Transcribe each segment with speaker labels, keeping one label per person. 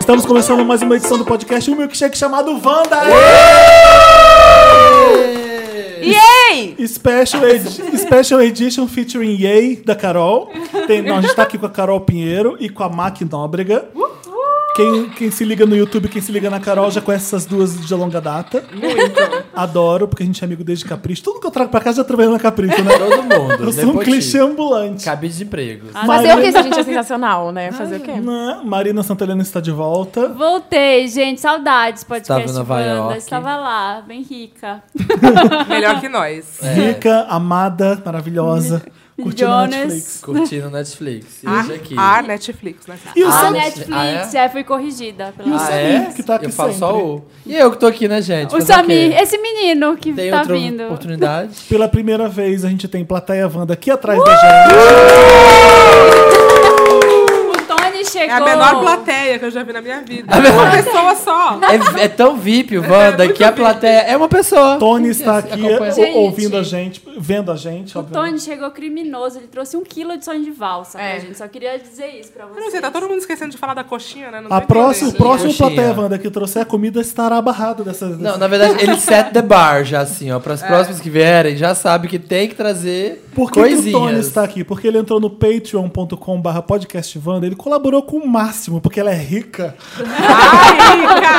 Speaker 1: Estamos começando mais uma edição do podcast Um Milkshake chamado Wanda!
Speaker 2: Yay!
Speaker 1: Special, edi- Special Edition featuring Yay, da Carol. Tem, nós, a gente tá aqui com a Carol Pinheiro e com a Mac Nóbrega. Quem, quem se liga no YouTube, quem se liga na Carol, já conhece essas duas de longa data.
Speaker 3: Muito.
Speaker 1: Adoro, porque a gente é amigo desde Capricho. Tudo que eu trago pra casa já trabalhei na Capricho, né?
Speaker 4: Todo mundo.
Speaker 1: Eu sou um
Speaker 4: nepotismo.
Speaker 1: clichê ambulante.
Speaker 4: Cabide de empregos.
Speaker 2: Fazer o que se a gente é sensacional, né? Fazer o quê?
Speaker 1: Né? Marina Santelena está de volta.
Speaker 5: Voltei, gente. Saudades, podcast
Speaker 4: Estava em Nova
Speaker 5: Wanda.
Speaker 4: York.
Speaker 5: Estava lá, bem rica.
Speaker 3: Melhor que nós.
Speaker 5: É.
Speaker 4: É,
Speaker 1: Rica, amada, maravilhosa. Curtindo a
Speaker 5: Jonas.
Speaker 1: Netflix.
Speaker 4: Curtindo Netflix. E hoje aqui.
Speaker 3: A, a Netflix, né?
Speaker 1: E o
Speaker 5: A
Speaker 1: Sam-
Speaker 5: Ah, Netflix,
Speaker 4: Ah,
Speaker 5: é? fui corrigida. Pela...
Speaker 4: Ah,
Speaker 1: Samir,
Speaker 4: é?
Speaker 1: que tá aqui
Speaker 4: Eu falo só
Speaker 1: sempre.
Speaker 4: o. E eu que tô aqui, né, gente?
Speaker 5: o
Speaker 4: Fazer
Speaker 5: Samir,
Speaker 4: quê?
Speaker 5: esse menino que
Speaker 4: Tem
Speaker 5: tá
Speaker 4: outra
Speaker 5: vindo.
Speaker 4: oportunidade.
Speaker 1: Pela primeira vez, a gente tem plateia Wanda aqui atrás
Speaker 5: Uh!
Speaker 1: da gente.
Speaker 5: O Tony
Speaker 3: É
Speaker 5: chegou.
Speaker 3: a menor plateia que eu já vi na minha vida. Uma pessoa só.
Speaker 4: É, é tão VIP, Wanda, que a plateia é uma pessoa.
Speaker 1: Tony está aqui
Speaker 4: acompanha.
Speaker 1: o-
Speaker 5: Gente.
Speaker 1: ouvindo a gente, vendo a gente.
Speaker 5: O
Speaker 1: obviamente.
Speaker 5: Tony chegou criminoso. Ele trouxe um quilo de sonho de valsa
Speaker 2: É.
Speaker 5: pra gente. Só queria dizer isso pra
Speaker 3: Eu
Speaker 5: vocês.
Speaker 3: não sei, tá todo mundo esquecendo de falar da coxinha, né? Não
Speaker 1: A
Speaker 3: tô
Speaker 1: próxima, o
Speaker 3: entendendo.
Speaker 1: próximo
Speaker 4: Coxinha.
Speaker 1: plateia Wanda que trouxer a comida estará barrado dessa vez.
Speaker 4: Não, na verdade, ele set the bar já, assim, ó. Para os próximos que vierem, já sabe que tem que trazer
Speaker 1: Por que, que
Speaker 4: coisinhas.
Speaker 1: o Tony está aqui? Porque ele entrou no patreon.com barra podcastvanda, ele colaborou com o máximo, porque ela é rica.
Speaker 3: Ai, Rica!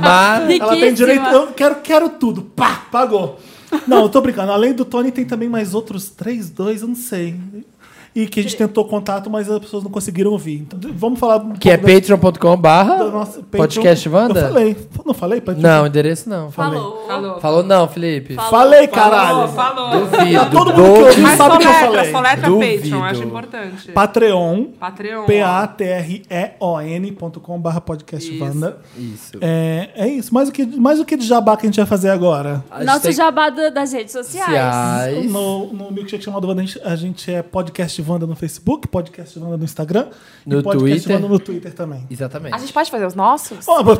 Speaker 4: Mas
Speaker 1: Ela tem
Speaker 5: Riquíssima.
Speaker 1: direito, eu quero, quero tudo. Pá, pagou. Não, eu tô brincando. Além do Tony, tem também mais outros três, dois, eu não sei. E que a gente tentou contato, mas as pessoas não conseguiram ouvir. Então, vamos falar... um
Speaker 4: que é
Speaker 1: pouco da-
Speaker 4: patreon.com barra
Speaker 1: da nossa- Patreon.
Speaker 4: podcast
Speaker 1: Eu
Speaker 4: Wanda?
Speaker 1: falei. Não falei? Patreon?
Speaker 4: Não, endereço não.
Speaker 5: Falou.
Speaker 3: Falou.
Speaker 4: Falou não, Felipe.
Speaker 1: Falei, caralho.
Speaker 3: Falou,
Speaker 4: Duvido.
Speaker 3: falou.
Speaker 1: Tá Todo mundo que ouviu
Speaker 3: Mas
Speaker 1: sabe o que eu
Speaker 3: soletra,
Speaker 1: falei.
Speaker 3: soletra
Speaker 4: Duvido.
Speaker 3: Patreon, acho importante.
Speaker 1: Patreon.
Speaker 3: Patreon.
Speaker 1: P-A-T-R-E-O-N.com barra podcast
Speaker 3: Isso.
Speaker 1: Wanda.
Speaker 4: Isso.
Speaker 1: É, é isso. Mais o, que, mais o que de jabá que a gente vai fazer agora?
Speaker 4: A gente
Speaker 5: Nosso
Speaker 4: tem
Speaker 5: jabá da- das redes sociais.
Speaker 4: sociais.
Speaker 1: No, no Milkshake Chamado Wanda, a gente, a gente é Podcast Wanda no Facebook, Podcast Wanda no Instagram
Speaker 4: No
Speaker 1: e Podcast
Speaker 4: Twitter.
Speaker 1: Wanda no Twitter também.
Speaker 4: Exatamente.
Speaker 2: A gente pode fazer os nossos?
Speaker 1: Ó, mas-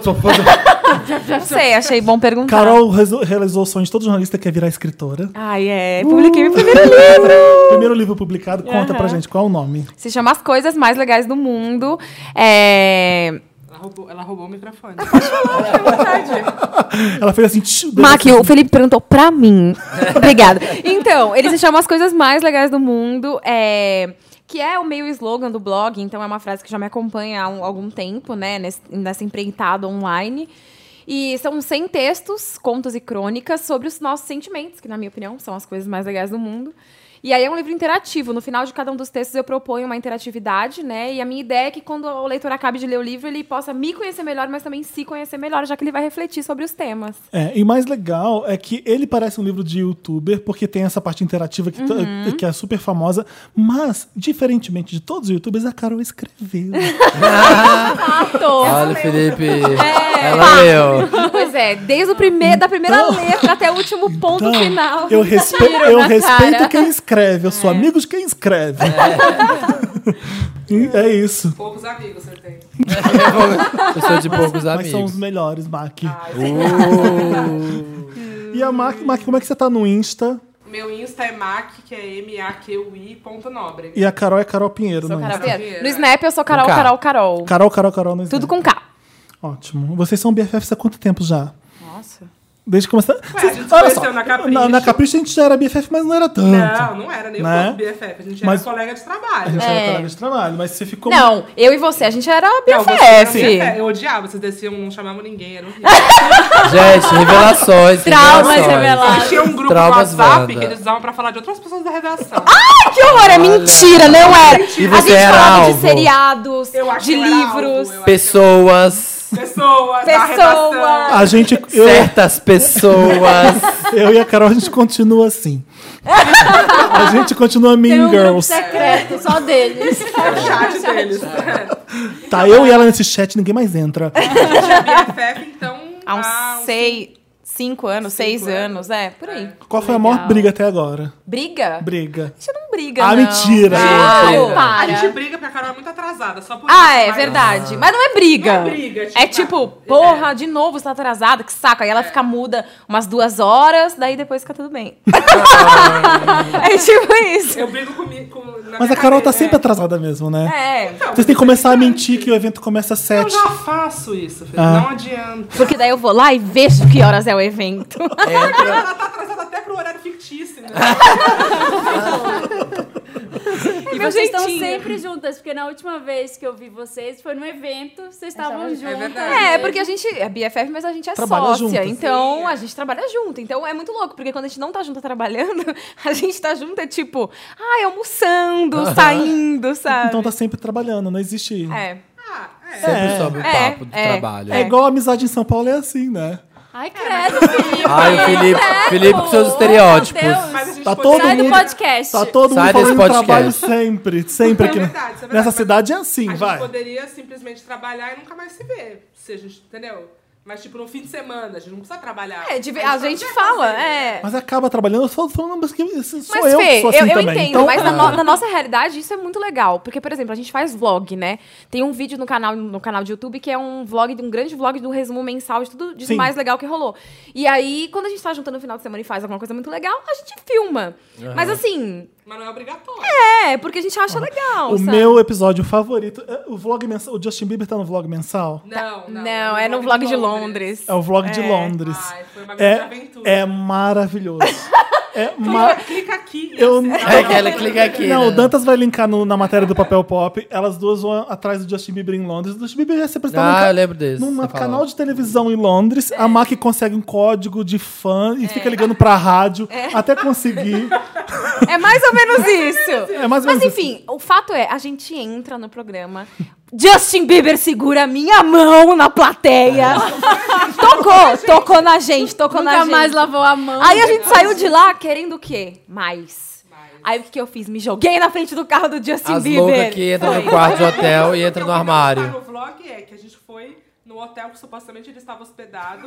Speaker 2: Não sei, achei bom perguntar.
Speaker 1: Carol reso- realizou o sonho de todo jornalista que é virar escritora.
Speaker 2: Ai, é. Publiquei meu primeiro livro.
Speaker 1: Primeiro livro publicado, conta pra gente qual é o nome.
Speaker 2: Se chama As Coisas Mais Legais do Mundo. É...
Speaker 3: Ela roubou, ela roubou o microfone. Pode falar, fica à vontade.
Speaker 1: Ela fez assim... tch, deu
Speaker 2: Mac,
Speaker 1: assim.
Speaker 2: o Felipe perguntou pra mim. Obrigada. Então, ele se chama As Coisas Mais Legais do Mundo, é, que é o meio slogan do blog, então é uma frase que já me acompanha há um- algum tempo, né, nesse- nessa empreitada online. E são 100 textos, contos e crônicas sobre os nossos sentimentos, que, na minha opinião, são as coisas mais legais do mundo. E aí é um livro interativo. No final de cada um dos textos eu proponho uma interatividade, né? E a minha ideia é que quando o leitor acabe de ler o livro, ele possa me conhecer melhor, mas também se conhecer melhor, já que ele vai refletir sobre os temas.
Speaker 1: É, e mais legal é que ele parece um livro de youtuber, porque tem essa parte interativa que, tá- que é super famosa, mas, diferentemente de todos os youtubers, a Carol escreveu.
Speaker 2: Fato!
Speaker 4: Olha, Felipe.
Speaker 2: É.
Speaker 4: Ela leu.
Speaker 2: pois é, desde o primeiro, da primeira
Speaker 1: Então-
Speaker 2: letra até o último ponto final.
Speaker 1: Eu, respe-
Speaker 2: Tiro
Speaker 1: eu
Speaker 2: na
Speaker 1: respeito
Speaker 2: cara. É.
Speaker 1: quem escreve, eu sou amigo de quem escreve. E É, isso.
Speaker 3: Poucos amigos você tem.
Speaker 4: Eu sou de poucos
Speaker 1: Mas são os
Speaker 4: amigos.
Speaker 1: melhores, Mac.
Speaker 2: Ah,
Speaker 4: Uh,
Speaker 1: E a Mac, Mac, como é que você tá no Insta?
Speaker 3: Meu Insta é mac, que é M-A-Q-U-I ponto nobre.
Speaker 1: E a Carol é Carol Pinheiro,
Speaker 2: Sou
Speaker 1: não
Speaker 2: Carol
Speaker 1: é?
Speaker 2: Pinheiro. No Snap eu sou Carol,
Speaker 4: Com K.
Speaker 2: Carol, Carol.
Speaker 1: Carol, Carol, Carol no Insta.
Speaker 2: Tudo com K.
Speaker 1: Ótimo. Vocês são BFFs há quanto tempo já?
Speaker 2: Nossa.
Speaker 1: Desde que começaram. Vocês-
Speaker 3: a gente se
Speaker 1: olha
Speaker 3: conheceu
Speaker 1: só,
Speaker 3: na Capricho.
Speaker 1: Na, na Capricho a gente já era BFF, mas não era tanto.
Speaker 3: Não, não era nem o
Speaker 1: Né?
Speaker 3: pouco BFF. A gente
Speaker 1: Mas-
Speaker 3: era colega de
Speaker 1: A
Speaker 3: trabalho.
Speaker 1: gente
Speaker 2: É.
Speaker 1: era colega de trabalho, mas você ficou.
Speaker 2: Não, eu e você, a gente era
Speaker 3: Não, você era
Speaker 2: BFF.
Speaker 1: assim.
Speaker 3: BFF. Eu odiava, vocês desciam, não chamavam ninguém, era horrível.
Speaker 4: gente, revelações.
Speaker 2: Traumas
Speaker 4: revelações.
Speaker 2: revelados.
Speaker 3: Mas Tinha um grupo
Speaker 4: Traumas
Speaker 3: no WhatsApp
Speaker 4: Wanda.
Speaker 3: que eles usavam pra falar de outras pessoas da redação.
Speaker 1: Ah,
Speaker 2: Que horror, é mentira, não era.
Speaker 4: E
Speaker 2: a
Speaker 4: você
Speaker 2: gente
Speaker 4: era
Speaker 2: falava de
Speaker 4: alvo?
Speaker 2: seriados,
Speaker 3: Eu acho
Speaker 2: de
Speaker 3: que eu era
Speaker 2: livros.
Speaker 3: alvo, eu
Speaker 4: Pessoas.
Speaker 3: Pessoas, da
Speaker 2: Pessoas.
Speaker 3: redação.
Speaker 1: A gente. Eu,
Speaker 4: Certas pessoas.
Speaker 1: eu e a Carol, a gente continua assim. A gente continua Mean
Speaker 5: Tem um grupo
Speaker 1: Girls.
Speaker 5: secreto só deles.
Speaker 3: É o chat deles. É.
Speaker 1: Tá eu e ela nesse chat, ninguém mais entra.
Speaker 3: BFF, então...
Speaker 2: Há uns
Speaker 3: ah,
Speaker 2: seis, cinco anos,
Speaker 3: Cinco
Speaker 2: seis
Speaker 3: anos.
Speaker 2: anos, é, por aí.
Speaker 1: Qual foi a maior briga até agora?
Speaker 2: Briga?
Speaker 1: Briga.
Speaker 2: A gente não briga,
Speaker 1: Ah,
Speaker 2: não.
Speaker 1: mentira.
Speaker 2: Ah,
Speaker 4: Mentira.
Speaker 3: A
Speaker 2: para.
Speaker 3: gente briga porque a Carol é muito atrasada, só por
Speaker 2: Ah,
Speaker 3: isso,
Speaker 2: é
Speaker 3: mas-
Speaker 2: verdade. Mas não é briga.
Speaker 3: Não é briga, tipo, É.
Speaker 2: É tipo,
Speaker 3: tá.
Speaker 2: porra, de novo você tá atrasada, que saco. Aí ela fica muda umas duas horas, daí depois fica tudo bem. é tipo isso.
Speaker 3: Eu brigo comigo, com, na
Speaker 1: Mas
Speaker 3: minha
Speaker 1: a Carol tá
Speaker 3: cabeça.
Speaker 1: sempre atrasada mesmo, né?
Speaker 2: É.
Speaker 1: Vocês têm que começar a mentir que o evento começa às
Speaker 3: Eu
Speaker 1: sete.
Speaker 3: já faço isso, filho.
Speaker 1: Ah.
Speaker 3: Não adianta.
Speaker 2: Porque daí eu vou lá e vejo que horas é o evento.
Speaker 4: Entra,
Speaker 3: Ela tá atrasada até pro horário fictício, né?
Speaker 5: E
Speaker 2: meu
Speaker 5: vocês estão
Speaker 2: jeitinho.
Speaker 5: sempre juntas, porque na última vez que eu vi vocês foi num evento, vocês estavam juntas.
Speaker 3: É verdade.
Speaker 2: É, porque a gente é BFF, mas a gente é
Speaker 1: Trabalha
Speaker 2: sócia.
Speaker 1: junto.
Speaker 2: Então
Speaker 3: Sim. é.
Speaker 2: a gente trabalha junto. Então é muito louco, porque quando a gente não tá junto trabalhando, a gente tá junto é tipo, ai, almoçando, saindo, sabe?
Speaker 1: Então tá sempre trabalhando, não existe.
Speaker 2: É.
Speaker 3: Ah, é.
Speaker 4: sempre sobe o
Speaker 2: É,
Speaker 4: papo do
Speaker 2: é,
Speaker 4: trabalho.
Speaker 1: É igual a amizade em São Paulo, é assim, né?
Speaker 5: Ai, credo, Felipe.
Speaker 4: Ai,
Speaker 2: É.
Speaker 4: o Felipe, Felipe com seus estereótipos.
Speaker 5: Meu Deus.
Speaker 3: Mas a gente
Speaker 1: Tá
Speaker 3: pode-
Speaker 1: todo
Speaker 5: Sai do
Speaker 1: mundo-
Speaker 5: podcast.
Speaker 1: Tá todo
Speaker 4: Sai
Speaker 1: mundo
Speaker 4: desse
Speaker 1: falando do
Speaker 4: podcast.
Speaker 1: trabalho sempre. Sempre aqui.
Speaker 3: É
Speaker 1: na-
Speaker 3: verdade, isso é verdade.
Speaker 1: Nessa
Speaker 3: Mas
Speaker 1: cidade é assim,
Speaker 3: A
Speaker 1: vai.
Speaker 3: gente poderia simplesmente trabalhar e nunca mais se ver. Se a gente, entendeu? Mas, tipo, no fim de semana, a gente não precisa trabalhar.
Speaker 2: É, de-
Speaker 3: só
Speaker 2: a gente
Speaker 3: quer
Speaker 2: fala,
Speaker 3: fazer.
Speaker 2: é.
Speaker 1: Mas acaba trabalhando, eu falo, falando, mas que, esse- sou
Speaker 2: Mas,
Speaker 1: eu que
Speaker 2: Fê,
Speaker 1: sou assim
Speaker 2: eu, eu
Speaker 1: também.
Speaker 2: entendo,
Speaker 1: então,
Speaker 2: mas na, no- na nossa realidade isso é muito legal. Porque, por exemplo, a gente faz vlog, né? Tem um vídeo no canal, no canal de YouTube que é um vlog, um grande vlog do resumo mensal de tudo de
Speaker 1: Sim.
Speaker 2: mais legal que rolou. E aí, quando a gente tá juntando no final de semana e faz alguma coisa muito legal, a gente filma. Mas assim,
Speaker 3: Mas não é obrigatório.
Speaker 2: é, porque a gente acha legal.
Speaker 1: o
Speaker 2: sabe?
Speaker 1: meu episódio favorito. é O vlog mensal. O Justin Bieber tá no vlog mensal?
Speaker 3: Não, não.
Speaker 2: Não, é no vlog de Londres.
Speaker 1: É o vlog de Londres.
Speaker 3: Ai, foi uma grande aventura.
Speaker 1: É, é maravilhoso. é ma
Speaker 3: Clica aqui.
Speaker 1: Eu-
Speaker 3: assim,
Speaker 1: É
Speaker 4: É que ela clica aqui.
Speaker 1: Não,
Speaker 4: né?
Speaker 1: o Dantas vai linkar no- na matéria do Papel Pop. Elas duas vão atrás do Justin Bieber em Londres. O Justin Bieber ia se apresentar num
Speaker 4: Ah,
Speaker 1: ca-
Speaker 4: eu lembro desse.
Speaker 1: num
Speaker 4: você falou.
Speaker 1: canal de televisão em Londres. A Mac consegue um código de fã
Speaker 3: É.
Speaker 1: e fica ligando pra rádio até conseguir.
Speaker 2: É mais ou menos isso.
Speaker 1: É mais ou
Speaker 2: Mas
Speaker 1: menos
Speaker 2: enfim, o fato é, a gente entra no programa. Justin Bieber segura a minha mão na plateia. tocou, tocou na gente, tocou na
Speaker 5: Nunca
Speaker 2: gente.
Speaker 5: mais lavou a mão.
Speaker 2: Aí a gente saiu de lá querendo o quê? Mais. Aí o que, que eu fiz? Me joguei na frente do carro do Justin
Speaker 4: As
Speaker 2: Bieber.
Speaker 4: loucas que entram no quarto do hotel e entram no
Speaker 3: O que
Speaker 4: armário.
Speaker 3: eu vou contar no vlog é que a gente foi no hotel que supostamente ele estava hospedado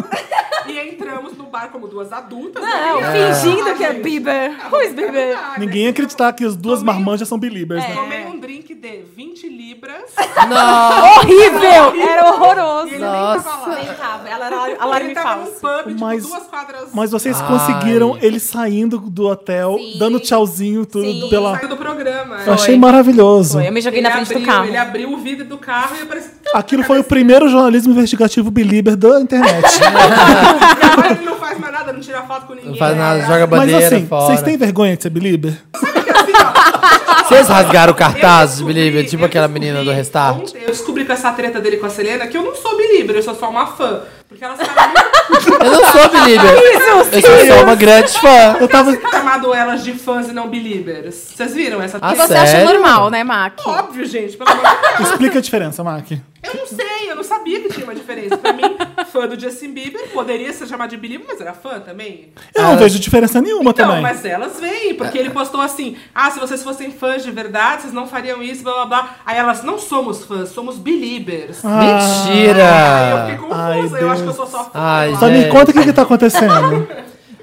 Speaker 3: e entramos no bar como duas adultas.
Speaker 2: Não,
Speaker 3: né?
Speaker 2: fingindo que é
Speaker 3: gente,
Speaker 2: Bieber. Who is Bieber?
Speaker 3: verdade,
Speaker 1: Ninguém ia
Speaker 3: né?
Speaker 1: acreditar que as duas marmanjas são believers,
Speaker 3: Eu
Speaker 1: né?
Speaker 3: Tomei um drink de 20 libras
Speaker 4: Não!
Speaker 2: Horrível! Era
Speaker 3: e
Speaker 2: horroroso.
Speaker 3: ele nem tava lá.
Speaker 2: Ela era
Speaker 3: ele
Speaker 2: alarme
Speaker 3: tava
Speaker 2: falso.
Speaker 3: num pub, tipo,
Speaker 1: Mas-
Speaker 3: duas quadras
Speaker 1: Mas vocês
Speaker 4: Ai.
Speaker 1: conseguiram ele saindo do hotel,
Speaker 2: Sim.
Speaker 1: dando tchauzinho tudo
Speaker 2: Sim.
Speaker 1: pela.
Speaker 3: saindo do programa.
Speaker 1: Eu achei maravilhoso.
Speaker 2: Foi, Eu me joguei
Speaker 3: Ele
Speaker 2: na frente
Speaker 3: abriu,
Speaker 2: do carro.
Speaker 3: Ele abriu o vidro do carro e apareceu.
Speaker 1: Aquilo foi o primeiro jornalismo investigativo belieber da internet.
Speaker 3: Agora ele não faz mais nada, não tira foto com ninguém.
Speaker 4: Não faz nada,
Speaker 3: né?
Speaker 4: joga
Speaker 1: Mas
Speaker 4: bandeira
Speaker 1: assim,
Speaker 4: fora.
Speaker 1: vocês têm vergonha de ser belieber?
Speaker 4: Vocês rasgaram o cartaz de
Speaker 3: Eu descobri-
Speaker 4: Belieber, tipo
Speaker 3: eu
Speaker 4: aquela
Speaker 3: descobri
Speaker 4: menina do Restart?
Speaker 3: ontem, Eu descobri com essa treta dele com a Selena que eu não sou Belieber, eu sou só uma fã. Porque elas ficaram muito
Speaker 4: Eu não sou Belieber. Eu só sou uma grande fã.
Speaker 1: Eu tava.
Speaker 3: chamando elas de fãs e não Beliebers. Vocês viram essa
Speaker 4: Ah,
Speaker 2: E
Speaker 3: treta? É
Speaker 2: você acha
Speaker 4: Sério?
Speaker 2: normal, né, Mac?
Speaker 3: Óbvio, gente, pelo amor de Deus.
Speaker 1: Explica a diferença, Mac.
Speaker 3: Eu não sei, eu não sabia que tinha uma diferença. Pra mim, fã do Justin Bieber poderia ser chamado de Belieber, mas era fã também.
Speaker 1: Eu não vejo diferença nenhuma
Speaker 3: Então,
Speaker 1: também.
Speaker 3: mas elas vêm, porque ele postou assim: ah, se vocês fossem fãs de verdade, vocês não fariam isso, blá blá blá. Aí elas não somos fãs, somos beliebers.
Speaker 4: Mentira!
Speaker 1: Ah.
Speaker 3: Aí eu fiquei confusa,
Speaker 1: Ai,
Speaker 3: eu acho que eu
Speaker 1: Deus.
Speaker 3: sou só fã.
Speaker 4: Ai,
Speaker 3: sei lá.
Speaker 1: Só me
Speaker 4: gente.
Speaker 1: conta o que, que tá acontecendo.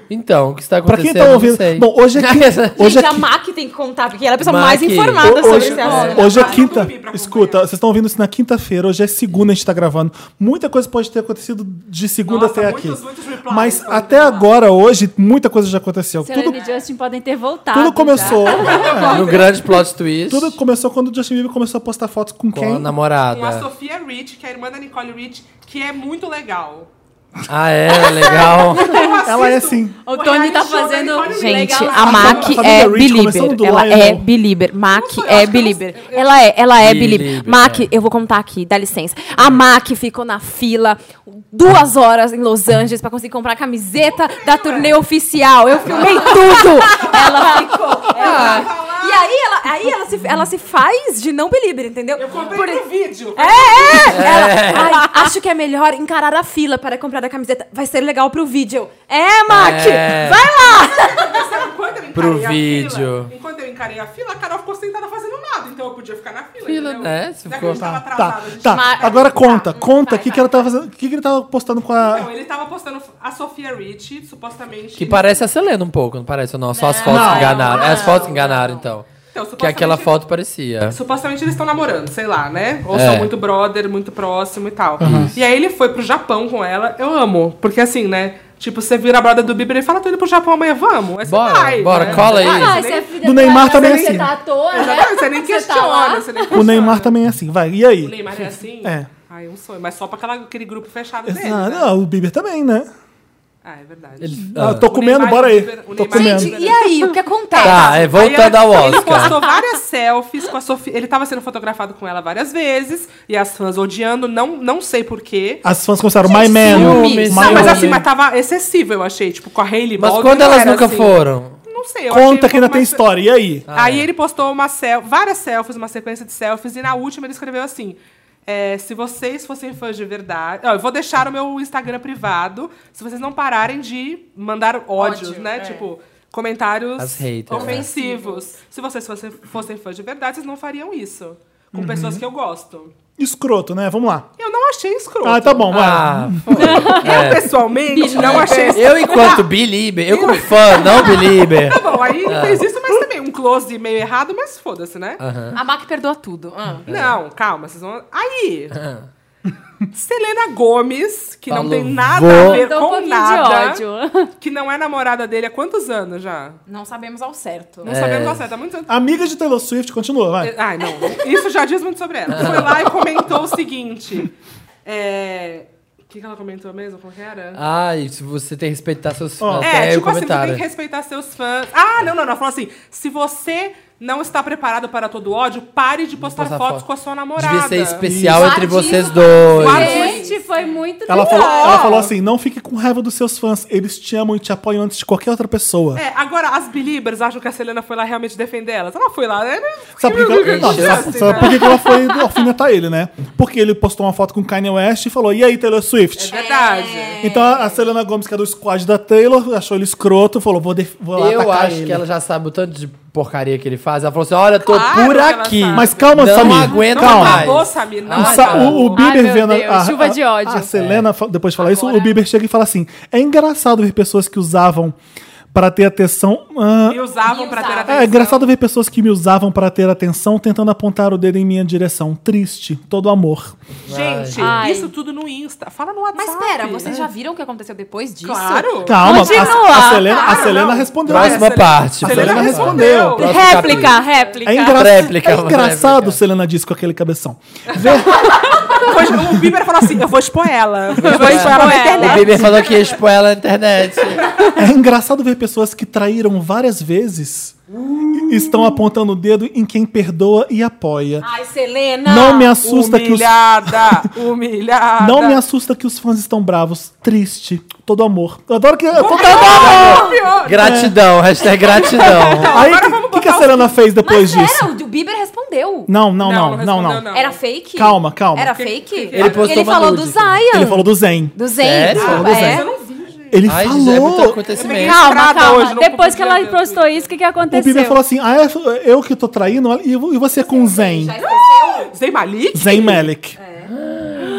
Speaker 4: Então, o que está
Speaker 1: pra
Speaker 4: acontecendo?
Speaker 1: quem tá ouvindo.
Speaker 4: Eu não sei.
Speaker 1: Bom, hoje é quinta. Hoje é
Speaker 2: gente, a
Speaker 1: qui-
Speaker 2: Mac tem que contar, porque ela é a pessoa
Speaker 4: Mac.
Speaker 2: mais informada
Speaker 1: Ho-
Speaker 2: sobre
Speaker 1: hoje,
Speaker 2: esse
Speaker 1: é,
Speaker 2: assunto.
Speaker 1: hoje é
Speaker 3: Mas eu
Speaker 1: quinta.
Speaker 3: dormi pra acompanhar.
Speaker 1: Escuta, vocês estão ouvindo isso na quinta-feira. Hoje é segunda, a gente tá gravando. Muita coisa pode ter acontecido de segunda
Speaker 3: Nossa,
Speaker 1: até aqui.
Speaker 3: muitos, muitos replies
Speaker 1: Mas
Speaker 3: pra
Speaker 1: até
Speaker 3: falar.
Speaker 1: agora, hoje, muita coisa já aconteceu.
Speaker 5: Selena
Speaker 1: Tudo,
Speaker 5: e Justin podem ter voltado.
Speaker 1: tudo começou.
Speaker 4: No é um grande plot twist
Speaker 1: Tudo começou quando o Justin Bieber começou a postar fotos com,
Speaker 4: com a
Speaker 1: quem?
Speaker 3: Com a
Speaker 4: namorada.
Speaker 3: Sofia Rich, que é a irmã da Nicole Rich, que é muito legal.
Speaker 4: Ah, é? Legal.
Speaker 3: Eu
Speaker 1: Ela é
Speaker 3: assisto
Speaker 1: assim.
Speaker 5: O Tony tá
Speaker 3: reality show da
Speaker 5: fazendo-
Speaker 3: Nicole Rich.
Speaker 2: Gente,
Speaker 5: Legal.
Speaker 2: a Mac
Speaker 1: Família
Speaker 2: é
Speaker 1: Rich,
Speaker 2: belieber.
Speaker 1: começando do
Speaker 2: Ela
Speaker 1: Lionel.
Speaker 2: é belieber. Mac
Speaker 3: sei, eu acho
Speaker 2: é
Speaker 3: que
Speaker 2: belieber.
Speaker 3: eu não- eu-
Speaker 2: Ela é, ela é
Speaker 4: Belieber,
Speaker 2: belieber. Mac,
Speaker 4: é.
Speaker 2: eu vou contar aqui, dá licença. A Mac ficou na fila duas horas em Los Angeles pra conseguir comprar a camiseta da turnê oficial. Eu filmei tudo. Ela Ah.
Speaker 5: Ah.
Speaker 2: ficou. ela- E aí, ela, aí ela, se, ela se faz de não belieber, entendeu?
Speaker 3: Eu comprei
Speaker 2: Por-
Speaker 3: no vídeo.
Speaker 2: é, é! Ela, "Ai, acho que é melhor encarar a fila para comprar a camiseta. Vai ser legal pro vídeo. É, Mac!
Speaker 4: É.
Speaker 2: Vai lá!
Speaker 3: Sabe quando eu encarei
Speaker 4: Pro
Speaker 3: a fila?
Speaker 4: vídeo.
Speaker 3: Enquanto eu encarei a fila, a Carol ficou sentada fazendo nada, então eu podia ficar na fila.
Speaker 4: Fila,
Speaker 3: entendeu?
Speaker 4: né? Se
Speaker 3: Já que a
Speaker 4: ficou-
Speaker 3: gente tava
Speaker 1: Tá,
Speaker 3: atrasado, a gente
Speaker 1: tá.
Speaker 2: Mas-
Speaker 1: Agora conta,
Speaker 2: Tá,
Speaker 1: conta o
Speaker 2: vai,
Speaker 1: que, que
Speaker 2: vai.
Speaker 1: ela tava fazendo. O que, que ele tava postando com
Speaker 3: Então,
Speaker 1: a.
Speaker 3: ele tava postando a Sofia Rich, supostamente.
Speaker 4: Que parece a Selena um pouco, não parece? Não, só as fotos
Speaker 1: Não.
Speaker 4: que enganaram. É as fotos que enganaram, então.
Speaker 3: Então,
Speaker 4: Que aquela
Speaker 3: supostamente-
Speaker 4: foto parecia.
Speaker 3: Supostamente eles estão namorando, sei lá, né? Ou
Speaker 4: É. Uhum.
Speaker 3: são muito brother, muito próximo e tal. E aí ele foi pro Japão com ela, eu amo. Porque assim, né? Tipo, você vira a brother do Bieber e fala, tô indo pro Japão amanhã, vamos. Aí você
Speaker 4: Bora,
Speaker 3: vai,
Speaker 4: bora,
Speaker 3: né?
Speaker 4: cola aí.
Speaker 3: Vai,
Speaker 5: Ah,
Speaker 3: você
Speaker 5: se é
Speaker 3: nem-
Speaker 5: filha
Speaker 1: Do
Speaker 5: do
Speaker 1: Neymar
Speaker 5: Brasil,
Speaker 1: também é
Speaker 5: Você
Speaker 1: assim.
Speaker 5: tá à toa, né?
Speaker 3: Exatamente, você nem
Speaker 5: Você tá lá.
Speaker 3: questiona, você nem
Speaker 1: O
Speaker 3: questiona.
Speaker 1: Neymar também é assim, vai. E aí?
Speaker 3: O Neymar é assim?
Speaker 1: É.
Speaker 3: Ai, um sonho. Mas só pra aquela- aquele grupo fechado dele,
Speaker 1: Ah,
Speaker 3: né?
Speaker 1: não, o Bieber também, né?
Speaker 3: Ah, é verdade.
Speaker 4: Ele-
Speaker 1: Ah,
Speaker 4: ah.
Speaker 1: eu tô
Speaker 3: O
Speaker 1: comendo,
Speaker 3: Neymar
Speaker 1: bora
Speaker 3: e o
Speaker 1: aí.
Speaker 3: Bieber- o
Speaker 1: Tô
Speaker 3: Neymar
Speaker 1: comendo.
Speaker 2: Gente, e aí? O que acontece?
Speaker 4: Tá, é
Speaker 3: Aí
Speaker 4: voltando
Speaker 3: ela-
Speaker 4: ao
Speaker 3: Ele
Speaker 4: Oscar.
Speaker 3: postou várias selfies com a Sofia. Ele tava sendo fotografado com ela várias vezes. E as fãs odiando, não, não sei porquê.
Speaker 1: As fãs começaram, My Man.
Speaker 4: ciúmes.
Speaker 1: My
Speaker 4: Não,
Speaker 3: Não, mas
Speaker 1: Man.
Speaker 3: assim, mas tava excessivo, eu achei. Tipo, com a Hailey
Speaker 4: Mas
Speaker 3: Baldwin,
Speaker 4: quando
Speaker 3: não
Speaker 4: elas
Speaker 3: era
Speaker 4: nunca
Speaker 3: assim.
Speaker 4: foram?
Speaker 3: Não sei. eu achei
Speaker 1: Conta
Speaker 3: um Ah.
Speaker 1: que ainda
Speaker 3: pouco
Speaker 1: tem
Speaker 3: mais-
Speaker 1: história, e aí?
Speaker 4: Ah,
Speaker 3: Aí
Speaker 4: é.
Speaker 3: ele postou uma sel várias selfies, uma sequência de selfies. E na última ele escreveu assim... é, se vocês fossem fãs de verdade... Ó, eu vou deixar o meu Instagram privado. Se vocês não pararem de mandar ódios,
Speaker 2: Ódio,
Speaker 3: né?
Speaker 2: é.
Speaker 3: Tipo... Comentários
Speaker 4: As haters, né?
Speaker 3: ofensivos. Se vocês fossem, fossem fãs de verdade, vocês não fariam isso. Com
Speaker 4: Uhum.
Speaker 3: pessoas que eu gosto.
Speaker 1: Escroto, né? Vamos lá.
Speaker 3: Eu não achei escroto. né?
Speaker 1: Ah, tá bom, né? vai.
Speaker 4: Ah,
Speaker 3: Eu, pessoalmente, não achei escroto.
Speaker 4: eu enquanto Ah. belieber, eu como fã, não belieber.
Speaker 3: Tá bom, aí ele fez isso, mas também um close meio errado, mas foda-se, né?
Speaker 2: A Mac perdoa tudo. Ah.
Speaker 4: É.
Speaker 3: Não, calma, vocês vão. Aí! Selena Gomes, que não
Speaker 4: Ah. Falou,
Speaker 3: tem nada
Speaker 4: vou.
Speaker 3: a ver
Speaker 5: Mandou um
Speaker 3: com
Speaker 5: pouquinho
Speaker 3: nada,
Speaker 5: de ódio.
Speaker 3: que não é namorada dele há quantos anos já?
Speaker 2: Não sabemos ao certo.
Speaker 4: É.
Speaker 3: Não sabemos ao certo, há muitos anos.
Speaker 1: Amiga de Taylor Swift, continua, vai.
Speaker 3: Ai, não. Isso já diz muito sobre ela. Foi lá e comentou o seguinte. É. O que, que ela comentou mesmo? Como que era?
Speaker 4: Ai, se você tem que respeitar seus
Speaker 1: Ó.
Speaker 4: fãs.
Speaker 3: É,
Speaker 4: até o
Speaker 3: tipo assim, você tem
Speaker 4: Ah, comentário.
Speaker 3: que respeitar seus fãs. Ah, não, não, não. Ela falou assim: se você não está preparado para todo ódio, pare de postar,
Speaker 4: postar
Speaker 3: fotos
Speaker 4: foto.
Speaker 3: com a sua namorada.
Speaker 4: Devia ser especial
Speaker 2: Isso.
Speaker 4: entre
Speaker 2: Guardinho.
Speaker 4: vocês dois.
Speaker 3: Guardinho.
Speaker 5: Gente, foi muito
Speaker 1: Ela
Speaker 5: legal.
Speaker 1: falou, ela falou assim: não fique com raiva dos seus fãs, eles te amam e te apoiam antes de qualquer outra pessoa.
Speaker 3: É, agora as beliebers acham que a Selena foi lá realmente defender elas. Ela foi lá, né?
Speaker 1: Sabe por que, que-
Speaker 3: Gente,
Speaker 1: não,
Speaker 3: assim,
Speaker 1: sabe- sabe
Speaker 3: né?
Speaker 1: por que que ela foi alfinetar ele, né? Porque ele postou uma foto com Kanye West e falou: e aí, Taylor Swift?
Speaker 3: né? Verdade.
Speaker 2: É.
Speaker 1: Então a Selena Gomes, que é do squad da Taylor, achou ele escroto, falou: vou, def- vou lá
Speaker 4: Eu
Speaker 1: atacar
Speaker 4: acho
Speaker 1: ele.
Speaker 4: que ela já sabe o tanto de porcaria que ele faz. Ela falou assim: olha, eu tô
Speaker 3: Claro
Speaker 4: por
Speaker 3: que ela
Speaker 4: aqui.
Speaker 3: sabe.
Speaker 1: Mas calma,
Speaker 4: não
Speaker 1: Samir.
Speaker 4: aguento
Speaker 3: Não
Speaker 1: calma.
Speaker 4: mais.
Speaker 3: acabou, Samir, não
Speaker 1: Então, O,
Speaker 4: Ai,
Speaker 3: acabou.
Speaker 1: Sa- o- o Bieber
Speaker 5: Ai, meu
Speaker 1: vendo a-
Speaker 5: Deus,
Speaker 1: a,
Speaker 5: chuva de
Speaker 1: a-
Speaker 5: ódio.
Speaker 1: A Selena, fa- depois de falar isso,
Speaker 2: Agora-
Speaker 1: o Bieber chega e fala assim: é engraçado ver pessoas que usavam para ter atenção. ah,
Speaker 3: E usavam
Speaker 2: E
Speaker 3: pra ter
Speaker 2: usavam.
Speaker 3: atenção.
Speaker 1: é engraçado ver pessoas que me usavam para ter atenção tentando apontar o dedo em minha direção. Triste, todo amor.
Speaker 3: Gente,
Speaker 5: Ai.
Speaker 3: isso tudo no Insta. Fala no WhatsApp.
Speaker 2: Mas pera, vocês já viram o que aconteceu depois disso?
Speaker 3: Claro.
Speaker 1: Calma, a,
Speaker 2: Continua.
Speaker 1: a Selena, a
Speaker 3: Claro,
Speaker 1: Selena
Speaker 3: não.
Speaker 1: respondeu.
Speaker 3: Vai,
Speaker 4: Próxima
Speaker 3: Selena-
Speaker 4: parte.
Speaker 1: Selena
Speaker 4: próxima
Speaker 1: respondeu.
Speaker 4: parte. Próximo
Speaker 2: Réplica, réplica.
Speaker 1: É, engra-
Speaker 4: Réplica,
Speaker 1: é
Speaker 4: uma
Speaker 1: engraçado
Speaker 4: réplica.
Speaker 1: Selena disse com aquele cabeção.
Speaker 3: Depois, o Bieber falou assim: eu vou expor ela. Eu vou
Speaker 4: expor
Speaker 3: expor ela na
Speaker 2: ela.
Speaker 4: O
Speaker 3: internet.
Speaker 4: Bieber falou que ia expor ela na internet.
Speaker 1: É engraçado ver pessoas que traíram várias vezes e- estão apontando o dedo em quem perdoa e apoia.
Speaker 2: Ai, Selena.
Speaker 1: Não me assusta que os
Speaker 3: Humilhada, humilhada.
Speaker 1: Não me assusta que os fãs estão bravos. Triste. Todo amor. Eu adoro que. Todo amor!
Speaker 3: Pior.
Speaker 4: Gratidão, hashtag gratidão.
Speaker 1: Aí,
Speaker 3: agora
Speaker 1: o
Speaker 3: vamos
Speaker 1: que, que a
Speaker 3: botar
Speaker 1: Selena fez depois
Speaker 2: Mas
Speaker 1: disso?
Speaker 2: era, o Bieber respondeu.
Speaker 1: Não, não, não,
Speaker 3: Não,
Speaker 1: não,
Speaker 3: respondeu
Speaker 1: não.
Speaker 3: não.
Speaker 2: Era fake?
Speaker 1: Calma, calma.
Speaker 2: Era
Speaker 3: Que-
Speaker 2: fake?
Speaker 3: que- que-
Speaker 4: Ele postou uma
Speaker 2: falou do
Speaker 4: nude.
Speaker 2: Zion.
Speaker 1: Ele falou do Zen.
Speaker 2: Do Zen.
Speaker 4: Sério?
Speaker 2: desculpa,
Speaker 4: Falou
Speaker 3: do Zen.
Speaker 2: é.
Speaker 3: Eu não vi, gente.
Speaker 1: Ele
Speaker 4: Ai,
Speaker 1: falou.
Speaker 4: gente, é muito
Speaker 3: Eu
Speaker 4: acontecimento.
Speaker 3: peguei-
Speaker 5: Calma,
Speaker 3: Estrada
Speaker 5: calma.
Speaker 3: hoje, não
Speaker 5: Depois que
Speaker 3: podia
Speaker 5: ela
Speaker 3: ver o
Speaker 5: postou isso, o que, que
Speaker 1: O
Speaker 5: aconteceu?
Speaker 1: Bieber falou assim: ah, é eu que tô traindo ela, e vo- e você com o Zen.
Speaker 2: Já esqueceu?
Speaker 3: Zayn Malik?
Speaker 1: Zen Malik.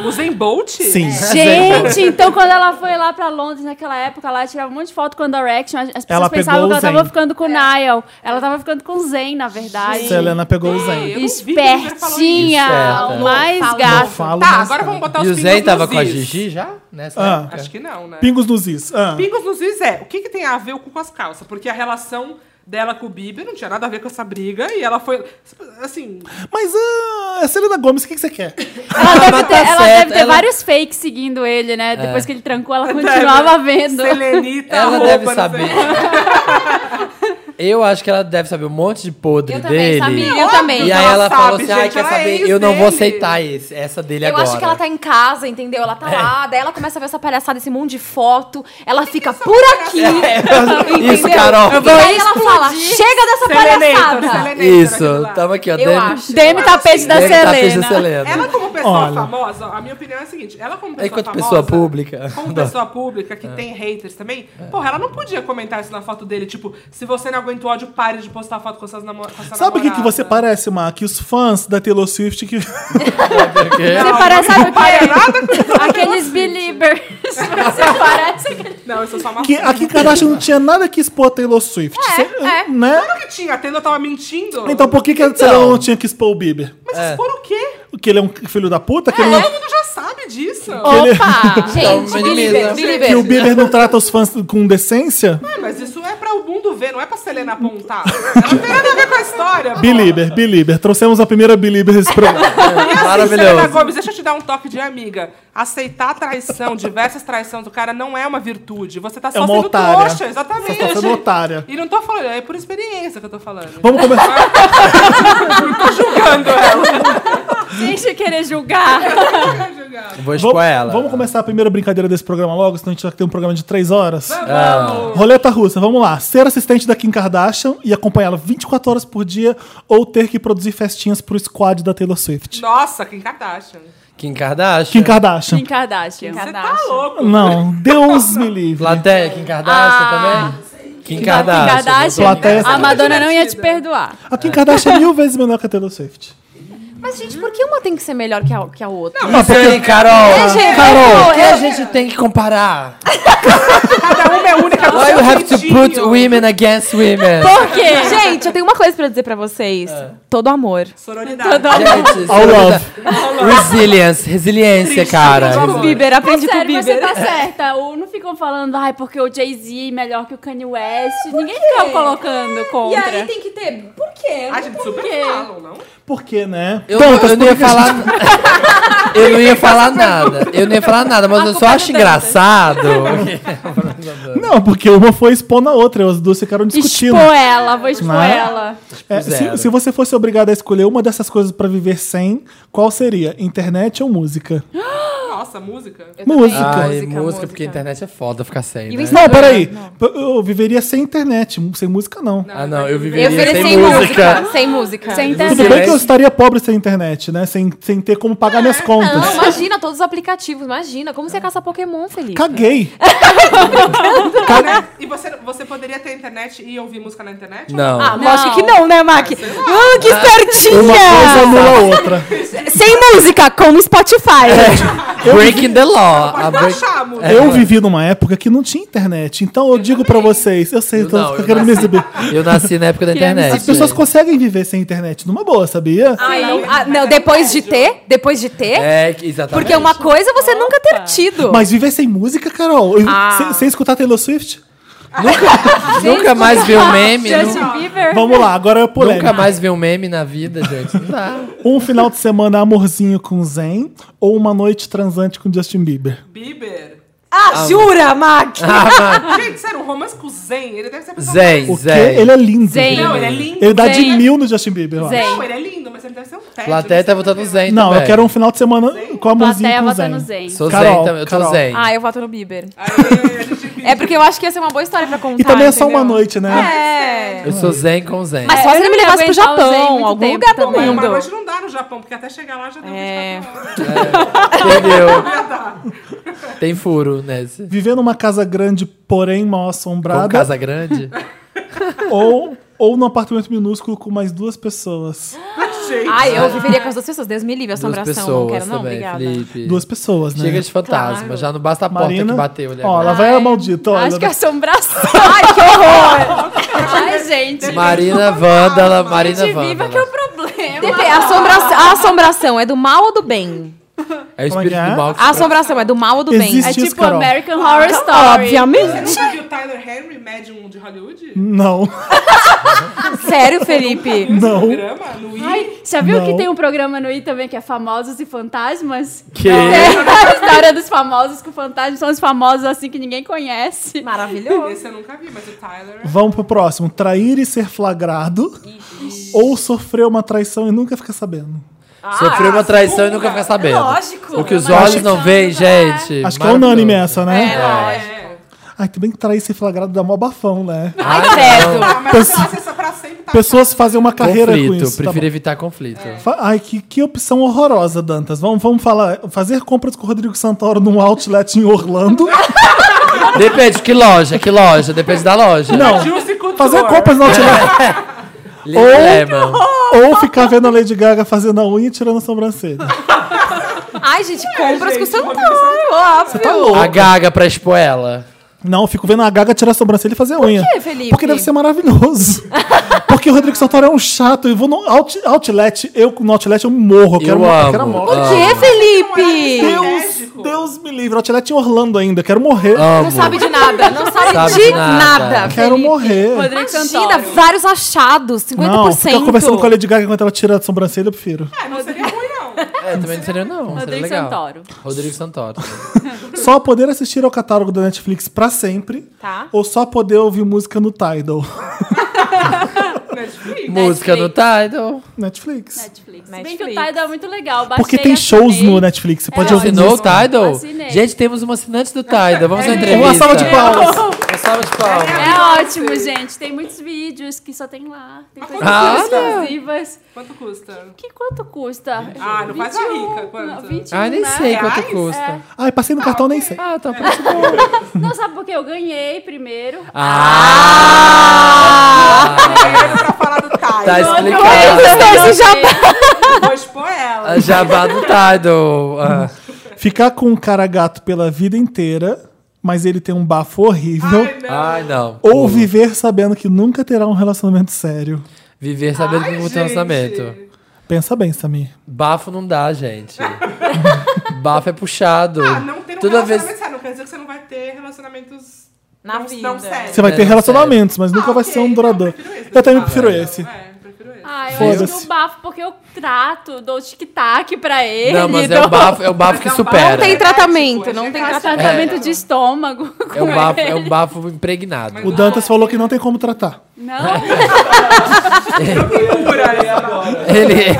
Speaker 3: O Zayn Bolt? Tá,
Speaker 1: Sim.
Speaker 5: É. Gente, então quando ela foi lá pra Londres naquela época, lá tirava um monte de foto com a Direction, as pessoas
Speaker 1: Ela
Speaker 5: pensavam
Speaker 1: pegou
Speaker 5: que
Speaker 1: o
Speaker 5: ela
Speaker 1: Zayn.
Speaker 5: tava ficando com o
Speaker 2: É.
Speaker 5: Niall. Ela tava ficando com o Zen, na verdade.
Speaker 1: Selena pegou o
Speaker 3: Eu
Speaker 1: Zen.
Speaker 3: não vi que o Bieber falou isso.
Speaker 5: Espertinha,
Speaker 4: Esperta.
Speaker 5: mais
Speaker 1: Não
Speaker 2: Falou.
Speaker 5: gato.
Speaker 1: falo
Speaker 3: Tá,
Speaker 1: mais
Speaker 3: agora
Speaker 1: nada.
Speaker 3: vamos botar os
Speaker 4: E o
Speaker 3: pingos
Speaker 4: Zen tava
Speaker 3: nos
Speaker 4: com a
Speaker 3: is.
Speaker 4: Gigi já? Nessa
Speaker 1: Ah.
Speaker 4: época?
Speaker 3: Acho que não, né?
Speaker 1: Pingos nos is. Ah.
Speaker 3: Pingos nos is é, o que, que tem a ver com com as calças? Porque a relação dela com o Bieber não tinha nada a ver com essa briga e ela foi, assim...
Speaker 1: Mas ah, a Selena Gomes, o que, que você quer?
Speaker 5: Ela
Speaker 4: Mas
Speaker 5: deve ter,
Speaker 4: tá
Speaker 5: ela
Speaker 4: certo,
Speaker 5: deve ter
Speaker 4: ela-
Speaker 5: vários fakes seguindo ele,
Speaker 1: É.
Speaker 5: né? Depois que ele trancou, ela continuava vendo.
Speaker 3: Selenita,
Speaker 4: Ela
Speaker 3: roupa,
Speaker 4: deve
Speaker 3: não sei
Speaker 4: saber.
Speaker 3: o quê.
Speaker 4: Eu acho que ela deve saber um monte de podre
Speaker 2: Eu também,
Speaker 4: dele.
Speaker 2: Samir, eu também.
Speaker 4: E aí
Speaker 3: Ela
Speaker 4: ela
Speaker 3: sabe,
Speaker 4: falou assim: ai,
Speaker 3: gente,
Speaker 4: quer
Speaker 3: ela é
Speaker 4: saber?
Speaker 3: ex
Speaker 4: eu não vou
Speaker 3: dele."
Speaker 4: aceitar esse, essa dele
Speaker 2: Eu
Speaker 4: agora. É.
Speaker 2: acho que ela tá em casa, entendeu? Ela tá lá, daí ela começa a ver essa palhaçada, esse monte de foto, ela fica por aqui. entendeu?
Speaker 4: É, Isso, Carol.
Speaker 2: E aí ela fala: chega dessa
Speaker 3: Selenator,
Speaker 2: palhaçada.
Speaker 3: Selenator, é aquilo lá.
Speaker 4: Isso, tamo aqui, ó.
Speaker 2: Eu
Speaker 4: Demi-
Speaker 2: acho. tá
Speaker 5: Demi tapete da
Speaker 4: Demi Tapete
Speaker 5: Selena.
Speaker 4: da Selena.
Speaker 3: Ela como pessoa
Speaker 1: Olha.
Speaker 3: famosa, a minha opinião é a seguinte, ela como pessoa
Speaker 4: Enquanto
Speaker 3: famosa...
Speaker 4: pessoa pública. É.
Speaker 3: Como pessoa pública, que tem haters também, porra, ela não podia comentar isso na foto dele, tipo, se você não aguenta o ódio, pare de postar foto com, suas namo- com essa
Speaker 1: Sabe o que, que você
Speaker 3: Tá namorada."
Speaker 1: parece, Mar? Que os fãs da Taylor Swift que.
Speaker 5: Você parece, sabe o quê? Aqueles belieber. Você parece que.
Speaker 3: Não, eu sou só uma
Speaker 1: Que a Kim Kardashian não tinha nada que expor a Taylor Swift. Cê-
Speaker 2: é.
Speaker 1: Né?
Speaker 3: Claro que tinha, a Taylor tava mentindo.
Speaker 1: Então por que, que então. ela não tinha que expor o Bieber?
Speaker 3: Mas expor o quê?
Speaker 1: Que ele é um filho da puta? Que, ele não-
Speaker 3: Todo mundo já sabe disso.
Speaker 2: Opa!
Speaker 4: Então,
Speaker 2: Gente,
Speaker 4: minimiza.
Speaker 2: Belieber,
Speaker 1: que o
Speaker 2: Belieber.
Speaker 1: Bieber não trata os fãs com decência?
Speaker 3: É, mas isso é pra o mundo ver, não é pra Selena apontar. Ela não tem nada a ver com a história. pô.
Speaker 1: Belieber, Belieber. Trouxemos a primeira Belieber nesse programa.
Speaker 3: é assim, Selena
Speaker 4: Maravilhoso.
Speaker 3: Gomes, deixa eu te dar um toque de amiga. Aceitar a traição, diversas traições do cara não é uma virtude. Você tá só
Speaker 1: uma
Speaker 3: sendo
Speaker 1: otária.
Speaker 3: trouxa, exatamente.
Speaker 1: Você tá sendo otária.
Speaker 3: E não tô falando, é por experiência que eu tô falando.
Speaker 1: Vamos começar.
Speaker 3: Julgando ela.
Speaker 5: Deixa eu querer julgar.
Speaker 4: Vou expor
Speaker 1: Vamos,
Speaker 4: ela.
Speaker 1: vamos começar a primeira brincadeira desse programa logo, senão a gente vai ter um programa de três horas.
Speaker 3: Vamos.
Speaker 1: Roleta russa, vamos lá. Ser assistente da Kim Kardashian e acompanhá-la 24 horas por dia ou ter que produzir festinhas pro squad da Taylor Swift.
Speaker 3: Nossa, Kim Kardashian.
Speaker 4: Kim Kardashian.
Speaker 1: Kim Kardashian.
Speaker 5: Kim Kardashian.
Speaker 3: Você tá louco.
Speaker 1: Não, Deus me livre.
Speaker 4: Plateia, Kim Kardashian também? Kim Kardashian.
Speaker 5: Kim Kardashian.
Speaker 1: Plateia-
Speaker 5: A Madonna não ia te perdoar.
Speaker 1: A Kim Kardashian é mil vezes menor que a Taylor Swift. Ah,
Speaker 2: Mas, gente, por que uma tem que ser melhor que a, que a outra?
Speaker 4: Não é- sei, Carol.
Speaker 2: gente,
Speaker 4: Carol,
Speaker 2: eu-
Speaker 4: que a gente tem que comparar?
Speaker 3: Cada uma é única do
Speaker 4: Why
Speaker 3: seu
Speaker 4: you have to
Speaker 3: jeitinho.
Speaker 4: put women against women?
Speaker 5: Por quê?
Speaker 2: Gente, eu tenho uma coisa pra dizer pra vocês.
Speaker 4: Ah.
Speaker 2: Todo amor.
Speaker 3: Sororidade.
Speaker 4: Gente,
Speaker 1: All love.
Speaker 4: Resilience, resiliência, cara.
Speaker 2: O Bieber, aprendi com o
Speaker 5: Sério, você
Speaker 2: Bieber.
Speaker 5: tá certa. O- não ficam falando, ai, porque o Jay-Z é melhor que o Kanye West. Ninguém fica colocando
Speaker 2: E
Speaker 5: contra.
Speaker 2: aí tem que ter. Por quê?
Speaker 3: A gente super
Speaker 5: quê?
Speaker 3: falam, não?
Speaker 1: Por quê, né?
Speaker 4: Eu,
Speaker 1: Tantas,
Speaker 4: eu não
Speaker 1: por
Speaker 4: ia
Speaker 1: que a gente-
Speaker 4: falar. Eu não ia falar nada. Eu não ia falar nada, mas eu só acho engraçado.
Speaker 1: Não, porque uma foi expondo a outra, as duas ficaram discutindo.
Speaker 5: Expor ela, vou expor
Speaker 1: Né?
Speaker 5: ela.
Speaker 1: É,
Speaker 4: Zero.
Speaker 1: se, se você fosse obrigado a escolher uma dessas coisas pra viver sem, qual seria? Internet ou música?
Speaker 3: Nossa, música.
Speaker 1: música.
Speaker 4: Ai, música,
Speaker 2: música.
Speaker 4: porque a internet é foda ficar sem.
Speaker 2: E o
Speaker 4: né?
Speaker 2: Instagram?
Speaker 1: Não, peraí. P- Eu viveria sem internet, mu- sem música não.
Speaker 4: Ah, não, eu
Speaker 2: Eu
Speaker 4: viveria
Speaker 2: ofereci
Speaker 4: sem música.
Speaker 2: música. Sem música.
Speaker 5: Sem
Speaker 1: Tudo
Speaker 5: internet.
Speaker 1: bem que eu estaria pobre sem internet, né? Sem, sem ter como pagar minhas contas.
Speaker 2: Não, imagina todos os aplicativos. Imagina. Como você caça Pokémon, Felipe?
Speaker 1: Caguei.
Speaker 3: E você, você poderia ter internet e ouvir música na internet?
Speaker 4: Não.
Speaker 2: Ah, lógico que não, né, Mac? Ah, que
Speaker 1: Uma coisa
Speaker 2: certinha!
Speaker 1: anula a outra.
Speaker 2: Sem música, como Spotify.
Speaker 4: Breaking the law. A É,
Speaker 3: Pode
Speaker 4: break-
Speaker 3: baixar a música.
Speaker 1: Eu vivi numa época que não tinha internet. Então eu digo pra vocês, eu sei, eu tô
Speaker 4: Não, eu
Speaker 1: querendo me
Speaker 4: nasci-
Speaker 1: exibir.
Speaker 4: Eu nasci na época da internet.
Speaker 1: As pessoas conseguem viver sem internet numa boa, sabia?
Speaker 2: Ai, não, ah, não, depois de ter, depois de ter,
Speaker 4: É, que- exatamente.
Speaker 2: porque uma coisa você nunca ter tido.
Speaker 1: Mas viver sem música, Carol? Eu-
Speaker 2: Ah.
Speaker 1: Sem, sem escutar Taylor Swift?
Speaker 4: Nunca mais vi um meme. nu-
Speaker 5: Justin Bieber.
Speaker 1: Vamos lá, agora é polêmica.
Speaker 4: Nunca mais vi um meme na vida, gente. Não dá.
Speaker 1: Um final de semana amorzinho com Zen ou uma noite transante com Justin Bieber?
Speaker 3: Bieber.
Speaker 2: ah, jura, Mac?
Speaker 3: Gente, sério, um romance com o Zen, ele deve ser a pessoa
Speaker 4: Zen,
Speaker 1: O quê?
Speaker 4: Zen.
Speaker 1: Ele é lindo.
Speaker 5: Zen.
Speaker 3: mais- Não, ele é lindo.
Speaker 1: Ele dá de
Speaker 5: Zen.
Speaker 1: mil no Justin Bieber, eu acho.
Speaker 5: Zen.
Speaker 3: Não, ele é lindo, mas ele deve ser um tédio.
Speaker 4: Plateia tá votando Zen
Speaker 1: Não,
Speaker 4: também.
Speaker 1: eu quero um final de semana com amorzinho
Speaker 5: Plateia
Speaker 1: com
Speaker 5: votando
Speaker 1: Zen.
Speaker 5: Zen.
Speaker 4: Sou
Speaker 1: Carol,
Speaker 4: Zen também, eu tô
Speaker 1: Carol.
Speaker 4: Zen.
Speaker 2: Ah, eu voto no Bieber.
Speaker 3: Aí, a gente-
Speaker 2: É porque eu acho que ia ser uma boa história pra contar.
Speaker 1: E também é só
Speaker 2: entendeu?
Speaker 1: uma noite, né?
Speaker 2: É.
Speaker 4: Eu sou Zen com Zen.
Speaker 2: Mas só
Speaker 5: É,
Speaker 2: se ele
Speaker 5: eu
Speaker 2: me
Speaker 5: não ia
Speaker 2: levasse pro
Speaker 5: aguentar o Zen
Speaker 2: Japão,
Speaker 5: muito
Speaker 2: algum
Speaker 5: tempo
Speaker 2: lugar do
Speaker 5: também.
Speaker 3: Mas uma noite
Speaker 2: mundo.
Speaker 3: não dá no Japão, porque até chegar lá já deu
Speaker 2: É.
Speaker 3: 24 horas.
Speaker 4: Entendeu? Tem furo nesse.
Speaker 1: Viver numa casa grande, porém mal assombrada.
Speaker 4: Com casa grande.
Speaker 1: Ou, ou num apartamento minúsculo com mais duas pessoas.
Speaker 3: Gente,
Speaker 2: Ai, eu viveria com as duas pessoas. Deus me livre,
Speaker 4: Ah. Duas
Speaker 2: assombração. Não
Speaker 4: pessoas
Speaker 2: quero, não,
Speaker 4: também,
Speaker 2: obrigada.
Speaker 4: Felipe.
Speaker 1: Duas pessoas, né?
Speaker 4: Chega de fantasma.
Speaker 2: Claro.
Speaker 4: Já não basta a porta
Speaker 1: Marina.
Speaker 4: que bateu ali
Speaker 1: Ó,
Speaker 4: agora.
Speaker 1: lá vai a maldita. Olha, né?
Speaker 5: Acho que é assombração.
Speaker 2: Ai, que horror!
Speaker 5: Ai, gente.
Speaker 4: Marina Vandala, Marina
Speaker 5: Gente viva que é
Speaker 4: Vandala.
Speaker 5: o problema.
Speaker 2: Dep- assombra- a assombração é do mal ou do bem?
Speaker 4: É o
Speaker 1: Como é
Speaker 4: espírito
Speaker 1: que é?
Speaker 4: do mal. que
Speaker 2: A assombração é do mal ou do
Speaker 1: Existe
Speaker 5: É
Speaker 1: Diz,
Speaker 5: tipo
Speaker 1: Carol.
Speaker 5: American Horror
Speaker 2: bem?
Speaker 5: Story.
Speaker 2: Obviamente.
Speaker 3: Você nunca viu Tyler Henry, médium de Hollywood?
Speaker 1: Não,
Speaker 2: Sério, Felipe?
Speaker 1: não.
Speaker 3: Programa no I?
Speaker 5: Ai, já viu
Speaker 1: Não.
Speaker 5: que tem um programa no I também que é Famosos e Fantasmas?
Speaker 4: Que?
Speaker 5: É a história dos famosos com fantasmas. São os famosos assim que ninguém conhece.
Speaker 2: Maravilhoso.
Speaker 3: Esse eu nunca vi, mas o Tyler... é-
Speaker 1: Vamos pro próximo. Trair e ser flagrado. Ou sofrer uma traição e nunca ficar sabendo.
Speaker 4: Sofreu uma traição e nunca fica sabendo.
Speaker 2: Lógico.
Speaker 4: O que os olhos não veem, gente.
Speaker 1: Acho que é unânime
Speaker 4: maravilhoso.
Speaker 1: essa, né?
Speaker 3: É.
Speaker 1: Ai, também trair e ser flagrado dá mó bafão, né?
Speaker 4: Ai,
Speaker 2: credo.
Speaker 4: não.
Speaker 3: Ah, mas se ela acessar pra sempre, tá...
Speaker 1: Pessoas fazem uma carreira com
Speaker 4: Conflito.
Speaker 1: isso. tá
Speaker 4: Prefiro
Speaker 1: bom.
Speaker 4: evitar conflito.
Speaker 1: Fa- Ai, que, que opção horrorosa, Dantas. Vamos, vamos falar. Fazer compras com o Rodrigo Santoro num outlet em Orlando.
Speaker 4: Depende, que loja, que loja. Depende da loja.
Speaker 1: Não.
Speaker 3: Juicy Couture.
Speaker 1: Fazer compras no outlet.
Speaker 4: Lily Lemon.
Speaker 1: Tá ou ficar vendo a Lady Gaga fazendo a unha e tirando a sobrancelha.
Speaker 2: Ai, gente, compras
Speaker 3: gente,
Speaker 2: com
Speaker 3: uma
Speaker 2: Santoro,
Speaker 3: coisa-
Speaker 2: óbvio.
Speaker 1: Tá
Speaker 4: A Gaga pra expor ela.
Speaker 1: Não, eu fico vendo a Gaga tirar a sobrancelha e fazer unha.
Speaker 2: quê, Felipe?
Speaker 1: Porque deve ser maravilhoso. Porque o Rodrigo Santoro é um chato. Eu vou no out- outlet, eu no outlet eu morro. Eu quero,
Speaker 4: Eu
Speaker 1: mo- eu
Speaker 4: amo.
Speaker 1: quero morrer.
Speaker 2: O que, Felipe?
Speaker 1: Deus,
Speaker 3: Estratégico.
Speaker 1: Deus me livre. Outlet em Orlando ainda, eu quero morrer.
Speaker 4: Amo.
Speaker 2: Não sabe de nada, não sabe,
Speaker 4: Sabe
Speaker 2: de
Speaker 4: de
Speaker 2: nada.
Speaker 4: nada.
Speaker 1: quero morrer.
Speaker 5: Rodrigo
Speaker 2: Imagina,
Speaker 5: Santoro.
Speaker 2: vários achados, 50%.
Speaker 1: Não, ficar conversando com a Lady Gaga enquanto ela tira a sobrancelha, eu prefiro.
Speaker 3: É, não seria ruim, não.
Speaker 4: É, também não seria, não. seria
Speaker 5: Rodrigo
Speaker 4: legal.
Speaker 5: Santoro.
Speaker 4: Rodrigo Santoro.
Speaker 1: Só poder assistir ao catálogo da Netflix pra sempre.
Speaker 3: Ah.
Speaker 2: Tá.
Speaker 1: Ou só poder ouvir música no Tidal.
Speaker 3: é Netflix.
Speaker 4: Música no Tidal.
Speaker 1: Netflix.
Speaker 5: Netflix. Se bem que o
Speaker 2: Netflix.
Speaker 5: Tidal é muito legal. Baixei,
Speaker 1: Porque tem shows no Netflix. Você pode
Speaker 5: É,
Speaker 1: ouvir
Speaker 5: assinou
Speaker 4: Assinou o
Speaker 1: música.
Speaker 4: Tidal?
Speaker 5: Assinei.
Speaker 4: Gente, temos uma assinante do Tidal. Vamos à entrevista.
Speaker 1: Uma salva de palmas.
Speaker 4: Uma salva de palmas.
Speaker 5: É ótimo, gente. Tem muitos vídeos que só tem lá. Tem coisas
Speaker 4: Ah,
Speaker 5: exclusivas.
Speaker 3: Quanto custa?
Speaker 5: Que quanto custa? um?
Speaker 3: Ah, não faz a rica, quanto?
Speaker 5: Não, 21,
Speaker 4: Ah, nem
Speaker 5: né?
Speaker 4: sei quanto
Speaker 3: Reais?
Speaker 4: custa.
Speaker 1: Ai, passei no cartão, nem sei.
Speaker 4: Ah, tá.
Speaker 5: Não, sabe por quê? Eu ganhei primeiro.
Speaker 4: Ah!
Speaker 3: Primeiro pra falar do
Speaker 4: Tá
Speaker 3: Tyler.
Speaker 4: explicado.
Speaker 3: Vou expor ela.
Speaker 4: Ah! A Jabá do Tidal. Ah.
Speaker 1: Ficar com um cara gato pela vida inteira, mas ele tem um bafo horrível.
Speaker 3: Ai, não.
Speaker 4: Ai, não.
Speaker 1: ou viver sabendo que nunca terá um relacionamento sério.
Speaker 4: Viver sabendo que
Speaker 3: Ai,
Speaker 4: não
Speaker 3: gente.
Speaker 4: tem lançamento.
Speaker 1: Pensa bem, Samir.
Speaker 4: Bafo não dá, gente. Bafo é puxado.
Speaker 3: Ah, não ter um
Speaker 4: Toda
Speaker 3: relacionamento
Speaker 4: vez.
Speaker 3: sério. Não quer dizer que você não vai ter relacionamentos
Speaker 2: Na
Speaker 3: não,
Speaker 2: vida.
Speaker 3: não sérios.
Speaker 1: Você vai
Speaker 4: É,
Speaker 1: ter
Speaker 4: não, Ah,
Speaker 1: relacionamentos, mas nunca
Speaker 3: Ah,
Speaker 1: vai
Speaker 3: ok.
Speaker 1: ser um
Speaker 3: Não,
Speaker 1: duradouro.
Speaker 3: eu prefiro esse.
Speaker 1: Eu também prefiro esse.
Speaker 3: É, prefiro esse.
Speaker 5: Ah, eu
Speaker 1: Foda-se.
Speaker 5: acho que é um bafo porque eu trato, dou tic-tac pra ele.
Speaker 4: Não, mas é
Speaker 5: dou
Speaker 4: o bafo, é o bafo que
Speaker 3: Mas é um bafo.
Speaker 4: supera.
Speaker 2: Não tem tratamento,
Speaker 3: É, tipo,
Speaker 2: não
Speaker 3: é
Speaker 2: tem
Speaker 3: chegar-
Speaker 2: tratamento.
Speaker 5: tratamento de estômago
Speaker 4: É um
Speaker 5: com
Speaker 4: bafo,
Speaker 5: ele.
Speaker 4: é um bafo impregnado.
Speaker 1: O Dantas falou que não tem como tratar.
Speaker 5: Não,
Speaker 3: Pura ali agora.
Speaker 4: Ele.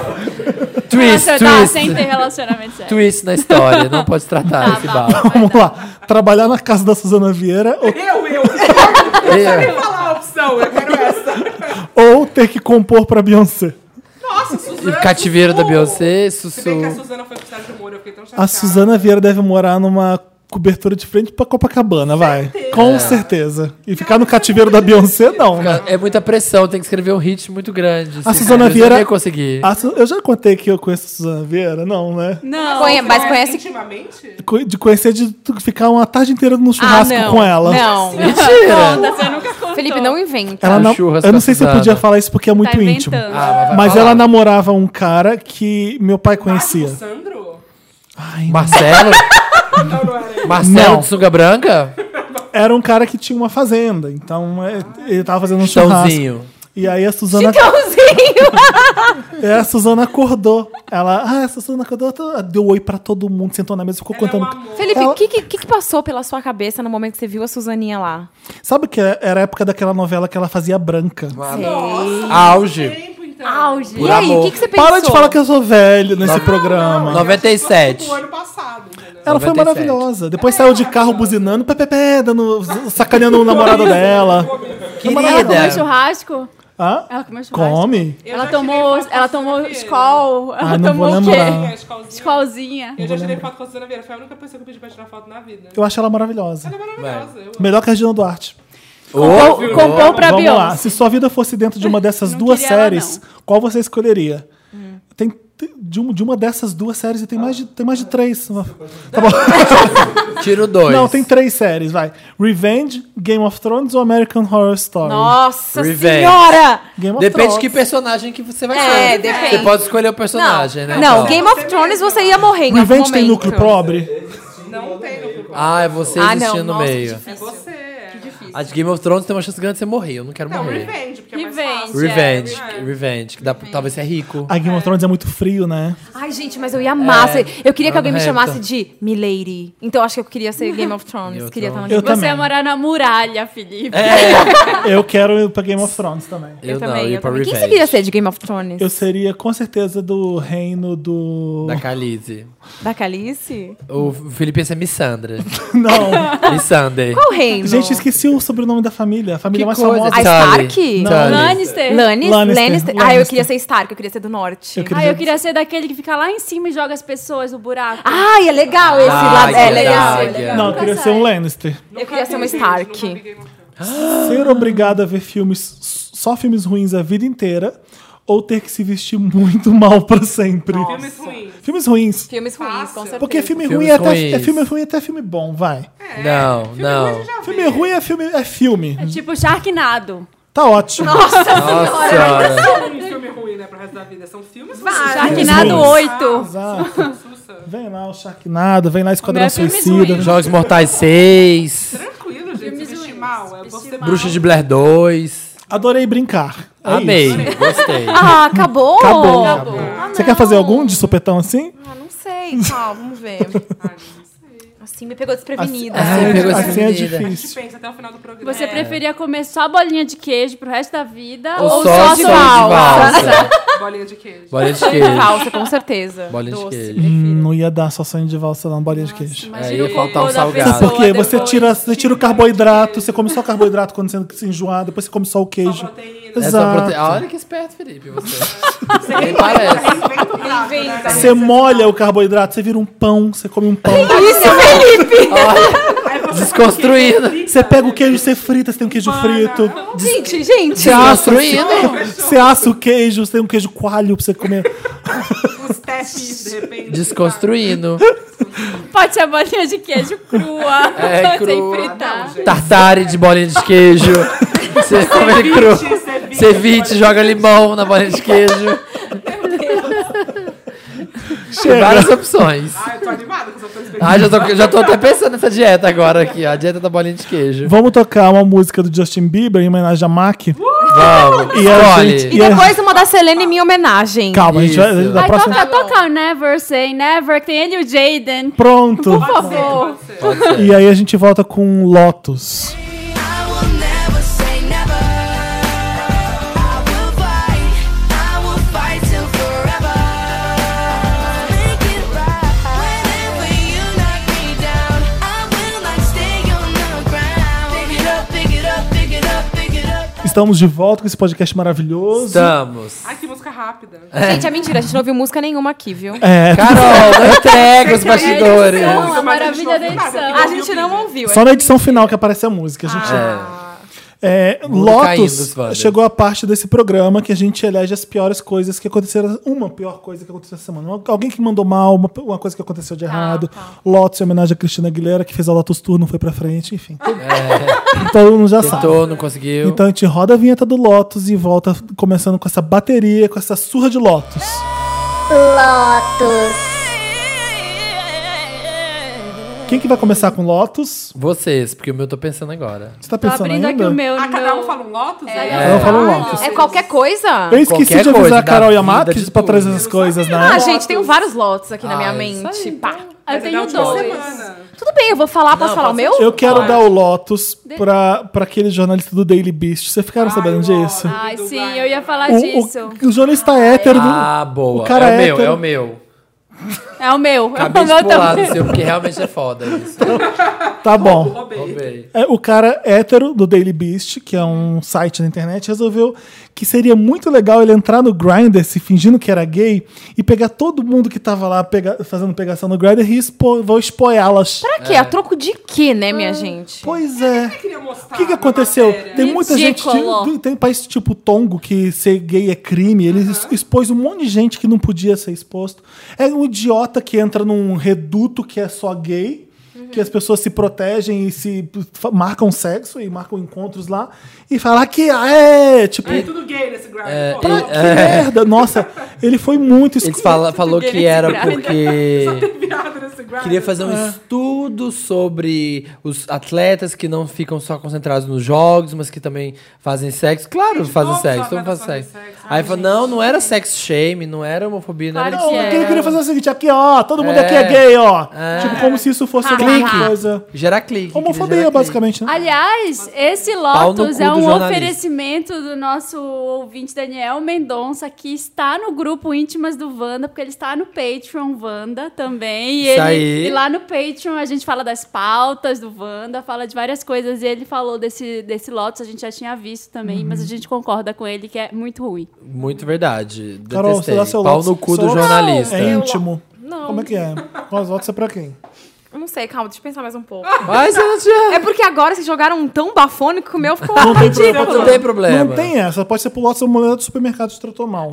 Speaker 4: twist,
Speaker 5: relacion- tá, sem
Speaker 4: twist.
Speaker 5: ter Tá relacionamento sério.
Speaker 4: Twist na história. Não pode tratar esse bafo.
Speaker 1: Vamos lá. Trabalhar na casa da Suzana Vieira ou,
Speaker 3: Eu, eu.
Speaker 4: Eu-
Speaker 3: Fala a opção, eu quero essa.
Speaker 1: ou ter que compor pra Beyoncé.
Speaker 3: Nossa, Suzana.
Speaker 4: E cativeiro da
Speaker 3: Sussu.
Speaker 4: Beyoncé,
Speaker 3: Se bem que a
Speaker 4: Sussu.
Speaker 3: Suzana foi pro Sérgio Moro, eu fiquei tão chateada.
Speaker 1: A Suzana Vieira deve morar numa cobertura de frente pra Copacabana, vai. Com certeza. E ficar no cativeiro da Beyoncé, não. né?
Speaker 4: É muita pressão, tem que escrever um hit muito grande.
Speaker 1: A
Speaker 4: Se
Speaker 1: Suzana
Speaker 4: escrever,
Speaker 1: Vieira.
Speaker 4: Eu não ia conseguir.
Speaker 1: A Su- eu já contei que eu conheço a Suzana Vieira? Não, né?
Speaker 5: Não,
Speaker 2: Conhe-
Speaker 3: Você
Speaker 2: mas
Speaker 3: é
Speaker 2: conhece.
Speaker 3: Intimamente?
Speaker 1: Co- De conhecer, de tu ficar uma tarde inteira no
Speaker 2: Ah,
Speaker 1: churrasco
Speaker 2: não.
Speaker 1: com ela.
Speaker 2: Não.
Speaker 4: Mentira!
Speaker 5: você nunca contou.
Speaker 2: Felipe, não inventa.
Speaker 1: Ela
Speaker 4: Um
Speaker 1: na-
Speaker 4: churrasco
Speaker 1: Eu não
Speaker 4: com a
Speaker 1: sei se eu
Speaker 4: Suzana.
Speaker 1: podia falar isso porque é
Speaker 5: tá
Speaker 1: muito íntimo.
Speaker 5: inventando.
Speaker 4: Ah, vai
Speaker 1: Mas
Speaker 4: falar.
Speaker 1: ela namorava um cara que meu pai
Speaker 3: Mágico
Speaker 1: conhecia.
Speaker 3: Sandro?
Speaker 1: Ai,
Speaker 4: Marcelo?
Speaker 3: Não, não era ele. É um
Speaker 4: Marcelo
Speaker 1: Não.
Speaker 4: de Sunga Branca?
Speaker 1: era um cara que tinha uma fazenda, então é, ele tava fazendo um churrasco.
Speaker 4: Chãozinho.
Speaker 1: E aí a Suzana,
Speaker 2: Então, Chicãozinho!
Speaker 1: é, a Suzana acordou. Ela, ah, a Suzana acordou, ela deu oi pra todo mundo, sentou na mesa, ficou
Speaker 3: Ela é um
Speaker 1: contando.
Speaker 3: amor.
Speaker 2: Felipe, o
Speaker 1: Ela-
Speaker 2: que, que, que passou pela sua cabeça no momento que você viu a Suzaninha lá?
Speaker 1: Sabe que é? era a época daquela novela que ela fazia branca?
Speaker 4: Auge.
Speaker 3: Tempo, então.
Speaker 5: Auge.
Speaker 4: Por
Speaker 2: e aí,
Speaker 4: amor.
Speaker 2: o que, que você pensou?
Speaker 1: Para de falar que eu sou velho nesse programa.
Speaker 3: Eu acho que foi
Speaker 4: 97.
Speaker 3: tipo o ano passado, entendeu?
Speaker 1: Ela foi
Speaker 4: 97.
Speaker 1: maravilhosa. Depois saiu de carro buzinando, pé, pé, pé, dando, sacaneando o namorado dela.
Speaker 5: Ela comeu
Speaker 4: Querida.
Speaker 5: churrasco?
Speaker 1: Hã?
Speaker 5: Ela comeu churrasco?
Speaker 1: Come?
Speaker 3: Eu
Speaker 5: Ela
Speaker 3: já
Speaker 5: tomou,
Speaker 3: tirei foto com a
Speaker 5: ela
Speaker 3: Suzana
Speaker 5: tomou
Speaker 3: Vieira.
Speaker 5: escol, ela
Speaker 1: Ah, não vou
Speaker 5: tomou o quê?
Speaker 1: lembrar.
Speaker 3: É, escolzinha.
Speaker 5: Escolzinha.
Speaker 3: Eu já tirei foto com a Suzana Vieira. Foi a única pessoa que eu pedi pra tirar foto na vida.
Speaker 1: Eu acho ela maravilhosa.
Speaker 3: Ela é maravilhosa. Eu
Speaker 1: Melhor que a Regina Duarte.
Speaker 4: Ô,
Speaker 5: Comprou pra
Speaker 1: Vamos lá.
Speaker 5: Beyoncé.
Speaker 1: Se sua vida fosse dentro de uma dessas
Speaker 5: Não Hum.
Speaker 1: duas
Speaker 5: queria ela,
Speaker 1: séries, qual você escolheria? Tem tem- de, um- de uma dessas duas séries e tem mais de, tem mais de três. Tá bom.
Speaker 4: tiro dois.
Speaker 1: Não, tem três séries, vai. Revenge, Game of Thrones ou American Horror Story?
Speaker 2: Nossa
Speaker 4: Revenge.
Speaker 2: senhora!
Speaker 1: Game of
Speaker 4: Depende
Speaker 1: Thrones.
Speaker 4: de que personagem que você vai
Speaker 2: É,
Speaker 4: ser.
Speaker 2: depende.
Speaker 4: Você pode escolher o
Speaker 2: Não,
Speaker 4: personagem, né?
Speaker 2: não
Speaker 4: Então.
Speaker 2: Game of Thrones você ia morrer em algum
Speaker 1: Revenge
Speaker 2: momento.
Speaker 1: tem núcleo pobre?
Speaker 3: Não tem no grupo.
Speaker 4: Ah, é você
Speaker 2: Ah, não,
Speaker 4: existir no
Speaker 2: nossa,
Speaker 4: meio.
Speaker 2: difícil.
Speaker 3: É você. é.
Speaker 4: A de Game of Thrones tem uma chance grande de você morrer. Eu não quero
Speaker 3: Não,
Speaker 4: morrer.
Speaker 3: Revenge, porque é mais
Speaker 5: Revenge.
Speaker 3: fácil.
Speaker 4: Revenge.
Speaker 3: É.
Speaker 4: Revenge. Que dá, pra- talvez você é rico.
Speaker 1: A Game of Thrones é muito frio, né?
Speaker 2: Ai, gente, mas eu ia amar.
Speaker 4: É.
Speaker 2: ser- Eu queria
Speaker 4: Ana
Speaker 2: que alguém me chamasse
Speaker 4: Hampton.
Speaker 2: de Milady. Então acho que eu queria ser Game of Thrones.
Speaker 4: Eu
Speaker 2: queria estar no
Speaker 1: também.
Speaker 2: Game
Speaker 1: Eu
Speaker 2: of
Speaker 5: Você ia
Speaker 1: também.
Speaker 5: morar na muralha, Felipe.
Speaker 1: É. Eu quero ir pra Game of Thrones também.
Speaker 4: Eu, não, eu ia pra
Speaker 2: Quem assim?
Speaker 4: Revenge.
Speaker 2: você queria ser de Game of Thrones?
Speaker 1: Eu seria com certeza do reino do.
Speaker 4: Da Khaleesi.
Speaker 2: Da Calice?
Speaker 4: O Felipe ia ser Missandra.
Speaker 1: Não.
Speaker 4: Missander.
Speaker 2: Qual reino?
Speaker 1: Gente, esqueci o sobrenome da família. A família mais famosa.
Speaker 2: A
Speaker 4: Tully.
Speaker 2: Stark?
Speaker 4: Tully.
Speaker 5: Lannister.
Speaker 2: Lannis, Lannister.
Speaker 1: Lannister,
Speaker 2: Ah, eu
Speaker 1: Lannister.
Speaker 2: queria ser Stark, eu queria ser do norte.
Speaker 1: Eu queria-
Speaker 5: Ah, eu queria ser daquele que fica lá em cima e joga as pessoas no buraco.
Speaker 2: Ah, é legal esse
Speaker 4: Ah,
Speaker 2: lado. É
Speaker 4: que
Speaker 2: legal.
Speaker 4: legal.
Speaker 2: legal.
Speaker 1: Não, eu
Speaker 5: Nunca
Speaker 1: queria
Speaker 5: sai.
Speaker 1: ser um Lannister.
Speaker 2: Eu queria ser uma
Speaker 3: Nunca vi Revenge, nunca
Speaker 2: Stark.
Speaker 3: vi Game of Thrones.
Speaker 1: Ser obrigado a ver filmes, só filmes ruins a vida inteira. ou ter que se vestir muito mal pra sempre.
Speaker 3: Filmes ruins.
Speaker 1: Filmes ruins.
Speaker 2: Filmes ruins, com
Speaker 3: Fácil.
Speaker 2: certeza.
Speaker 1: Porque filme
Speaker 4: Filmes
Speaker 1: ruim, é até,
Speaker 4: ruins.
Speaker 1: é filme ruim até filme bom, vai.
Speaker 2: É.
Speaker 4: Não,
Speaker 3: Filme ruim a
Speaker 4: não.
Speaker 3: gente já vê.
Speaker 1: Filme ruim é filme. É filme.
Speaker 5: É tipo Sharknado.
Speaker 1: Tá ótimo.
Speaker 4: Nossa senhora.
Speaker 3: Não é um filme ruim, né, pro resto da vida. São filmes ruins.
Speaker 5: Sharknado
Speaker 1: Jesus.
Speaker 5: 8.
Speaker 1: Exato.
Speaker 3: Sussa.
Speaker 1: Vem lá o Sharknado, vem lá Esquadrão
Speaker 5: Meu, filmes
Speaker 1: Suicida.
Speaker 5: ruins.
Speaker 4: Jogos Mortais 6.
Speaker 3: Tranquilo, gente. Se
Speaker 5: Filmes
Speaker 3: vestir
Speaker 5: ruins.
Speaker 3: mal. É
Speaker 5: Vestir
Speaker 3: você
Speaker 5: mal.
Speaker 4: Bruxa de Blair
Speaker 5: É
Speaker 4: 2.
Speaker 1: Adorei brincar. É
Speaker 4: Amei,
Speaker 1: isso.
Speaker 4: gostei.
Speaker 2: Ah, acabou?
Speaker 1: Acabou.
Speaker 2: Acabou.
Speaker 1: Você quer fazer algum de supetão assim?
Speaker 2: Ah, não sei. Calma, vamos ver. Assim me pegou desprevenida.
Speaker 4: Assim- Pegou essa
Speaker 1: assim é
Speaker 4: medida.
Speaker 3: A gente
Speaker 1: difícil.
Speaker 3: pensa até o final do programa. É.
Speaker 5: Você preferia comer só bolinha de queijo pro resto da vida
Speaker 4: Ou
Speaker 5: ou,
Speaker 4: só
Speaker 5: só,
Speaker 4: de
Speaker 5: só
Speaker 4: valsa.
Speaker 3: Bolinha de queijo.
Speaker 4: Bolinha de queijo.
Speaker 2: Assim, Falsa, com certeza.
Speaker 4: Bolinha de
Speaker 2: Doce,
Speaker 4: queijo.
Speaker 2: prefiro.
Speaker 1: Hum, não ia dar só sonho de valsa, não, bolinha de queijo.
Speaker 4: Aí ia
Speaker 5: o
Speaker 4: faltar
Speaker 5: cocô
Speaker 4: um
Speaker 5: da
Speaker 4: salgado.
Speaker 5: pessoa
Speaker 1: Porque você
Speaker 5: depois.
Speaker 1: tira, você tira o carboidrato, você come só carboidrato quando você se enjoar, depois você come só o
Speaker 3: Só
Speaker 1: queijo.
Speaker 3: proteína.
Speaker 1: Exato.
Speaker 4: Essa prote... Ah, Olha que esperto, Felipe, você. Nem
Speaker 5: É.
Speaker 4: parece.
Speaker 3: Inventa o prato, né?
Speaker 2: Inventa.
Speaker 1: Você é molha o carboidrato, você vira um pão, você come um pão.
Speaker 3: Aí você
Speaker 4: Desconstruída.
Speaker 1: Você pega o queijo, você frita, você tem um queijo frito.
Speaker 2: Gente, gente.
Speaker 4: Você construindo.
Speaker 1: Você assa o queijo, você tem um queijo coalho pra você comer.
Speaker 3: faz Os testes, de repente.
Speaker 4: Desconstruindo.
Speaker 5: Pode ser a bolinha de queijo crua.
Speaker 4: É, crua.
Speaker 5: Sem fritar.
Speaker 4: Tartare de bolinha de queijo. Você come ele
Speaker 3: tá?
Speaker 4: cru.
Speaker 3: Ceviche,
Speaker 4: Ceviche, joga limão na bolinha de queijo. Tem várias opções.
Speaker 3: Ah, eu tô animada com essa perspectiva.
Speaker 4: Ah, já tô, já tô até pensando nessa dieta agora aqui, ó. A dieta da bolinha de queijo.
Speaker 1: Vamos tocar uma música do Justin Bieber em homenagem a Mac.
Speaker 5: Uh!
Speaker 4: Vamos.
Speaker 1: E a
Speaker 4: Escolhe.
Speaker 1: gente-
Speaker 2: E depois uma da Selena em minha homenagem.
Speaker 1: Calma, a gente vai.
Speaker 4: Isso.
Speaker 1: Da
Speaker 5: Aí
Speaker 1: próxima...
Speaker 5: toca, toca o Never Say Never, que tem ele e o Jaden.
Speaker 1: Pronto.
Speaker 5: Por favor.
Speaker 4: Pode ser.
Speaker 1: E aí a gente volta com Lotus.
Speaker 6: I will never say never. I will fight. I will fight till forever. Make it right. Whenever you knock me down, I will not stay on the ground. Pick it up, pick it up, pick it up, pick it up.
Speaker 1: Estamos de volta com esse podcast maravilhoso.
Speaker 4: Estamos.
Speaker 3: Ai, que música rápida.
Speaker 2: Gente, é mentira, a gente não ouviu música nenhuma aqui, viu?
Speaker 1: É,
Speaker 4: Carol, não entrega os bastidores.
Speaker 5: Não, a
Speaker 3: Mas a gente
Speaker 5: maravilha da
Speaker 3: não ouviu nada.
Speaker 5: edição.
Speaker 2: A gente não ouviu.
Speaker 1: só na edição final que aparece a música. A gente... É,
Speaker 4: Mundo caindo,
Speaker 1: Lotus
Speaker 4: Svander.
Speaker 1: chegou a parte desse programa que a gente elege as piores coisas que aconteceram. Uma pior coisa que aconteceu essa semana. Alguém que mandou mal, uma, uma coisa que aconteceu
Speaker 5: Ah,
Speaker 1: de errado.
Speaker 5: tá.
Speaker 1: Lotus em homenagem a Cristina Aguilera, que fez a Lotus Tour, não foi pra frente, enfim.
Speaker 5: É.
Speaker 1: Todo mundo já sabe.
Speaker 4: Tentou, não conseguiu.
Speaker 1: Então a gente roda a vinheta do Lotus e volta começando com essa bateria, com essa surra de Lotus. Quem que vai começar com Lotus?
Speaker 4: Vocês, porque o meu eu tô pensando agora.
Speaker 1: Você tá
Speaker 5: Tô
Speaker 1: pensando
Speaker 5: abrindo aqui
Speaker 1: ainda?
Speaker 5: o meu.
Speaker 3: Ah, cada
Speaker 5: meu-
Speaker 3: um fala um Lotus?
Speaker 1: É, eu falo
Speaker 3: "Ah,
Speaker 1: Lotus.
Speaker 2: É qualquer coisa?
Speaker 1: Eu esqueci
Speaker 4: Qualquer
Speaker 1: de avisar
Speaker 4: coisa
Speaker 1: a Carol
Speaker 4: da
Speaker 1: e a Mac
Speaker 4: vida de
Speaker 1: pra
Speaker 4: tudo.
Speaker 1: trazer essas coisas,
Speaker 2: Ah,
Speaker 1: né?
Speaker 2: gente, tenho vários lotes aqui na minha
Speaker 4: Ah, isso
Speaker 2: mente. Pá.
Speaker 5: Eu
Speaker 3: da
Speaker 5: tenho
Speaker 3: última
Speaker 5: dois.
Speaker 3: um semana.
Speaker 2: Tudo bem, eu vou falar. Posso falar o meu?
Speaker 1: Eu quero dar o Lotus pra, pra aquele jornalista do Daily Beast. Vocês ficaram sabendo disso?
Speaker 2: Ah,
Speaker 5: Ai, sim, eu ia falar disso.
Speaker 1: O, o, o jornalista hétero do-
Speaker 4: Ah, boa.
Speaker 1: Uhum. O cara
Speaker 4: é o meu,
Speaker 1: hétero.
Speaker 4: é o meu.
Speaker 5: É o meu. É
Speaker 4: Acabei
Speaker 5: o
Speaker 4: de
Speaker 5: meu
Speaker 4: pular do
Speaker 5: também.
Speaker 4: seu, porque realmente é foda isso.
Speaker 1: Tá bom.
Speaker 3: Roubei.
Speaker 4: Roubei.
Speaker 1: É, o cara hétero do Daily Beast, que é um site na internet, resolveu que seria muito legal ele entrar no Grindr se fingindo que era gay e pegar todo mundo que tava lá pega- fazendo pegação no Grindr e expor, vou expõe-las.
Speaker 2: Pra quê? A é? troco de quê, né, minha gente?
Speaker 1: Pois é.
Speaker 3: queria mostrar
Speaker 1: O que, que
Speaker 3: na
Speaker 1: aconteceu?
Speaker 3: Tá, matéria.
Speaker 1: Tem muita
Speaker 5: Ridículo.
Speaker 1: gente. de- Tem país tipo Tongo que ser gay é crime. Ele es- expôs um monte de gente que não podia ser exposto. É um idiota que entra num reduto que é só gay. Que as pessoas se protegem e se fa- marcam sexo e marcam encontros lá e fala que ah, é tipo
Speaker 3: Ai, tudo gay nesse grind.
Speaker 4: É,
Speaker 3: Pô,
Speaker 4: ele-
Speaker 1: que merda nossa ele foi muito escuro.
Speaker 4: Eles fala, falou que era
Speaker 5: grávida.
Speaker 4: porque
Speaker 3: viado nesse grind.
Speaker 4: queria fazer um estudo sobre os atletas que não ficam só concentrados nos jogos, mas que também fazem sexo. Claro,
Speaker 3: Gente,
Speaker 4: fazem
Speaker 3: todos os
Speaker 4: sexo, todo mundo faz
Speaker 3: atletas
Speaker 4: sexo.
Speaker 3: fazem sexo.
Speaker 4: Aí falou, não, não era sex shame, não era homofobia, não era
Speaker 5: Claro
Speaker 1: Não,
Speaker 5: que
Speaker 1: o que
Speaker 5: é.
Speaker 1: ele queria fazer é o seguinte aqui ó todo mundo aqui é
Speaker 4: É.
Speaker 1: gay ó
Speaker 4: É.
Speaker 1: tipo como se isso fosse alguma
Speaker 4: Clique.
Speaker 1: coisa
Speaker 4: Gerar clique. queria gerar
Speaker 1: homofobia
Speaker 4: clique.
Speaker 1: basicamente né?
Speaker 5: Aliás, esse
Speaker 4: Pau no
Speaker 5: Lotus
Speaker 4: cu
Speaker 5: é
Speaker 4: do
Speaker 5: um
Speaker 4: jornalista.
Speaker 5: oferecimento do nosso ouvinte Daniel Mendonça, que está no grupo Íntimas do Wanda, porque ele está no Patreon Wanda também. E,
Speaker 4: Isso
Speaker 5: ele-
Speaker 4: aí.
Speaker 5: e lá no Patreon a gente fala das pautas do Wanda, fala de várias coisas. E ele falou desse, desse Lotus, a gente já tinha visto também, mas
Speaker 4: Uhum.
Speaker 5: a gente concorda com ele que é muito ruim.
Speaker 4: Muito verdade.
Speaker 1: Carol,
Speaker 4: Detestei.
Speaker 1: você dá seu
Speaker 4: Pau
Speaker 1: Lotus.
Speaker 4: no cu
Speaker 1: Seu
Speaker 4: do
Speaker 1: Lotus.
Speaker 4: jornalista.
Speaker 1: É íntimo.
Speaker 2: Não.
Speaker 1: Como é que é? Quais votos é pra quem?
Speaker 2: Não, não sei, calma, deixa eu pensar mais um pouco.
Speaker 4: Vai, Sebastião.
Speaker 2: é porque agora vocês jogaram um tão bafônico que o meu ficou
Speaker 1: Não tem
Speaker 2: ridículo.
Speaker 1: problema.
Speaker 4: Não tem problema.
Speaker 1: Não tem essa. Pode ser pular sua mulher do supermercado de tratou mal.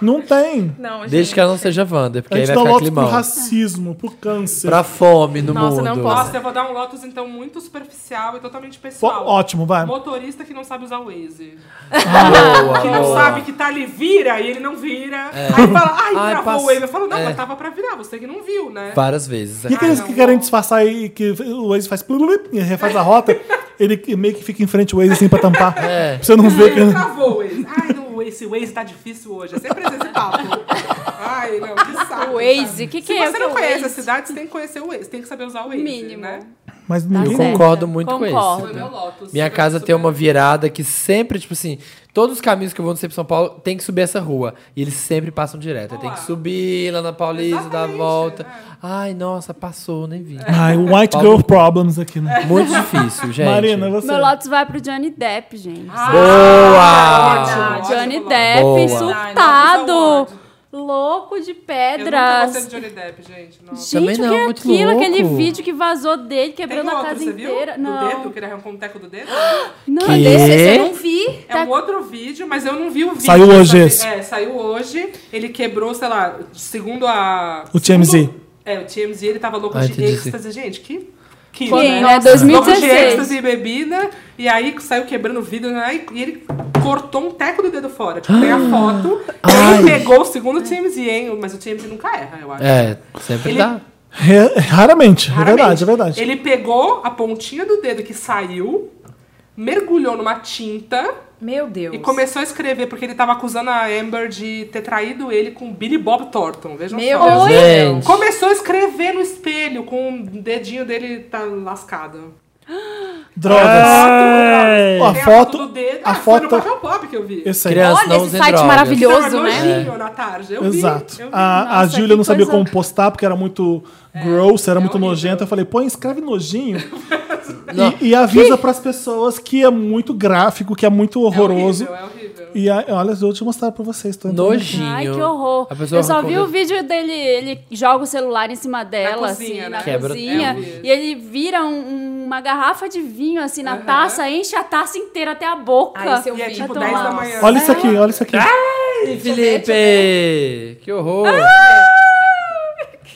Speaker 1: Não tem.
Speaker 2: Não, gente.
Speaker 4: Desde que ela não seja Wander, porque
Speaker 1: a
Speaker 4: aí É.
Speaker 1: gente
Speaker 4: vai
Speaker 1: dá um
Speaker 4: ficar
Speaker 1: lote pro
Speaker 4: climão.
Speaker 1: racismo, pro câncer.
Speaker 4: Pra fome no
Speaker 2: Nossa,
Speaker 4: mundo.
Speaker 2: não posso.
Speaker 3: Nossa, eu vou dar um Lotus, então, muito superficial e totalmente
Speaker 1: Pô,
Speaker 3: pessoal.
Speaker 1: ótimo,
Speaker 4: Ah.
Speaker 1: vai.
Speaker 3: Motorista que não sabe usar o Waze.
Speaker 4: Boa,
Speaker 3: Que não
Speaker 4: Ah, boa.
Speaker 3: sabe que tá ali, vira e ele não vira. Aí fala, É. ai,
Speaker 4: Ai,
Speaker 3: travou
Speaker 4: passa-
Speaker 3: o Waze. Eu falo, não,
Speaker 4: é.
Speaker 3: mas tava pra virar, você que não viu, né?
Speaker 4: Várias vezes.
Speaker 1: E aqueles
Speaker 3: Ah,
Speaker 1: que
Speaker 3: não.
Speaker 1: querem disfarçar e que o Waze faz plululup, e refaz a rota, ele que- meio que fica em frente ao Waze assim pra tampar.
Speaker 4: É.
Speaker 1: Pra você não ver.
Speaker 3: Ele
Speaker 1: que-
Speaker 3: travou o Waze. Ai, não, esse Waze tá difícil hoje. É sempre esse papo. Ai, não, que saco.
Speaker 2: O Waze, o que, que
Speaker 3: Se
Speaker 2: é?
Speaker 3: você
Speaker 2: que é
Speaker 3: não
Speaker 2: o
Speaker 3: conhece a
Speaker 2: Waze?
Speaker 3: cidade, você tem que conhecer o Waze. Tem que saber usar o Waze,
Speaker 5: Mínimo.
Speaker 3: né?
Speaker 1: Mas
Speaker 4: Eu
Speaker 1: ninguém.
Speaker 2: certo.
Speaker 4: concordo muito
Speaker 5: Concordo.
Speaker 4: com
Speaker 3: Foi
Speaker 4: isso.
Speaker 3: meu Lotus.
Speaker 4: Minha
Speaker 3: Super-
Speaker 4: casa tem
Speaker 3: super-
Speaker 4: uma virada que sempre, tipo assim, todos os caminhos que eu vou no centro de São Paulo tem que subir essa rua. E eles sempre passam direto. Eu tenho que
Speaker 3: Olá.
Speaker 4: subir lá na Paulista, dar a
Speaker 3: Exatamente,
Speaker 4: volta.
Speaker 3: é.
Speaker 4: Ai, nossa, passou, nem vi.
Speaker 5: É.
Speaker 1: Ai, White Girl Problems aqui. Né?
Speaker 4: Muito difícil, gente.
Speaker 1: Marina, você.
Speaker 5: Meu Lotus vai pro Johnny Depp, gente.
Speaker 4: Ah, Boa!
Speaker 3: ótimo.
Speaker 5: Johnny
Speaker 3: Lotus.
Speaker 5: Depp,
Speaker 4: Boa.
Speaker 3: Não, não
Speaker 5: surtado.
Speaker 3: usa
Speaker 5: Louco de
Speaker 3: um Eu nunca
Speaker 5: pedra.
Speaker 3: gostei do Johnny Depp, gente. Nossa.
Speaker 4: Também
Speaker 5: Gente,
Speaker 4: não,
Speaker 5: o que é
Speaker 4: muito
Speaker 5: aquilo?
Speaker 4: louco.
Speaker 5: Aquele vídeo que vazou dele,
Speaker 3: Tem um
Speaker 5: quebrando a
Speaker 3: outro,
Speaker 5: casa
Speaker 3: você viu?
Speaker 5: inteira.
Speaker 3: Do dedo,
Speaker 5: Não.
Speaker 3: que ele arrancou um teco do dedo?
Speaker 5: Não,
Speaker 4: Que?
Speaker 5: desse-
Speaker 2: Esse eu não vi.
Speaker 5: Tá-
Speaker 3: É um outro vídeo, mas eu não vi o vídeo.
Speaker 1: Saiu
Speaker 3: eu
Speaker 1: hoje
Speaker 3: sabia-
Speaker 1: esse.
Speaker 3: É, saiu hoje. Ele quebrou, sei lá, segundo a...
Speaker 1: O TMZ.
Speaker 3: segundo- É, o TMZ, ele tava louco
Speaker 4: Ah,
Speaker 3: de
Speaker 4: entendi.
Speaker 3: êxtase. Gente, que... Que,
Speaker 5: Quando, né?
Speaker 3: Nossa.
Speaker 5: 2016.
Speaker 3: Louco de êxtase e bebida. E aí saiu quebrando o vidro, né? E ele cortou um teco do dedo fora. Tipo, tem a foto.
Speaker 4: Ai.
Speaker 3: Ele pegou o segundo TMZ, hein? Mas o TMZ nunca erra, eu acho.
Speaker 4: É, sempre
Speaker 3: Ele-
Speaker 4: dá.
Speaker 1: Re- Raramente, é verdade,
Speaker 3: Raramente.
Speaker 1: é verdade.
Speaker 3: Ele pegou a pontinha do dedo que saiu, mergulhou numa tinta
Speaker 2: Meu Deus.
Speaker 3: e começou a escrever, porque ele tava acusando a Amber de ter traído ele com Billy Bob Thornton. Vejam
Speaker 2: Meu
Speaker 3: só.
Speaker 2: Oi?
Speaker 4: Gente.
Speaker 3: Começou a escrever no espelho com o dedinho dele tá lascado.
Speaker 1: Drogas.
Speaker 3: Tem
Speaker 1: Ó, a
Speaker 3: a
Speaker 1: foto-
Speaker 3: foto do dedo.
Speaker 1: a
Speaker 3: ah, foi no
Speaker 1: foto-
Speaker 3: Papel Pop que eu vi.
Speaker 1: Eu sei.
Speaker 4: Criança,
Speaker 2: Olha
Speaker 4: não
Speaker 2: esse
Speaker 4: usem
Speaker 2: site
Speaker 4: drogas.
Speaker 2: maravilhoso,
Speaker 3: Tava
Speaker 2: né?
Speaker 3: nojinho na tarde. é Eu vi,
Speaker 1: Exato.
Speaker 3: eu vi.
Speaker 1: a a
Speaker 5: Nossa,
Speaker 1: Júlia
Speaker 5: que
Speaker 1: não sabia
Speaker 5: coisa-
Speaker 1: como postar, porque era muito gross, era muito
Speaker 3: horrível.
Speaker 1: nojento. Eu falei, põe, escreve nojinho.
Speaker 4: Não.
Speaker 1: E, e avisa pras pessoas que é muito gráfico, que é muito
Speaker 3: É
Speaker 1: horroroso.
Speaker 3: horrível, é horrível.
Speaker 1: E a- olha, eu vou te mostrar pra vocês. Tô entrando-
Speaker 4: Nojinho.
Speaker 5: Ai, que horror.
Speaker 4: A pessoa
Speaker 5: Eu só vi
Speaker 4: arrancou
Speaker 5: o vídeo dele, ele joga o celular em cima dela, assim,
Speaker 3: cozinha, né?
Speaker 5: na
Speaker 4: Quebra-
Speaker 5: cozinha.
Speaker 3: É, eu vi.
Speaker 5: e ele vira um- uma garrafa de vinho, assim, na
Speaker 3: Aham.
Speaker 5: taça, enche a taça inteira até a boca.
Speaker 2: Ah, esse eu
Speaker 3: E é
Speaker 2: vi.
Speaker 3: tipo
Speaker 5: Vai
Speaker 3: 10 da
Speaker 5: tomar.
Speaker 3: manhã.
Speaker 1: Olha isso aqui, olha isso aqui.
Speaker 4: Ai, Felipe! Que horror!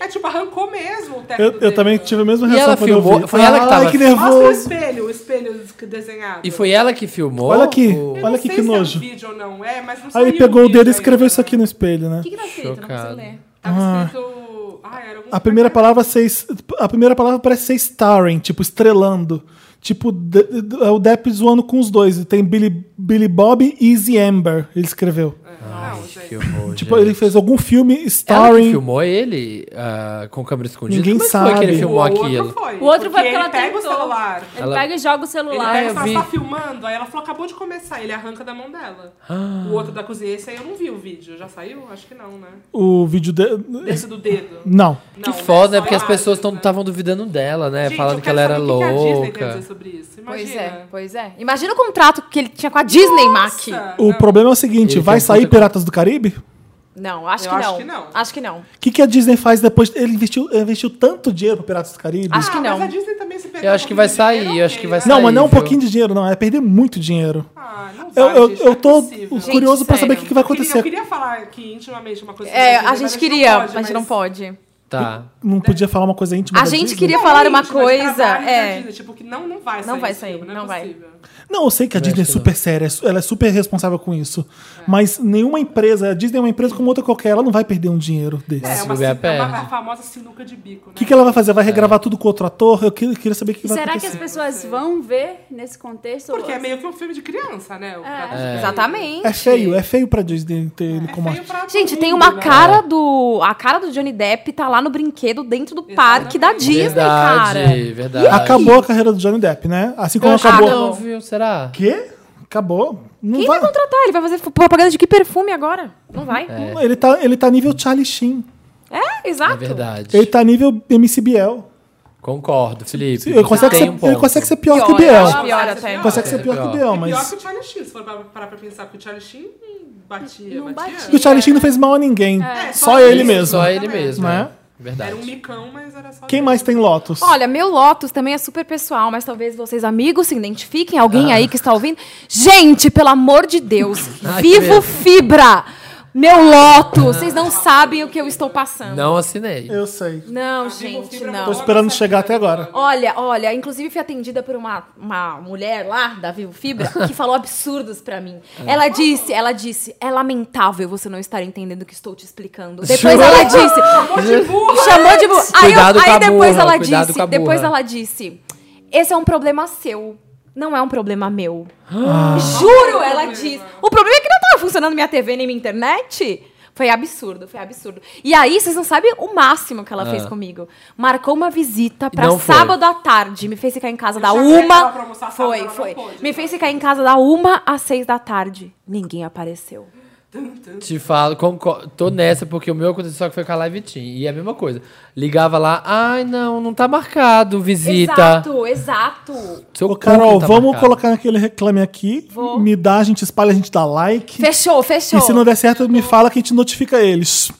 Speaker 3: É tipo, arrancou mesmo o teco
Speaker 1: Eu,
Speaker 3: do
Speaker 1: eu
Speaker 3: dedo.
Speaker 1: também tive a mesma
Speaker 4: E
Speaker 1: reação
Speaker 4: ela
Speaker 1: quando
Speaker 4: filmou?
Speaker 1: eu vi.
Speaker 4: Foi ela que
Speaker 1: Ai,
Speaker 4: tava-
Speaker 1: que
Speaker 3: Mostra o
Speaker 1: nervoso.
Speaker 3: espelho, o espelho desenhado.
Speaker 4: E foi ela que filmou?
Speaker 1: Olha aqui.
Speaker 4: O-
Speaker 3: Eu
Speaker 1: Olha
Speaker 3: não
Speaker 1: aqui
Speaker 3: sei
Speaker 1: que
Speaker 3: se
Speaker 1: nojo.
Speaker 3: É um vídeo ou não, é, mas não
Speaker 1: Aí ele
Speaker 3: saiu
Speaker 1: pegou o
Speaker 3: vídeo
Speaker 1: dedo e escreveu
Speaker 3: ainda.
Speaker 1: isso aqui no espelho, né?
Speaker 2: O que, que tá escrito? Não consigo
Speaker 4: Chocado.
Speaker 2: ler.
Speaker 3: Tava escrito. Ah, era algum-
Speaker 1: A primeira palavra ser, es- a primeira palavra parece ser starring, tipo estrelando. Tipo, de- de- é o Depp zoando com os dois. E Tem Billy, Billy Bob e Easy Amber, ele escreveu.
Speaker 3: É. Não, gente.
Speaker 4: Que horror,
Speaker 1: tipo,
Speaker 4: gente.
Speaker 1: ele fez algum
Speaker 3: É
Speaker 1: filme
Speaker 4: Ela que
Speaker 1: starring.
Speaker 4: filmou ele ah, com câmera escondida?
Speaker 1: Ninguém
Speaker 4: Como é que
Speaker 1: sabe.
Speaker 4: foi que ele
Speaker 3: O
Speaker 4: filmou
Speaker 3: outro
Speaker 4: aquilo?
Speaker 3: foi.
Speaker 5: O outro foi porque
Speaker 3: ele
Speaker 5: ela
Speaker 3: pega
Speaker 5: tentou.
Speaker 3: o celular.
Speaker 5: Ele
Speaker 4: Ela-
Speaker 5: pega e joga o
Speaker 3: Ele
Speaker 5: celular.
Speaker 3: pega,
Speaker 4: eu
Speaker 3: o celular,
Speaker 4: vi.
Speaker 3: tá filmando, aí ela falou, acabou de começar, ele arranca da mão dela. O outro da cozinha, esse aí eu não vi o vídeo, já saiu? Acho que não, né?
Speaker 1: O vídeo de...
Speaker 3: Desse do dedo.
Speaker 1: Não.
Speaker 3: Não,
Speaker 4: Que foda,
Speaker 3: né?
Speaker 4: né? Porque as
Speaker 3: Só
Speaker 4: pessoas
Speaker 3: imagens, né?
Speaker 4: estavam duvidando dela, né?
Speaker 3: Gente, eu
Speaker 4: Falando que
Speaker 3: quero
Speaker 4: ela era
Speaker 3: saber o que que a Disney tem a
Speaker 4: louca.
Speaker 3: dizer sobre isso? Imagina.
Speaker 2: Pois é, pois é. Imagina o contrato que ele tinha com a Disney, Mac.
Speaker 3: Nossa,
Speaker 1: O
Speaker 3: Tá, não. um
Speaker 1: problema é o seguinte:
Speaker 4: Ele
Speaker 1: vai
Speaker 4: tem
Speaker 1: sair
Speaker 4: puta-
Speaker 1: Piratas do Caribe?
Speaker 2: Não, acho
Speaker 3: Eu
Speaker 2: que
Speaker 3: acho
Speaker 2: não.
Speaker 3: que não.
Speaker 2: Acho que não.
Speaker 1: O que, que a Disney faz depois? Ele investiu, investiu tanto dinheiro pro Piratas do Caribe?
Speaker 2: Acho que
Speaker 3: Ah,
Speaker 2: não.
Speaker 3: Mas a Disney também se pegou
Speaker 4: Eu acho que vai sair, eu acho que vai sair.
Speaker 1: não, mas não um
Speaker 4: viu?
Speaker 1: pouquinho de dinheiro, não. É perder muito dinheiro.
Speaker 3: Ah, não
Speaker 1: Eu,
Speaker 3: vai,
Speaker 1: eu,
Speaker 3: gente,
Speaker 1: eu
Speaker 3: não é
Speaker 1: tô
Speaker 3: possível.
Speaker 1: curioso pra saber o
Speaker 2: sério.
Speaker 1: que, que vai
Speaker 3: Eu queria, eu
Speaker 1: acontecer.
Speaker 3: queria falar aqui intimamente uma coisa.
Speaker 2: É,
Speaker 3: sobre
Speaker 2: a
Speaker 3: Disney,
Speaker 2: gente queria,
Speaker 3: não
Speaker 2: mas a gente não pode.
Speaker 4: Tá.
Speaker 1: Não podia falar uma coisa íntima.
Speaker 2: A
Speaker 1: da
Speaker 2: gente
Speaker 1: Disney?
Speaker 2: queria
Speaker 3: Não,
Speaker 2: falar uma
Speaker 3: gente, mas
Speaker 2: coisa.
Speaker 3: trabalho da
Speaker 2: É.
Speaker 3: Disney, tipo, que não, não vai sair.
Speaker 2: Não vai
Speaker 3: esse
Speaker 2: sair,
Speaker 3: filme,
Speaker 2: não
Speaker 3: é
Speaker 2: vai.
Speaker 3: possível.
Speaker 1: Não, eu sei que a
Speaker 4: Eu
Speaker 1: Disney é
Speaker 4: acho que não.
Speaker 1: super séria, su- ela é super responsável com isso. Mas nenhuma empresa, a Disney é uma empresa como outra qualquer, ela não vai perder um dinheiro desse.
Speaker 3: É,
Speaker 4: Se
Speaker 3: uma,
Speaker 4: bobear,
Speaker 3: sin- é uma-
Speaker 4: perde.
Speaker 3: a famosa sinuca de bico, né?
Speaker 1: O que, que ela vai fazer? Vai regravar tudo com outro ator? Eu que- eu queria saber o que
Speaker 5: E
Speaker 1: vai
Speaker 5: será que as
Speaker 1: acontecer.
Speaker 5: pessoas vão ver nesse contexto?
Speaker 3: Porque é meio que um filme de criança, né? O Prato de Ferro.
Speaker 2: É, Exatamente.
Speaker 1: É feio, é feio pra Disney ter ele
Speaker 3: É
Speaker 1: como
Speaker 3: feio pra
Speaker 2: Gente,
Speaker 3: todo
Speaker 2: tem
Speaker 3: mundo,
Speaker 2: uma
Speaker 3: né?
Speaker 2: cara do. A cara do Johnny Depp tá lá no brinquedo dentro do parque da Disney,
Speaker 4: verdade,
Speaker 2: cara.
Speaker 4: verdade.
Speaker 1: Acabou a carreira do Johnny Depp, né? Assim como
Speaker 4: Eu acho que
Speaker 1: acabou.
Speaker 4: Não, viu? Será? É
Speaker 1: Quê? Acabou. Não
Speaker 2: Quem vai
Speaker 1: vai.
Speaker 2: contratar? Ele vai fazer f- propaganda de que perfume agora? Não vai. É,
Speaker 1: Ele tá, ele tá nível Charlie Sheen.
Speaker 2: exato.
Speaker 4: É verdade.
Speaker 1: Ele tá nível MC Biel.
Speaker 4: Concordo, Felipe.
Speaker 1: Ele
Speaker 4: Você
Speaker 1: consegue,
Speaker 4: tem
Speaker 1: ser,
Speaker 4: um
Speaker 1: ele
Speaker 4: ponto.
Speaker 1: consegue ser pior, que
Speaker 2: Pior,
Speaker 1: Biel.
Speaker 2: acho pior até.
Speaker 1: Ele Consegue ser pior,
Speaker 4: Pior.
Speaker 1: que Biel,
Speaker 3: É
Speaker 1: mas.
Speaker 3: pior que o Charlie Sheen, se for pra- parar pra pensar, porque o Charlie Sheen hum, batia,
Speaker 5: Não
Speaker 3: batia.
Speaker 5: batia.
Speaker 1: E o Charlie Sheen não fez mal a ninguém.
Speaker 3: É,
Speaker 1: só ele
Speaker 4: Isso,
Speaker 1: mesmo.
Speaker 4: Só ele mesmo.
Speaker 1: Né?
Speaker 4: é. Verdade.
Speaker 3: Era um micão, mas era só.
Speaker 1: Quem mais tem Lotus?
Speaker 2: Olha, meu Lotus também é super pessoal, mas talvez vocês, amigos, se identifiquem.
Speaker 4: Ah.
Speaker 2: Alguém aí que está ouvindo. Gente, pelo amor de Deus,
Speaker 4: Ai, que
Speaker 2: vivo
Speaker 4: medo. Ah.
Speaker 2: fibra! Meu Lotus! Vocês não sabem o que eu estou passando.
Speaker 4: Não assinei.
Speaker 1: Eu sei.
Speaker 2: Não,
Speaker 3: Vivo
Speaker 2: gente,
Speaker 3: Fibra é
Speaker 2: não.
Speaker 1: Tô esperando chegar até agora.
Speaker 2: Olha, olha, inclusive fui atendida por uma, uma mulher lá da Vivo Fibra que falou absurdos pra mim. Ela disse, ela disse, é lamentável você não estar entendendo o que estou te explicando. Depois
Speaker 4: Jura?
Speaker 2: ela disse, chamou de burra. Aí, eu-
Speaker 4: Cuidado com
Speaker 2: aí
Speaker 4: a
Speaker 2: depois
Speaker 4: burra, cuidado
Speaker 2: ela
Speaker 4: com
Speaker 2: disse,
Speaker 4: a burra.
Speaker 2: depois ela disse, esse é um problema seu. Não é um problema meu.
Speaker 4: Ah.
Speaker 2: Juro, ela disse. O problema é que não tava funcionando minha TV nem minha internet. Foi absurdo, foi absurdo. E aí, vocês não sabem o máximo que ela
Speaker 4: Ah.
Speaker 2: fez comigo. Marcou uma visita pra
Speaker 4: não foi.
Speaker 2: sábado à tarde. Me fez ficar em casa da
Speaker 3: chamei ela pra
Speaker 2: uma.
Speaker 3: almoçar sábado,
Speaker 2: Foi,
Speaker 3: ela não
Speaker 2: foi.
Speaker 3: pôde, né?
Speaker 2: Me fez ficar em casa da uma às seis da tarde. Ninguém apareceu.
Speaker 4: Te falo, concordo, tô nessa porque o meu aconteceu só que foi com a Live Team. E é a mesma coisa. Ligava lá, ai não, não tá marcado visita.
Speaker 2: Exato, exato.
Speaker 4: Seu
Speaker 1: Ô,
Speaker 4: cu
Speaker 1: Carol,
Speaker 4: que tá
Speaker 1: vamos
Speaker 4: marcado.
Speaker 1: colocar aquele reclame aqui. Me dá, a gente espalha, a gente dá like.
Speaker 2: Fechou, fechou.
Speaker 1: E se não der certo, me fala que a gente notifica eles.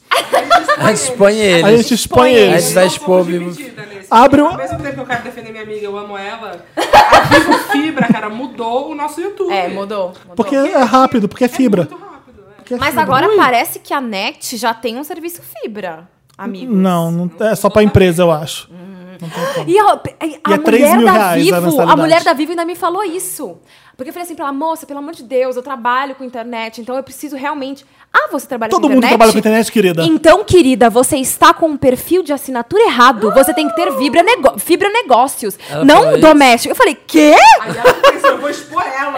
Speaker 4: A gente expõe eles.
Speaker 1: Aí a gente expõe
Speaker 2: expõe
Speaker 4: A
Speaker 1: eles.
Speaker 3: um
Speaker 4: gente vai expor o vivo.
Speaker 1: Abre um- o-
Speaker 3: Abre Ao mesmo tempo que eu quero defender minha amiga, eu amo ela. A Vivo Fibra, cara, mudou o nosso YouTube.
Speaker 2: É, mudou. mudou.
Speaker 1: Porque é rápido, porque é fibra.
Speaker 3: Muito rápido, né?
Speaker 1: Porque é
Speaker 2: Mas
Speaker 1: fibra.
Speaker 2: agora parece que a NET já tem um serviço fibra, amigos.
Speaker 1: Não, não é só pra empresa, eu acho.
Speaker 2: Hum.
Speaker 1: Não tem como.
Speaker 2: E a, a- a
Speaker 1: E é 3
Speaker 2: mulher
Speaker 1: mil
Speaker 2: da
Speaker 1: reais a
Speaker 2: Vivo, a,
Speaker 1: mensalidade.
Speaker 2: mulher da Vivo ainda me falou isso. Porque eu falei assim pra ela, moça, pelo amor de Deus, eu trabalho com internet, então eu preciso realmente. Ah, você trabalha
Speaker 1: Todo
Speaker 2: com
Speaker 1: mundo
Speaker 2: internet?
Speaker 1: trabalha com internet, querida.
Speaker 2: Então, querida, você está com um perfil de assinatura errado. Você tem que ter Vibra, nego- fibra Negócios,
Speaker 1: Ah,
Speaker 4: Ela falou
Speaker 2: não
Speaker 4: isso?
Speaker 2: doméstico. Eu falei, quê?
Speaker 3: Aí ela pensou, eu vou expor ela.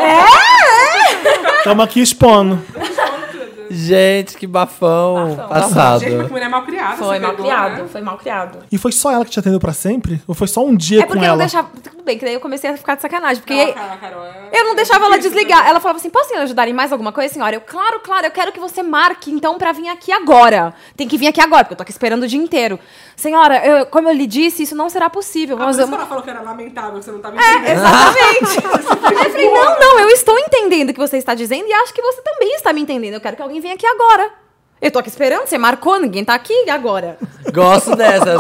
Speaker 1: Estamos aqui expondo.
Speaker 4: Gente, que bafão. Tá Passado.
Speaker 3: Gente, mas que mulher é mal criada.
Speaker 2: Foi
Speaker 3: você
Speaker 2: mal
Speaker 3: pegou, né?
Speaker 2: criado, foi mal criado.
Speaker 1: E foi só ela que te atendeu pra sempre? Ou foi só um dia
Speaker 2: É
Speaker 1: com
Speaker 2: porque eu não
Speaker 1: ela?
Speaker 2: deixava. Tudo bem, que daí eu comecei a ficar de sacanagem. Porque
Speaker 3: Não, cara, Carol, é-
Speaker 2: Eu não deixava ela
Speaker 3: difícil,
Speaker 2: desligar. Ela falava assim: posso lhe ajudar em mais alguma coisa, senhora? Eu, claro, claro, eu quero que você marque, então, pra vir aqui agora. Tem que vir aqui agora, porque eu tô aqui esperando o dia inteiro. Senhora, eu- como eu lhe disse, isso não será possível.
Speaker 3: Ah, por
Speaker 2: Nós
Speaker 3: isso que
Speaker 2: vamos...
Speaker 3: ela falou que era lamentável, que você não tá me entendendo.
Speaker 2: Exatamente! Aí eu falei: não, não, eu estou entendendo o que você está dizendo e acho que você também está me entendendo. Eu quero que alguém venha aqui agora. Eu tô aqui esperando, você marcou, ninguém tá aqui e agora.
Speaker 4: Gosto dessas.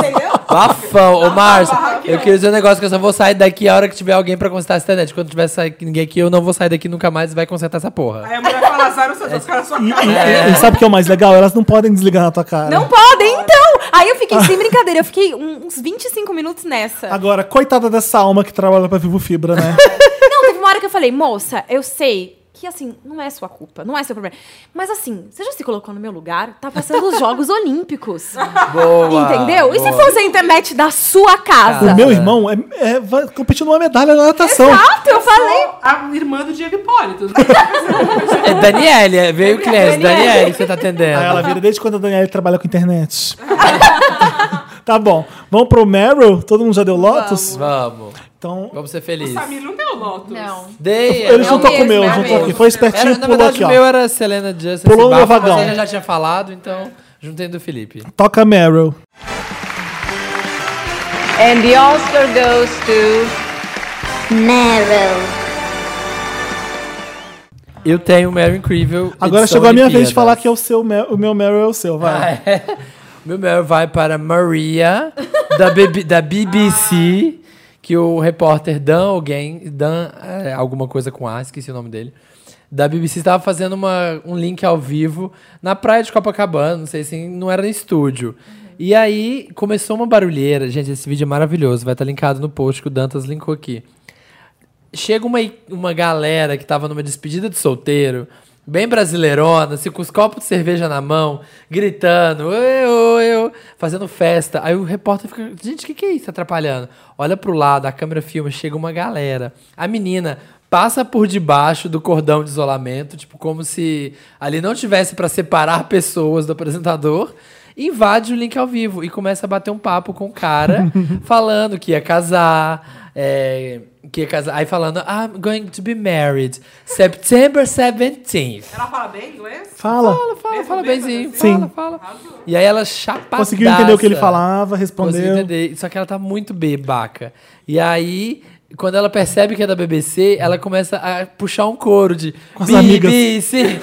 Speaker 4: Bafão. Ô, Márcio, eu queria dizer um negócio que eu só vou sair daqui a hora que tiver alguém pra consertar essa internet. Quando tiver sa- ninguém aqui, eu não vou sair daqui nunca mais e vai consertar essa porra.
Speaker 3: Aí a mulher fala, azar os seus
Speaker 4: É.
Speaker 3: os caras na sua
Speaker 1: E,
Speaker 3: cara.
Speaker 1: e- e sabe o que é o mais legal? Elas não podem desligar na tua cara.
Speaker 2: Não podem, então! Aí eu fiquei sem brincadeira, eu fiquei um- uns 25 minutos nessa.
Speaker 1: Agora, coitada dessa alma que trabalha pra Vivo Fibra, né?
Speaker 2: Não, teve uma hora que eu falei, moça, eu sei que, assim, não é sua culpa, não é seu problema. Mas, assim, você já se colocou no meu lugar? Tá passando os Jogos Olímpicos.
Speaker 4: Boa.
Speaker 2: entendeu? E se fosse a internet da sua casa?
Speaker 1: o meu irmão é, é- vai competir numa medalha na natação.
Speaker 2: Exato, eu falei.
Speaker 3: Sou A irmã do Diego Hipólito.
Speaker 4: É Daniele, é- veio o cliente.
Speaker 2: Daniele.
Speaker 4: Daniele, que você tá atendendo.
Speaker 1: Aí ela vira desde quando a Daniela trabalha com internet. tá bom. Vamos pro Meryl? Todo mundo já deu Lotus?
Speaker 4: Vamos.
Speaker 1: Então,
Speaker 4: Vamos ser
Speaker 3: O
Speaker 4: felizes.
Speaker 3: Samir não deu Lotus.
Speaker 4: Dei.
Speaker 1: eles
Speaker 4: é
Speaker 1: não
Speaker 4: um-
Speaker 1: estão com o meu,
Speaker 2: mesmo,
Speaker 1: não
Speaker 2: é o
Speaker 1: estão aqui.
Speaker 2: mesmo.
Speaker 1: Foi espertinho,
Speaker 4: Era, na
Speaker 1: pulou
Speaker 4: verdade,
Speaker 1: aqui,
Speaker 4: o
Speaker 1: ó.
Speaker 4: meu é era Selena Justice.
Speaker 1: Pulou no
Speaker 4: Bafo,
Speaker 1: vagão.
Speaker 4: Você já tinha falado, então juntei do Felipe.
Speaker 1: Toca Meryl.
Speaker 7: And the Oscar goes to
Speaker 8: Meryl.
Speaker 4: Eu tenho o Mary Crevel.
Speaker 1: Agora
Speaker 4: edição
Speaker 1: chegou a minha vez
Speaker 4: Olimpíadas.
Speaker 1: de falar que é o seu Mer- o meu Meryl é o seu, vai.
Speaker 4: Ah, é. Meu Meryl vai para Maria, da, BB da BBC, que o repórter Dan, alguém, Dan, é, alguma coisa com A, esqueci o nome dele, da BBC estava fazendo uma, um link ao vivo na praia de Copacabana, não sei se não era no estúdio. E aí começou uma barulheira. Gente, esse vídeo é maravilhoso, vai estar linkado no post que o Dantas linkou aqui chega uma, uma galera que tava numa despedida de solteiro, bem brasileirona, assim, com os copos de cerveja na mão, gritando, eu, eu, fazendo festa. Aí o repórter fica, gente, o que, que é isso atrapalhando? Olha pro lado, a câmera filma, chega uma galera. A menina passa por debaixo do cordão de isolamento, tipo, como se ali não tivesse pra separar pessoas do apresentador invade o link ao vivo e começa a bater um papo com o cara, falando que ia casar, é, que ia casar, aí falando, I'm going to be married September 17th.
Speaker 3: Ela fala bem inglês?
Speaker 1: Fala.
Speaker 4: Fala, fala, fala
Speaker 3: bem,
Speaker 4: benzinho,
Speaker 1: assim?
Speaker 4: fala,
Speaker 1: Sim.
Speaker 4: fala. E aí ela chapadaça.
Speaker 1: Conseguiu entender o que ele falava,
Speaker 4: Conseguiu
Speaker 1: respondeu.
Speaker 4: entender, só que ela tá muito bebaca. E aí quando ela percebe que é da BBC, ela começa a puxar um coro de
Speaker 1: Com as amigas.
Speaker 4: BBC,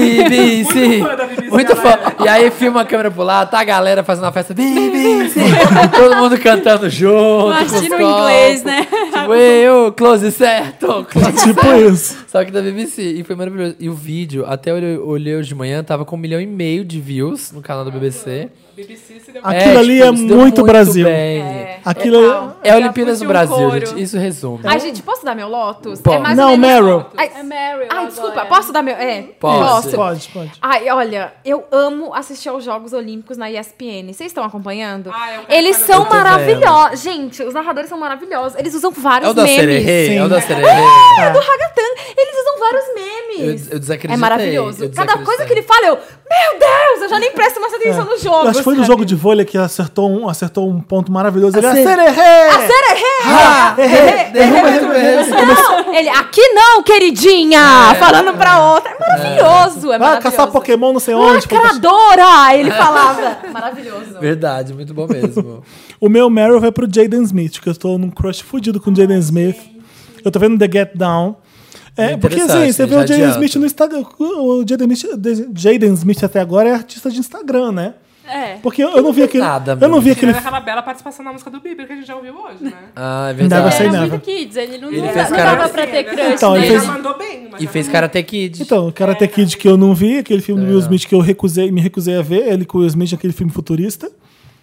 Speaker 4: BBC.
Speaker 3: Muito fã da BBC,
Speaker 4: Muito fã.
Speaker 3: galera.
Speaker 4: E aí filma a câmera pro lado, tá a galera fazendo a festa BBC. Todo mundo cantando junto.
Speaker 5: Imagina
Speaker 4: com
Speaker 5: o
Speaker 4: os
Speaker 5: inglês,
Speaker 4: copos.
Speaker 5: né?
Speaker 4: Tipo, eu, close certo, close
Speaker 1: Tipo isso.
Speaker 4: só que da BBC. E foi maravilhoso. E o vídeo, até eu olhei, olhei hoje de manhã, tava com um milhão e meio de views no canal da BBC.
Speaker 3: BBC se deu
Speaker 4: Ah,
Speaker 1: Aquilo ali é
Speaker 4: isso tipo, deu
Speaker 1: muito Brasil.
Speaker 4: bem. É,
Speaker 2: É.
Speaker 1: Aquilo
Speaker 2: Legal. Já
Speaker 4: Olimpíadas do
Speaker 2: puxa um
Speaker 4: Brasil,
Speaker 2: coro.
Speaker 4: gente. Isso resume.
Speaker 2: Ai, gente, posso dar meu Lotus? É
Speaker 4: Pode.
Speaker 2: mais ou
Speaker 1: Não,
Speaker 2: menos-
Speaker 1: Meryl.
Speaker 2: Ai,
Speaker 5: É Meryl.
Speaker 2: ai, desculpa,
Speaker 5: agora.
Speaker 2: posso dar meu. É,
Speaker 4: Pode.
Speaker 2: posso.
Speaker 1: Pode, pode.
Speaker 2: Ai, olha, eu amo assistir aos Jogos Olímpicos na ESPN. Vocês estão acompanhando?
Speaker 3: Ah, eu quero
Speaker 2: Eles
Speaker 3: saber.
Speaker 2: são
Speaker 4: Eu tô vendo.
Speaker 2: maravilhosos. Gente, os narradores são maravilhosos. Eles usam vários
Speaker 4: É o da
Speaker 2: memes.
Speaker 4: Sererê, é o da
Speaker 1: Sim.
Speaker 4: Sererê.
Speaker 2: É do Hagatan. Eles usam vários memes.
Speaker 4: Eu- eu desacreditei,
Speaker 2: É
Speaker 4: eu
Speaker 2: maravilhoso. Cada
Speaker 4: desacreditei.
Speaker 2: coisa que ele fala, eu. Meu Deus, eu já nem presto mais atenção no jogo.
Speaker 1: Acho que É. foi no
Speaker 2: sabe?
Speaker 1: jogo de vôlei que acertou um, acertou um ponto maravilhoso. Ele
Speaker 2: assim,
Speaker 4: Acer-
Speaker 1: acererê!
Speaker 4: Errei, derruba, derruba, errei.
Speaker 2: Não, ele, aqui não,
Speaker 4: É.
Speaker 2: queridinha! Falando pra outra. É maravilhoso,
Speaker 1: Vai
Speaker 2: é maravilhoso.
Speaker 1: Ah, caçar Pokémon não sei
Speaker 5: é
Speaker 1: onde.
Speaker 2: Lacradora! ah, Ele falava. Maravilhoso.
Speaker 4: Verdade, muito bom mesmo.
Speaker 1: O meu Meryl vai pro Jaden Smith, que eu tô num crush fudido com o
Speaker 5: Ah,
Speaker 1: Jaden Smith. Eu tô vendo The Get Down. É,
Speaker 4: Muito
Speaker 1: porque assim,
Speaker 4: interessante,
Speaker 1: você vê
Speaker 4: já
Speaker 1: o Jaden
Speaker 4: adianta.
Speaker 1: Smith no Instagram. O Jaden Smith, Jaden Smith até agora é artista de Instagram, né?
Speaker 5: É.
Speaker 1: Porque eu, eu não vi aquele.
Speaker 4: nada,
Speaker 1: eu não vi
Speaker 4: amigo.
Speaker 1: aquele.
Speaker 3: Tirando é aquela bela participação na música do Bieber que a gente já ouviu hoje, né?
Speaker 4: Ah, é
Speaker 1: Never
Speaker 5: Ele
Speaker 1: say
Speaker 5: era
Speaker 4: verdade.
Speaker 1: never.
Speaker 5: muito kids, ele não,
Speaker 4: Ele
Speaker 5: não,
Speaker 4: fez
Speaker 5: não
Speaker 4: cara-
Speaker 5: dava pra ter crush
Speaker 1: Então, ele
Speaker 5: nele.
Speaker 1: fez-
Speaker 3: já mandou bem, mas
Speaker 4: E
Speaker 3: assim, né? ela
Speaker 4: fez
Speaker 3: não-
Speaker 4: Karate Kid.
Speaker 1: Então, o
Speaker 5: É.
Speaker 1: Karate Kid que eu não vi, aquele filme
Speaker 4: É.
Speaker 1: do Will Smith que eu recusei, me recusei a ver, ele com o Will Smith, aquele filme futurista,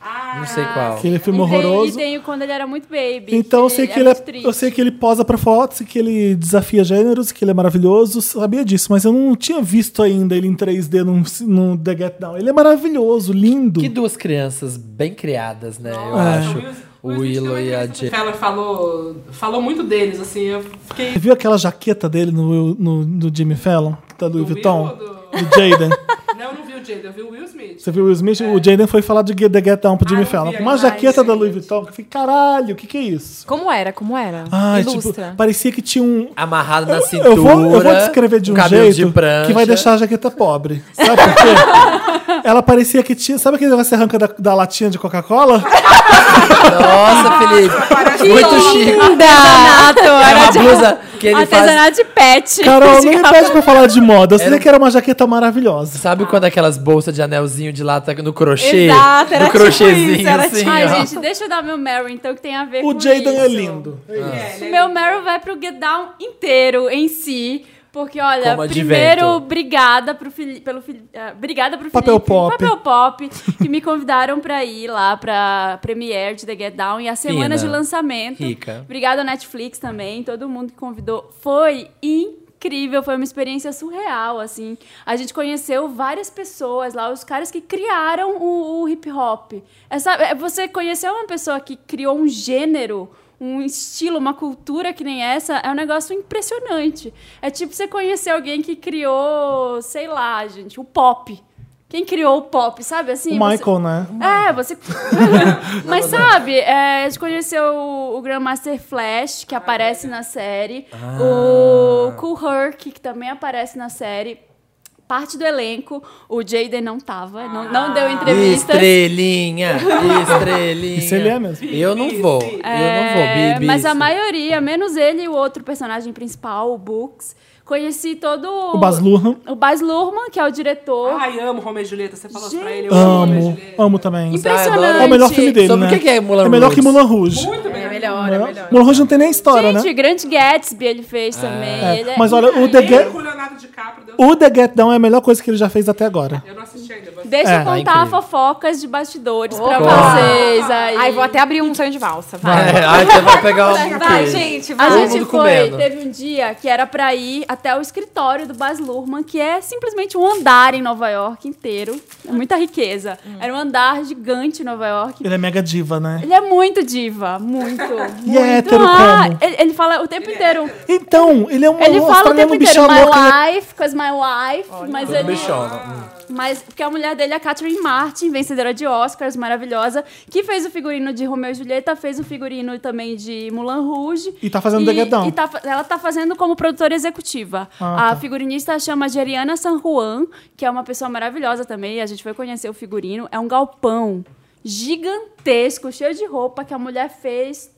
Speaker 3: "Ah,
Speaker 4: não sei qual.
Speaker 1: aquele filme
Speaker 5: E tem-
Speaker 1: horroroso.
Speaker 5: E tem o quando ele era muito baby.
Speaker 1: Então eu sei que ele,
Speaker 5: é
Speaker 1: é-
Speaker 5: muito triste.
Speaker 1: eu sei que ele posa pra fotos, e que ele desafia gêneros, que ele é maravilhoso, sabia disso, mas eu não tinha visto ainda ele em 3D num, num The Get Down. Ele é maravilhoso, lindo.
Speaker 4: Que duas crianças bem criadas, né? Eu
Speaker 1: Nossa,
Speaker 4: acho. O Willow e a Jay.
Speaker 3: Ela falou, falou muito deles, assim, eu fiquei...
Speaker 1: Você viu aquela jaqueta dele no, Will- no, no Jimmy Fallon, da Louis
Speaker 3: Do
Speaker 1: Vuitton?
Speaker 3: Will ou
Speaker 1: Do Jaden.
Speaker 3: Não, eu não vi o Jada, eu vi o Will Smith.
Speaker 1: Você viu o Will Smith? O Jaden foi falar de The Get Down pro Jimmy
Speaker 3: não vi
Speaker 1: Fallon. Com
Speaker 3: ainda,
Speaker 1: uma
Speaker 3: ai,
Speaker 1: jaqueta da Louis
Speaker 3: gente.
Speaker 1: Vuitton. que Eu fiquei, caralho, o que, que é isso?
Speaker 2: Como era? Como era?
Speaker 1: Ai, tipo,
Speaker 2: Ilustra.
Speaker 1: parecia que tinha um,
Speaker 4: Amarrado na cintura.
Speaker 1: Eu vou, eu vou descrever de um
Speaker 4: cabelo
Speaker 1: jeito
Speaker 4: de prancha.
Speaker 1: que vai deixar a jaqueta pobre. Sabe por quê? Ela parecia que tinha. Sabe aquele negócio que você arranca da, da latinha de Coca-Cola?
Speaker 4: Nossa, Felipe. Muito chique.
Speaker 5: Artesanato,
Speaker 4: É
Speaker 5: era
Speaker 4: uma
Speaker 5: de...
Speaker 2: tipo
Speaker 4: blusa que ele faz.
Speaker 5: Artesanato de pet.
Speaker 1: Carol,
Speaker 5: De
Speaker 1: não me
Speaker 5: capa-
Speaker 1: pede pra falar de moda. Eu
Speaker 4: um
Speaker 1: sei que era uma jaqueta maravilhosa.
Speaker 4: Sabe quando aquelas bolsas de anelzinho de lata no crochê?
Speaker 5: Exato, era
Speaker 4: no
Speaker 5: tipo
Speaker 4: crochêzinho,
Speaker 5: isso, era
Speaker 4: assim,
Speaker 5: tipo- Ai,
Speaker 4: ó.
Speaker 5: gente, deixa eu dar meu Meryl, então, que tem a ver
Speaker 1: O
Speaker 5: com
Speaker 1: Jaden é
Speaker 5: isso.
Speaker 1: lindo.
Speaker 3: é
Speaker 5: O meu Meryl vai pro Get Down inteiro, em si. Porque, olha,
Speaker 4: Como advento.
Speaker 5: primeiro, obrigada pro Fili pelo Fili ah, obrigada pro
Speaker 1: Papel
Speaker 5: Felipe,
Speaker 1: Pop.
Speaker 5: Papel Pop, que me convidaram pra ir lá pra premiere de The Get Down e a semana de
Speaker 4: Fina.
Speaker 5: lançamento.
Speaker 4: Rica.
Speaker 5: Obrigada ao Netflix também, todo mundo que convidou. Foi incrível, foi uma experiência surreal, assim. A gente conheceu várias pessoas lá, os caras que criaram o, o hip hop. É, sabe, é você conhecer uma pessoa que criou um gênero, um estilo, uma cultura que nem essa, é um negócio impressionante. É tipo você conhecer alguém que criou, sei lá, gente, o pop. Quem criou o pop, sabe assim?
Speaker 1: O
Speaker 5: você-
Speaker 1: Michael, né?
Speaker 5: é, você. Mas sabe, é, a gente conheceu o, o Grandmaster Flash,
Speaker 1: Ah,
Speaker 5: que
Speaker 1: é.
Speaker 5: aparece na série, o Cool Herc, que também aparece na série. Parte do elenco, o Jaden não tava, não,
Speaker 1: Ah.
Speaker 5: não deu entrevistas.
Speaker 4: Estrelinha, estrelinha.
Speaker 1: Isso ele é mesmo.
Speaker 4: Eu não vou. Eu não
Speaker 5: É,
Speaker 4: vou, Bibi.
Speaker 5: mas a maioria, menos ele e o outro personagem principal, o Books, conheci todo.
Speaker 1: O Baz Luhrmann.
Speaker 5: O Baz Luhrmann, que é o diretor.
Speaker 3: Ai, amo Romeo e Julieta, você falou isso pra ele, eu amo Romeo e
Speaker 1: Amo.
Speaker 3: Julieta.
Speaker 1: Amo também.
Speaker 5: Impressionante.
Speaker 1: É o melhor filme dele,
Speaker 4: Sobre
Speaker 1: né?
Speaker 4: o que que é Moulin
Speaker 1: É melhor que
Speaker 4: Rouge?
Speaker 1: Mulan Rouge.
Speaker 3: Muito bem.
Speaker 2: Melhor, é melhor.
Speaker 1: Mulan Rouge não tem nem história,
Speaker 5: Gente,
Speaker 1: né?
Speaker 5: Grande Gatsby ele fez também. ele é
Speaker 1: Mas olha, o The,
Speaker 3: Ele
Speaker 1: Get,
Speaker 3: com o Leonardo DiCaprio, Deus
Speaker 1: o The Get Down é a melhor coisa que ele já fez até agora.
Speaker 3: Eu não assisti ainda, vou
Speaker 5: Deixa
Speaker 1: É.
Speaker 5: eu
Speaker 4: Tá
Speaker 5: contar
Speaker 4: incrível.
Speaker 5: fofocas de bastidores pra
Speaker 2: Opa!
Speaker 5: vocês aí.
Speaker 2: Ai, vou até abrir um sonho de valsa. Vai.
Speaker 4: É, aí você vai pegar um
Speaker 2: Vai,
Speaker 4: queijo.
Speaker 2: gente, vai.
Speaker 5: A
Speaker 4: Todo
Speaker 5: gente
Speaker 4: mundo
Speaker 5: foi,
Speaker 4: comendo.
Speaker 5: teve um dia que era pra ir até o escritório do Baz Luhrmann, que é simplesmente um andar em Nova York inteiro. É muita riqueza.
Speaker 2: Hum.
Speaker 5: Era um andar gigante em Nova York.
Speaker 1: Ele é mega diva, né?
Speaker 5: Ele é muito diva, muito,
Speaker 2: é
Speaker 5: muito.
Speaker 1: hétero
Speaker 5: Ah,
Speaker 1: como?
Speaker 5: ele, ele fala o tempo inteiro.
Speaker 1: Então, ele é um
Speaker 5: Ele fala o
Speaker 4: tá
Speaker 1: australiano
Speaker 5: tempo
Speaker 1: bichão
Speaker 5: inteiro, my
Speaker 1: louco, ele é
Speaker 4: né?"
Speaker 5: wife, cause my wife. mas
Speaker 4: Tudo
Speaker 5: ele,
Speaker 4: Um bichona.
Speaker 5: Mas porque a mulher dele é a Catherine Martin, vencedora de Oscars, maravilhosa, que fez o figurino de Romeo e Julieta, fez o figurino também de Mulan Rouge.
Speaker 1: E tá fazendo The Get Down.
Speaker 5: e tá fa- ela tá fazendo como produtora executiva.
Speaker 1: Ah,
Speaker 5: a
Speaker 1: tá.
Speaker 5: figurinista chama Geriana San Juan, que é uma pessoa maravilhosa também, e a gente foi conhecer o figurino. É um galpão gigantesco, cheio de roupa, que a mulher fez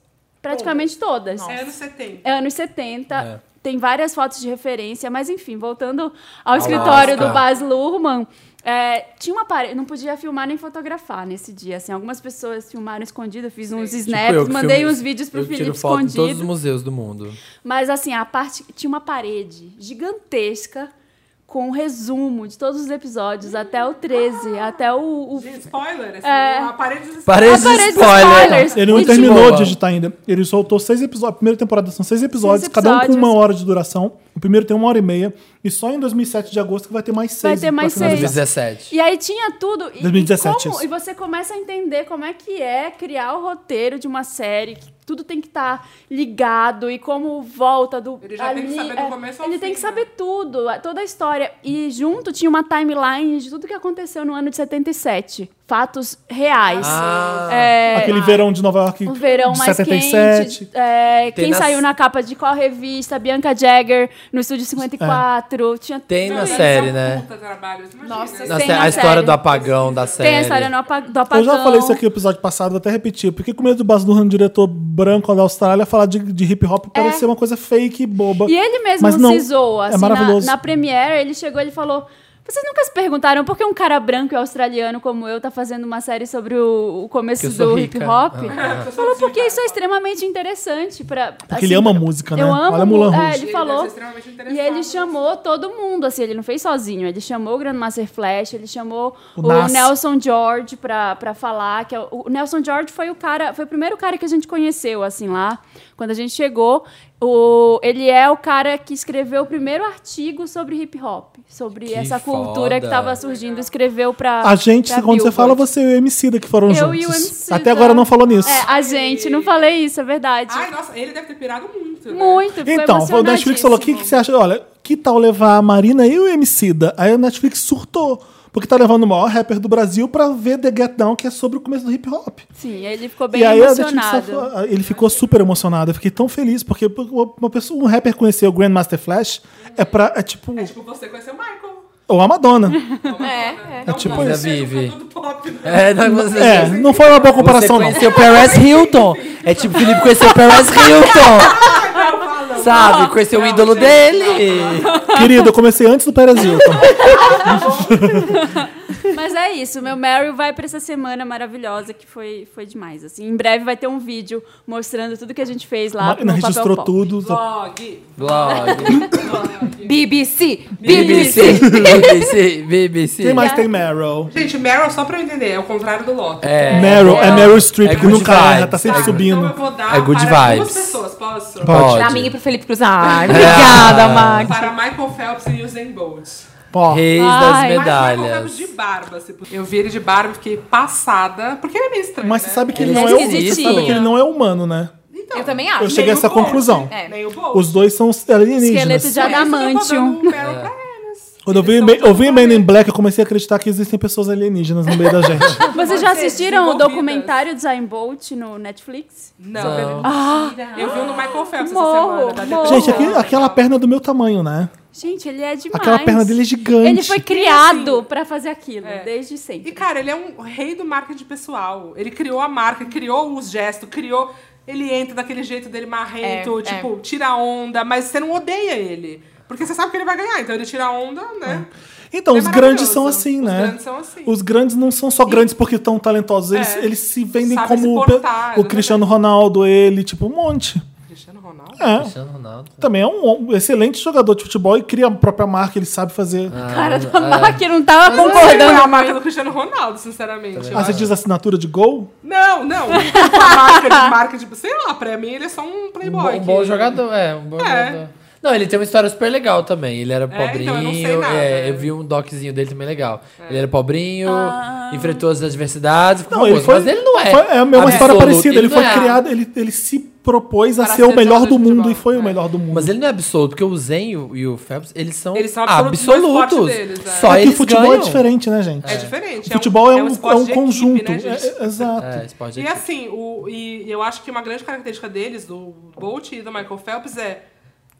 Speaker 5: praticamente todas.
Speaker 3: É anos 70.
Speaker 5: É anos 70.
Speaker 4: É.
Speaker 5: Tem várias fotos de referência, mas enfim, voltando ao
Speaker 4: Ao
Speaker 5: escritório
Speaker 4: Oscar.
Speaker 5: do Baz Luhrmann, é, tinha uma parede, não podia filmar nem fotografar nesse dia, assim, algumas pessoas filmaram escondido, eu fiz uns snaps,
Speaker 4: tipo eu que
Speaker 5: Né, mandei
Speaker 4: filmo-
Speaker 5: uns vídeos pro
Speaker 4: eu
Speaker 5: Felipe
Speaker 4: tiro foto em todos os
Speaker 5: escondido,
Speaker 4: museus do mundo.
Speaker 5: mas assim, a parte tinha uma parede gigantesca com um resumo de todos os episódios até o 13, até o, o
Speaker 3: Gente, spoiler, assim,
Speaker 5: É.
Speaker 3: a parede dos
Speaker 4: Parece
Speaker 5: A parede de
Speaker 4: spoiler.
Speaker 5: spoilers.
Speaker 1: Ele não
Speaker 5: E, tipo,
Speaker 1: terminou
Speaker 4: boa.
Speaker 1: de editar ainda. Ele soltou seis episódios. A primeira temporada são seis episódios,
Speaker 5: Seis
Speaker 1: cada um com uma
Speaker 5: episódios.
Speaker 1: hora de duração. O primeiro tem uma hora e meia. E só em 2007 de agosto que vai ter mais seis.
Speaker 5: Vai ter mais
Speaker 1: pra finalizar.
Speaker 5: seis.
Speaker 4: 2017.
Speaker 5: E aí tinha tudo. E,
Speaker 1: 2017
Speaker 5: E, como-
Speaker 1: isso.
Speaker 5: e você começa a entender como é que é criar o roteiro de uma série, que tudo tem que estar ligado e como volta do.
Speaker 3: Ele já tem que saber do
Speaker 5: é,
Speaker 3: começo ao
Speaker 5: Ele
Speaker 3: fim,
Speaker 5: tem que
Speaker 3: né?
Speaker 5: saber tudo, a- toda a história. E junto tinha uma timeline de tudo que aconteceu no ano de 77. Fatos reais.
Speaker 4: Ah.
Speaker 5: É,
Speaker 1: Aquele verão de Nova York
Speaker 5: o verão
Speaker 1: de
Speaker 5: mais
Speaker 1: 77.
Speaker 5: quente. é,
Speaker 4: Tem
Speaker 5: quem
Speaker 4: nas-
Speaker 5: saiu na capa de qual revista? Bianca Jagger, no Estúdio 54. Tinha
Speaker 4: Tem
Speaker 5: tudo
Speaker 4: na
Speaker 5: isso.
Speaker 3: é um
Speaker 4: série, né?
Speaker 3: Nossa,
Speaker 5: Tem
Speaker 4: Na sé-
Speaker 5: na
Speaker 4: a história
Speaker 5: série.
Speaker 4: do apagão da série.
Speaker 5: Tem a história no apa- do apagão.
Speaker 1: Eu já falei isso aqui no episódio passado, vou até repetir. Porque com medo do Baz Luhrmann, diretor branco da Austrália, falar de, de hip hop parecer uma coisa fake e boba.
Speaker 5: É. E é ele mesmo
Speaker 1: Mas não,
Speaker 5: se zoa.
Speaker 1: é
Speaker 5: Assim,
Speaker 1: maravilhoso.
Speaker 5: Na, na Premiere, ele chegou e ele falou... Vocês nunca se perguntaram por que um cara branco e australiano como eu tá fazendo uma série sobre o, o começo
Speaker 4: Que eu sou
Speaker 5: do
Speaker 4: rica.
Speaker 5: hip hop?
Speaker 4: Ah,
Speaker 5: Falou porque isso é extremamente interessante para Porque
Speaker 1: ele ama música, né?
Speaker 5: Eu amo.
Speaker 1: Olha Moulin
Speaker 5: mu- é,
Speaker 1: Rouge.
Speaker 5: ele falou. E ele chamou todo mundo, assim, ele não fez sozinho. Ele chamou o Grandmaster Flash, ele chamou
Speaker 1: O
Speaker 5: o,
Speaker 1: Nas.
Speaker 5: Nelson George pra, pra falar. Que é o, o Nelson George foi o cara, foi o primeiro cara que a gente conheceu, assim, lá. Quando a gente chegou, o, ele é o cara que escreveu o primeiro artigo sobre hip hop, sobre
Speaker 4: Que
Speaker 5: essa
Speaker 4: foda.
Speaker 5: cultura que tava surgindo, escreveu pra.
Speaker 1: A gente,
Speaker 5: pra
Speaker 1: quando você
Speaker 5: Billboard.
Speaker 1: fala, você e o MC da que foram
Speaker 5: Eu
Speaker 1: juntos.
Speaker 5: e o MC
Speaker 1: Até agora não falou nisso.
Speaker 5: É, a gente, não falei isso, é verdade.
Speaker 3: Ai, nossa, ele deve ter pirado muito. né?
Speaker 5: Muito, ficou
Speaker 1: Então, o Netflix falou: o que, que você acha? Olha, que tal levar a Marina e o MC da? Aí o Netflix surtou. Porque tá levando o maior rapper do Brasil pra ver The Get Down, que é sobre o começo do hip hop.
Speaker 5: Sim, ele ficou bem
Speaker 1: e aí a Netflix só
Speaker 5: emocionado.
Speaker 1: falou- ah, ele ficou super emocionado. Eu fiquei tão feliz, porque uma pessoa, um rapper conhecer o Grandmaster Flash é pra. É tipo.
Speaker 3: É tipo você conheceu o Michael.
Speaker 1: Ou a Madonna.
Speaker 2: É, é.
Speaker 1: É tipo
Speaker 4: Ainda
Speaker 1: isso.
Speaker 4: vive.
Speaker 3: Tudo pop, né?
Speaker 4: É, não, você,
Speaker 1: É, não foi uma boa comparação,
Speaker 4: você
Speaker 1: não.
Speaker 4: conheceu Perez Hilton. É tipo, o Felipe conheceu o Perez Hilton. Sabe? Conheceu o ídolo dele.
Speaker 1: Querido, eu comecei antes do Perez Hilton.
Speaker 5: Mas é isso, meu Meryl vai pra essa semana maravilhosa que foi, foi demais. Assim, em breve vai ter um vídeo mostrando tudo que a gente fez lá.
Speaker 1: Marina
Speaker 5: no
Speaker 1: registrou
Speaker 5: papel pop.
Speaker 1: tudo. só-
Speaker 3: Vlog.
Speaker 4: Blog.
Speaker 2: BBC.
Speaker 4: BBC. BBC. BBC.
Speaker 1: Quem
Speaker 5: É.
Speaker 1: mais tem Meryl?
Speaker 3: Gente, Meryl, só pra eu entender, é o contrário do Loki.
Speaker 4: É.
Speaker 1: Meryl é,
Speaker 5: é-
Speaker 1: Meryl Streep,
Speaker 4: é
Speaker 1: que
Speaker 4: good
Speaker 1: nunca erra,
Speaker 4: vibes,
Speaker 1: tá sempre
Speaker 4: é good-
Speaker 3: Então
Speaker 1: subindo.
Speaker 3: eu vou dar
Speaker 4: É good
Speaker 3: para
Speaker 4: vibes.
Speaker 3: duas pessoas, posso?
Speaker 4: Pode. Ah.
Speaker 2: Pra mim e pro Felipe Cruz.
Speaker 1: É.
Speaker 2: Ai, obrigada, Max.
Speaker 3: Para Michael Phelps e Usain Bolt.
Speaker 1: Ó,
Speaker 4: Reis
Speaker 5: Ai,
Speaker 4: das
Speaker 5: mas
Speaker 3: Mas Michael Phelps
Speaker 4: medalhas.
Speaker 3: de barba, se possível. Eu vi ele de barba e fiquei passada, porque ele é meio estranho,
Speaker 1: mas
Speaker 3: né?
Speaker 1: você sabe que ele,
Speaker 4: Ele
Speaker 1: não
Speaker 4: é
Speaker 1: é humano. Você
Speaker 5: esquisitinho.
Speaker 1: sabe que ele não é humano, né?
Speaker 3: Então,
Speaker 2: Eu também acho.
Speaker 1: Eu cheguei a
Speaker 3: nem
Speaker 1: essa
Speaker 3: o Bolt.
Speaker 1: conclusão.
Speaker 2: É.
Speaker 3: Nem o Bolt. É
Speaker 1: Os dois são
Speaker 5: Esqueleto
Speaker 1: alienígenas.
Speaker 5: de adamantium.
Speaker 2: um.
Speaker 3: um
Speaker 1: Quando eu vi, Men- eu vi Men in Black, eu comecei a acreditar que existem pessoas alienígenas no meio da gente.
Speaker 5: Vocês já assistiram o
Speaker 3: desenvolvidas.
Speaker 5: documentário de Zayn Bolt no Netflix?
Speaker 3: Não.
Speaker 2: Ah,
Speaker 3: eu vi um do Michael Phelps
Speaker 5: Morro,
Speaker 3: essa semana.
Speaker 5: morro.
Speaker 1: Gente, aquele- aquela perna é do meu tamanho, né?
Speaker 5: Gente, ele é demais.
Speaker 1: Aquela perna dele é gigante.
Speaker 5: Ele foi criado pra fazer aquilo, desde
Speaker 3: E,
Speaker 5: sempre. Né?
Speaker 3: cara, ele é um rei do marketing pessoal. Ele criou a marca, criou os gestos, criou... Ele entra daquele jeito dele marrento,
Speaker 2: É,
Speaker 3: tipo, tira a onda, mas você não odeia ele. Porque você sabe que ele vai ganhar, então ele tira a onda, né?
Speaker 1: Então,
Speaker 3: É
Speaker 1: os grandes são
Speaker 3: maravilhoso.
Speaker 1: assim,
Speaker 3: Os
Speaker 1: né?
Speaker 3: grandes são assim.
Speaker 1: Os grandes não são só grandes porque estão talentosos. Eles,
Speaker 3: É.
Speaker 1: eles se vendem
Speaker 3: Sabem se
Speaker 1: como o pe-
Speaker 3: portar,
Speaker 1: o
Speaker 3: exatamente.
Speaker 1: Cristiano Ronaldo, ele, tipo, um monte.
Speaker 3: Cristiano Ronaldo?
Speaker 1: É.
Speaker 4: Cristiano Ronaldo.
Speaker 1: Também é um um excelente jogador de futebol e cria a própria marca, ele sabe fazer.
Speaker 5: O cara da máquina não tava
Speaker 3: Concordando
Speaker 5: concordando.
Speaker 3: a marca do Cristiano Ronaldo, sinceramente.
Speaker 1: Ah, você diz assinatura de gol?
Speaker 3: Não, não. A marca de marca, tipo, sei lá, pra mim ele é só um
Speaker 4: Um
Speaker 3: playboy.
Speaker 4: bom, um
Speaker 3: que-
Speaker 4: bom jogador, é, um bom
Speaker 3: É.
Speaker 4: jogador. Não, ele tem uma história super legal também. Ele era
Speaker 3: então, eu
Speaker 4: pobrinho.
Speaker 3: não sei nada. né? É.
Speaker 4: é, eu vi um doczinho dele também legal. Ele era pobrinho, enfrentou as adversidades, ficou famoso, mas ele não é.
Speaker 1: foi- é uma história
Speaker 4: absoluto,
Speaker 1: parecida. Ele
Speaker 4: não
Speaker 1: foi
Speaker 4: é.
Speaker 1: criado, ele, ele se propôs a
Speaker 3: Para
Speaker 1: ser o
Speaker 3: ser
Speaker 1: melhor do
Speaker 3: jogador de
Speaker 1: mundo
Speaker 3: futebol,
Speaker 1: e foi o
Speaker 3: é.
Speaker 1: melhor do mundo.
Speaker 4: Mas ele não é absoluto, porque o Zen e o- e o Phelps, eles são,
Speaker 3: Eles são absolutos, mais
Speaker 4: absolutos.
Speaker 3: forte deles, é.
Speaker 1: É
Speaker 4: Só
Speaker 1: que
Speaker 4: eles
Speaker 1: o futebol
Speaker 4: ganham.
Speaker 1: é diferente, né, gente?
Speaker 3: É diferente.
Speaker 1: Futebol é um, é
Speaker 3: esporte
Speaker 1: um
Speaker 3: de equipe,
Speaker 1: conjunto.
Speaker 3: né, gente?
Speaker 1: É- é- exato.
Speaker 4: É, esporte de
Speaker 3: E
Speaker 4: equipe.
Speaker 3: assim, o, e eu acho que uma grande característica deles, do Bolt e do Michael Phelps, é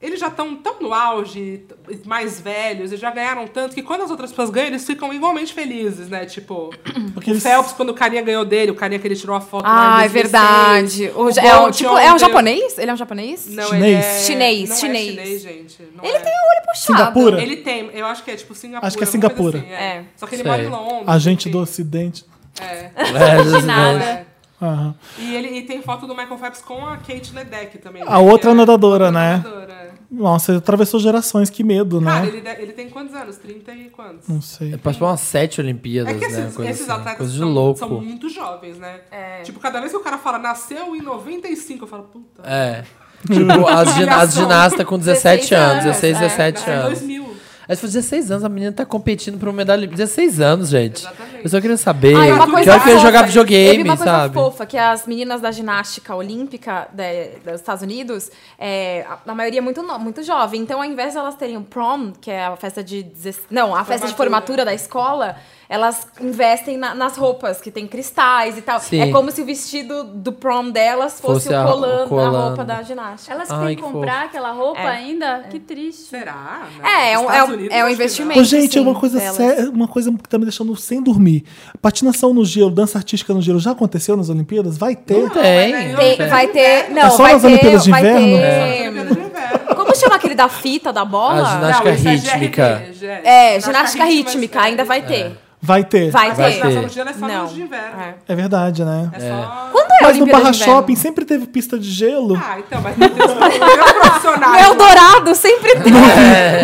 Speaker 3: Eles já estão tão no auge, t- mais velhos, e já ganharam tanto que quando as outras pessoas ganham, eles ficam igualmente felizes, né? Tipo,
Speaker 1: Porque
Speaker 3: o
Speaker 1: eles-
Speaker 3: Phelps, quando o carinha ganhou dele, o carinha que ele tirou a foto. lá
Speaker 2: Ah,
Speaker 3: em
Speaker 2: é
Speaker 3: 2006.
Speaker 2: verdade. O,
Speaker 3: O
Speaker 2: ja- é, um,
Speaker 3: Bond
Speaker 2: tipo, é um
Speaker 3: ontem-
Speaker 2: japonês? Ele é um japonês?
Speaker 3: Não,
Speaker 1: Chinês.
Speaker 3: ele é...
Speaker 2: Chinês,
Speaker 3: não
Speaker 2: chinês.
Speaker 3: É chinês, gente. não
Speaker 2: Ele
Speaker 3: é.
Speaker 2: tem o olho puxado.
Speaker 1: Singapura?
Speaker 3: Ele tem, eu acho que é tipo Singapura.
Speaker 1: Acho que é
Speaker 3: alguma coisa
Speaker 1: Singapura.
Speaker 3: assim, é.
Speaker 2: É.
Speaker 3: Só que ele
Speaker 4: Sei.
Speaker 3: mora em Londres.
Speaker 1: Agente do
Speaker 3: enfim.
Speaker 1: Ocidente.
Speaker 3: É.
Speaker 4: É,
Speaker 5: nada.
Speaker 3: É.
Speaker 1: Aham.
Speaker 3: E ele e tem foto do Michael Phelps com a Kate Ledeck também. né? é
Speaker 1: A outra nadadora, né?
Speaker 3: nadadora.
Speaker 1: Nossa, ele atravessou gerações, que medo, né?
Speaker 3: Cara, ele, de- ele tem quantos anos? 30 e quantos?
Speaker 1: Não sei.
Speaker 4: Participou umas sete Olimpíadas,
Speaker 3: É que
Speaker 4: né?
Speaker 3: esses,
Speaker 4: coisa
Speaker 3: esses
Speaker 4: assim,
Speaker 3: atletas
Speaker 4: coisa de
Speaker 3: são,
Speaker 4: louco.
Speaker 3: são muito jovens, né?
Speaker 2: É.
Speaker 3: Tipo, cada vez que o cara fala nasceu em 95, eu falo, puta.
Speaker 4: É. Tipo, as, gin- as ginastas com 17 anos, 16,
Speaker 5: é.
Speaker 4: 17
Speaker 3: nasceu em
Speaker 4: anos.
Speaker 3: 2000.
Speaker 4: Aí se for 16 anos, a menina tá competindo pra uma medalha olímpica. 16 anos, gente.
Speaker 3: Exatamente.
Speaker 4: Eu só queria saber.
Speaker 2: Ai, uma
Speaker 4: que
Speaker 2: coisa
Speaker 4: hora que eu ia
Speaker 2: fofa.
Speaker 4: jogar
Speaker 2: Eu vi
Speaker 4: videogame,
Speaker 2: uma coisa
Speaker 4: sabe?
Speaker 2: fofa, que as meninas da ginástica olímpica de- dos Estados Unidos, é, a, a maioria é muito, no- muito jovem. Então, ao invés de elas terem o prom, que é a festa de... dezesse- Não, a festa de formatura da escola, elas investem na- nas roupas, que tem cristais e tal.
Speaker 4: Sim.
Speaker 2: É como se o vestido do prom delas fosse,
Speaker 4: Fosse
Speaker 2: o
Speaker 4: a- o
Speaker 2: colando,
Speaker 4: colando.
Speaker 2: a roupa da ginástica.
Speaker 5: Elas que
Speaker 4: Ai,
Speaker 5: têm que
Speaker 4: que fofo.
Speaker 5: comprar aquela roupa
Speaker 2: É.
Speaker 5: ainda? Que triste.
Speaker 3: Será? Né?
Speaker 2: É, é um-
Speaker 3: Estados
Speaker 2: é um-
Speaker 3: Unidos,
Speaker 2: é um
Speaker 3: acho que não.
Speaker 2: investimento.
Speaker 1: Ô, gente, é
Speaker 3: assim,
Speaker 1: uma
Speaker 2: sim,
Speaker 1: coisa,
Speaker 2: delas.
Speaker 1: sé- uma coisa que tá me deixando sem dormir. Patinação no gelo, dança artística no gelo, já aconteceu nas Olimpíadas? Vai ter?
Speaker 4: Tem.
Speaker 3: Não, mas aí
Speaker 2: Tem-
Speaker 3: eu-
Speaker 2: vai ter... Não,
Speaker 1: É só
Speaker 2: vai
Speaker 1: nas
Speaker 2: ter...
Speaker 1: Olimpíadas de
Speaker 2: vai
Speaker 1: inverno? É.
Speaker 2: ter-
Speaker 3: Olimpíadas de Inverno.
Speaker 2: Como chama aquele da fita, da bola?
Speaker 4: A ginástica-
Speaker 3: Não, isso é
Speaker 4: rítmica.
Speaker 3: GRD, GR.
Speaker 2: É, ginástica rítmica, ainda vai ter.
Speaker 1: Vai ter.
Speaker 2: Vai
Speaker 3: Mas a
Speaker 2: ter.
Speaker 3: ginástica no gelo é só
Speaker 2: Não.
Speaker 3: nos de inverno.
Speaker 2: É.
Speaker 1: É verdade, né?
Speaker 3: É só.
Speaker 2: Quando é
Speaker 1: Mas
Speaker 2: a
Speaker 1: no
Speaker 2: Olimpíada
Speaker 1: Barra
Speaker 2: de Inverno?
Speaker 1: Shopping sempre teve pista de gelo.
Speaker 3: Ah, então, mas tem que ter os profissionais.
Speaker 2: No Eldorado sempre tem.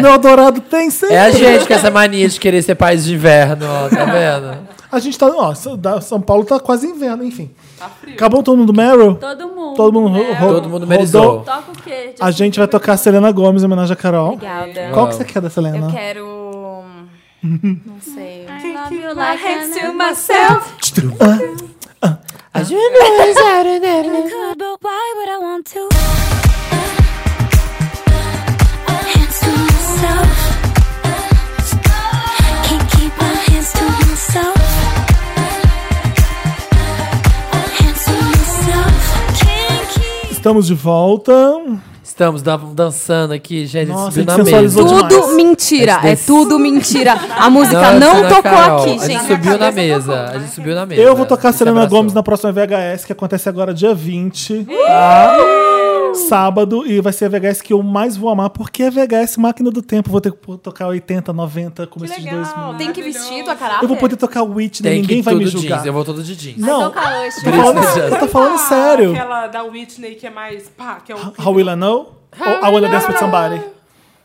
Speaker 1: No Eldorado tem sempre.
Speaker 4: É a gente com essa mania de querer ser país de inverno, ó, tá vendo?
Speaker 1: A gente tá. Ó, São- da- São Paulo tá quase inverno, enfim.
Speaker 3: Tá frio.
Speaker 1: Acabou todo mundo Meryl?
Speaker 5: Todo mundo.
Speaker 1: Todo mundo, ro-
Speaker 5: né?
Speaker 1: ro-
Speaker 4: Todo mundo
Speaker 1: rodou.
Speaker 4: merizou.
Speaker 5: Toca o quê?
Speaker 1: A gente vai tocar Selena Gomes em homenagem a Carol.
Speaker 2: Obrigada.
Speaker 1: Qual que você quer da Selena?
Speaker 2: Eu quero. Não sei.
Speaker 5: I love you
Speaker 2: I
Speaker 5: like
Speaker 2: hate
Speaker 5: an-
Speaker 2: to myself.
Speaker 1: ah,
Speaker 4: A gente
Speaker 9: could, but why would I want to? Hands to myself. Can't keep my hands to myself. Hands to myself. Can't keep.
Speaker 1: Estamos de volta.
Speaker 4: Estamos da- dançando aqui, gente.
Speaker 1: Nossa,
Speaker 4: subiu
Speaker 1: a
Speaker 4: na
Speaker 1: gente
Speaker 4: mesa.
Speaker 1: sensualizou
Speaker 2: Tudo
Speaker 1: demais.
Speaker 2: mentira. É
Speaker 4: Esse-
Speaker 2: tudo mentira. A música
Speaker 4: essa
Speaker 2: não,
Speaker 4: é a
Speaker 2: tocou
Speaker 4: Carol.
Speaker 2: aqui,
Speaker 4: A gente
Speaker 2: gente.
Speaker 4: subiu na mesa. A gente subiu na mesa.
Speaker 1: Eu vou tocar
Speaker 4: A gente
Speaker 1: Selena
Speaker 4: abraçou.
Speaker 1: Gomes na próxima VHS, que acontece agora dia 20. tá? Sábado. E vai ser a VHS que eu mais vou amar, porque é VHS máquina do tempo. Vou ter que pô- tocar 80, 90, começo de 2000.
Speaker 2: Tem que vestido a caralho.
Speaker 1: Eu
Speaker 3: Ah, é.
Speaker 1: vou poder tocar Whitney,
Speaker 4: Tem que
Speaker 1: ninguém
Speaker 4: ir
Speaker 1: vai
Speaker 4: tudo
Speaker 1: me
Speaker 4: jeans.
Speaker 1: julgar.
Speaker 4: Eu vou todo de jeans.
Speaker 1: Não,
Speaker 5: Toca hoje.
Speaker 1: tô falando,
Speaker 4: Britney
Speaker 1: eu tô falando sério.
Speaker 3: Ah, Aquela da Whitney que é mais. Pá, que é o.
Speaker 1: How will I know? Ou I wanna dance with somebody?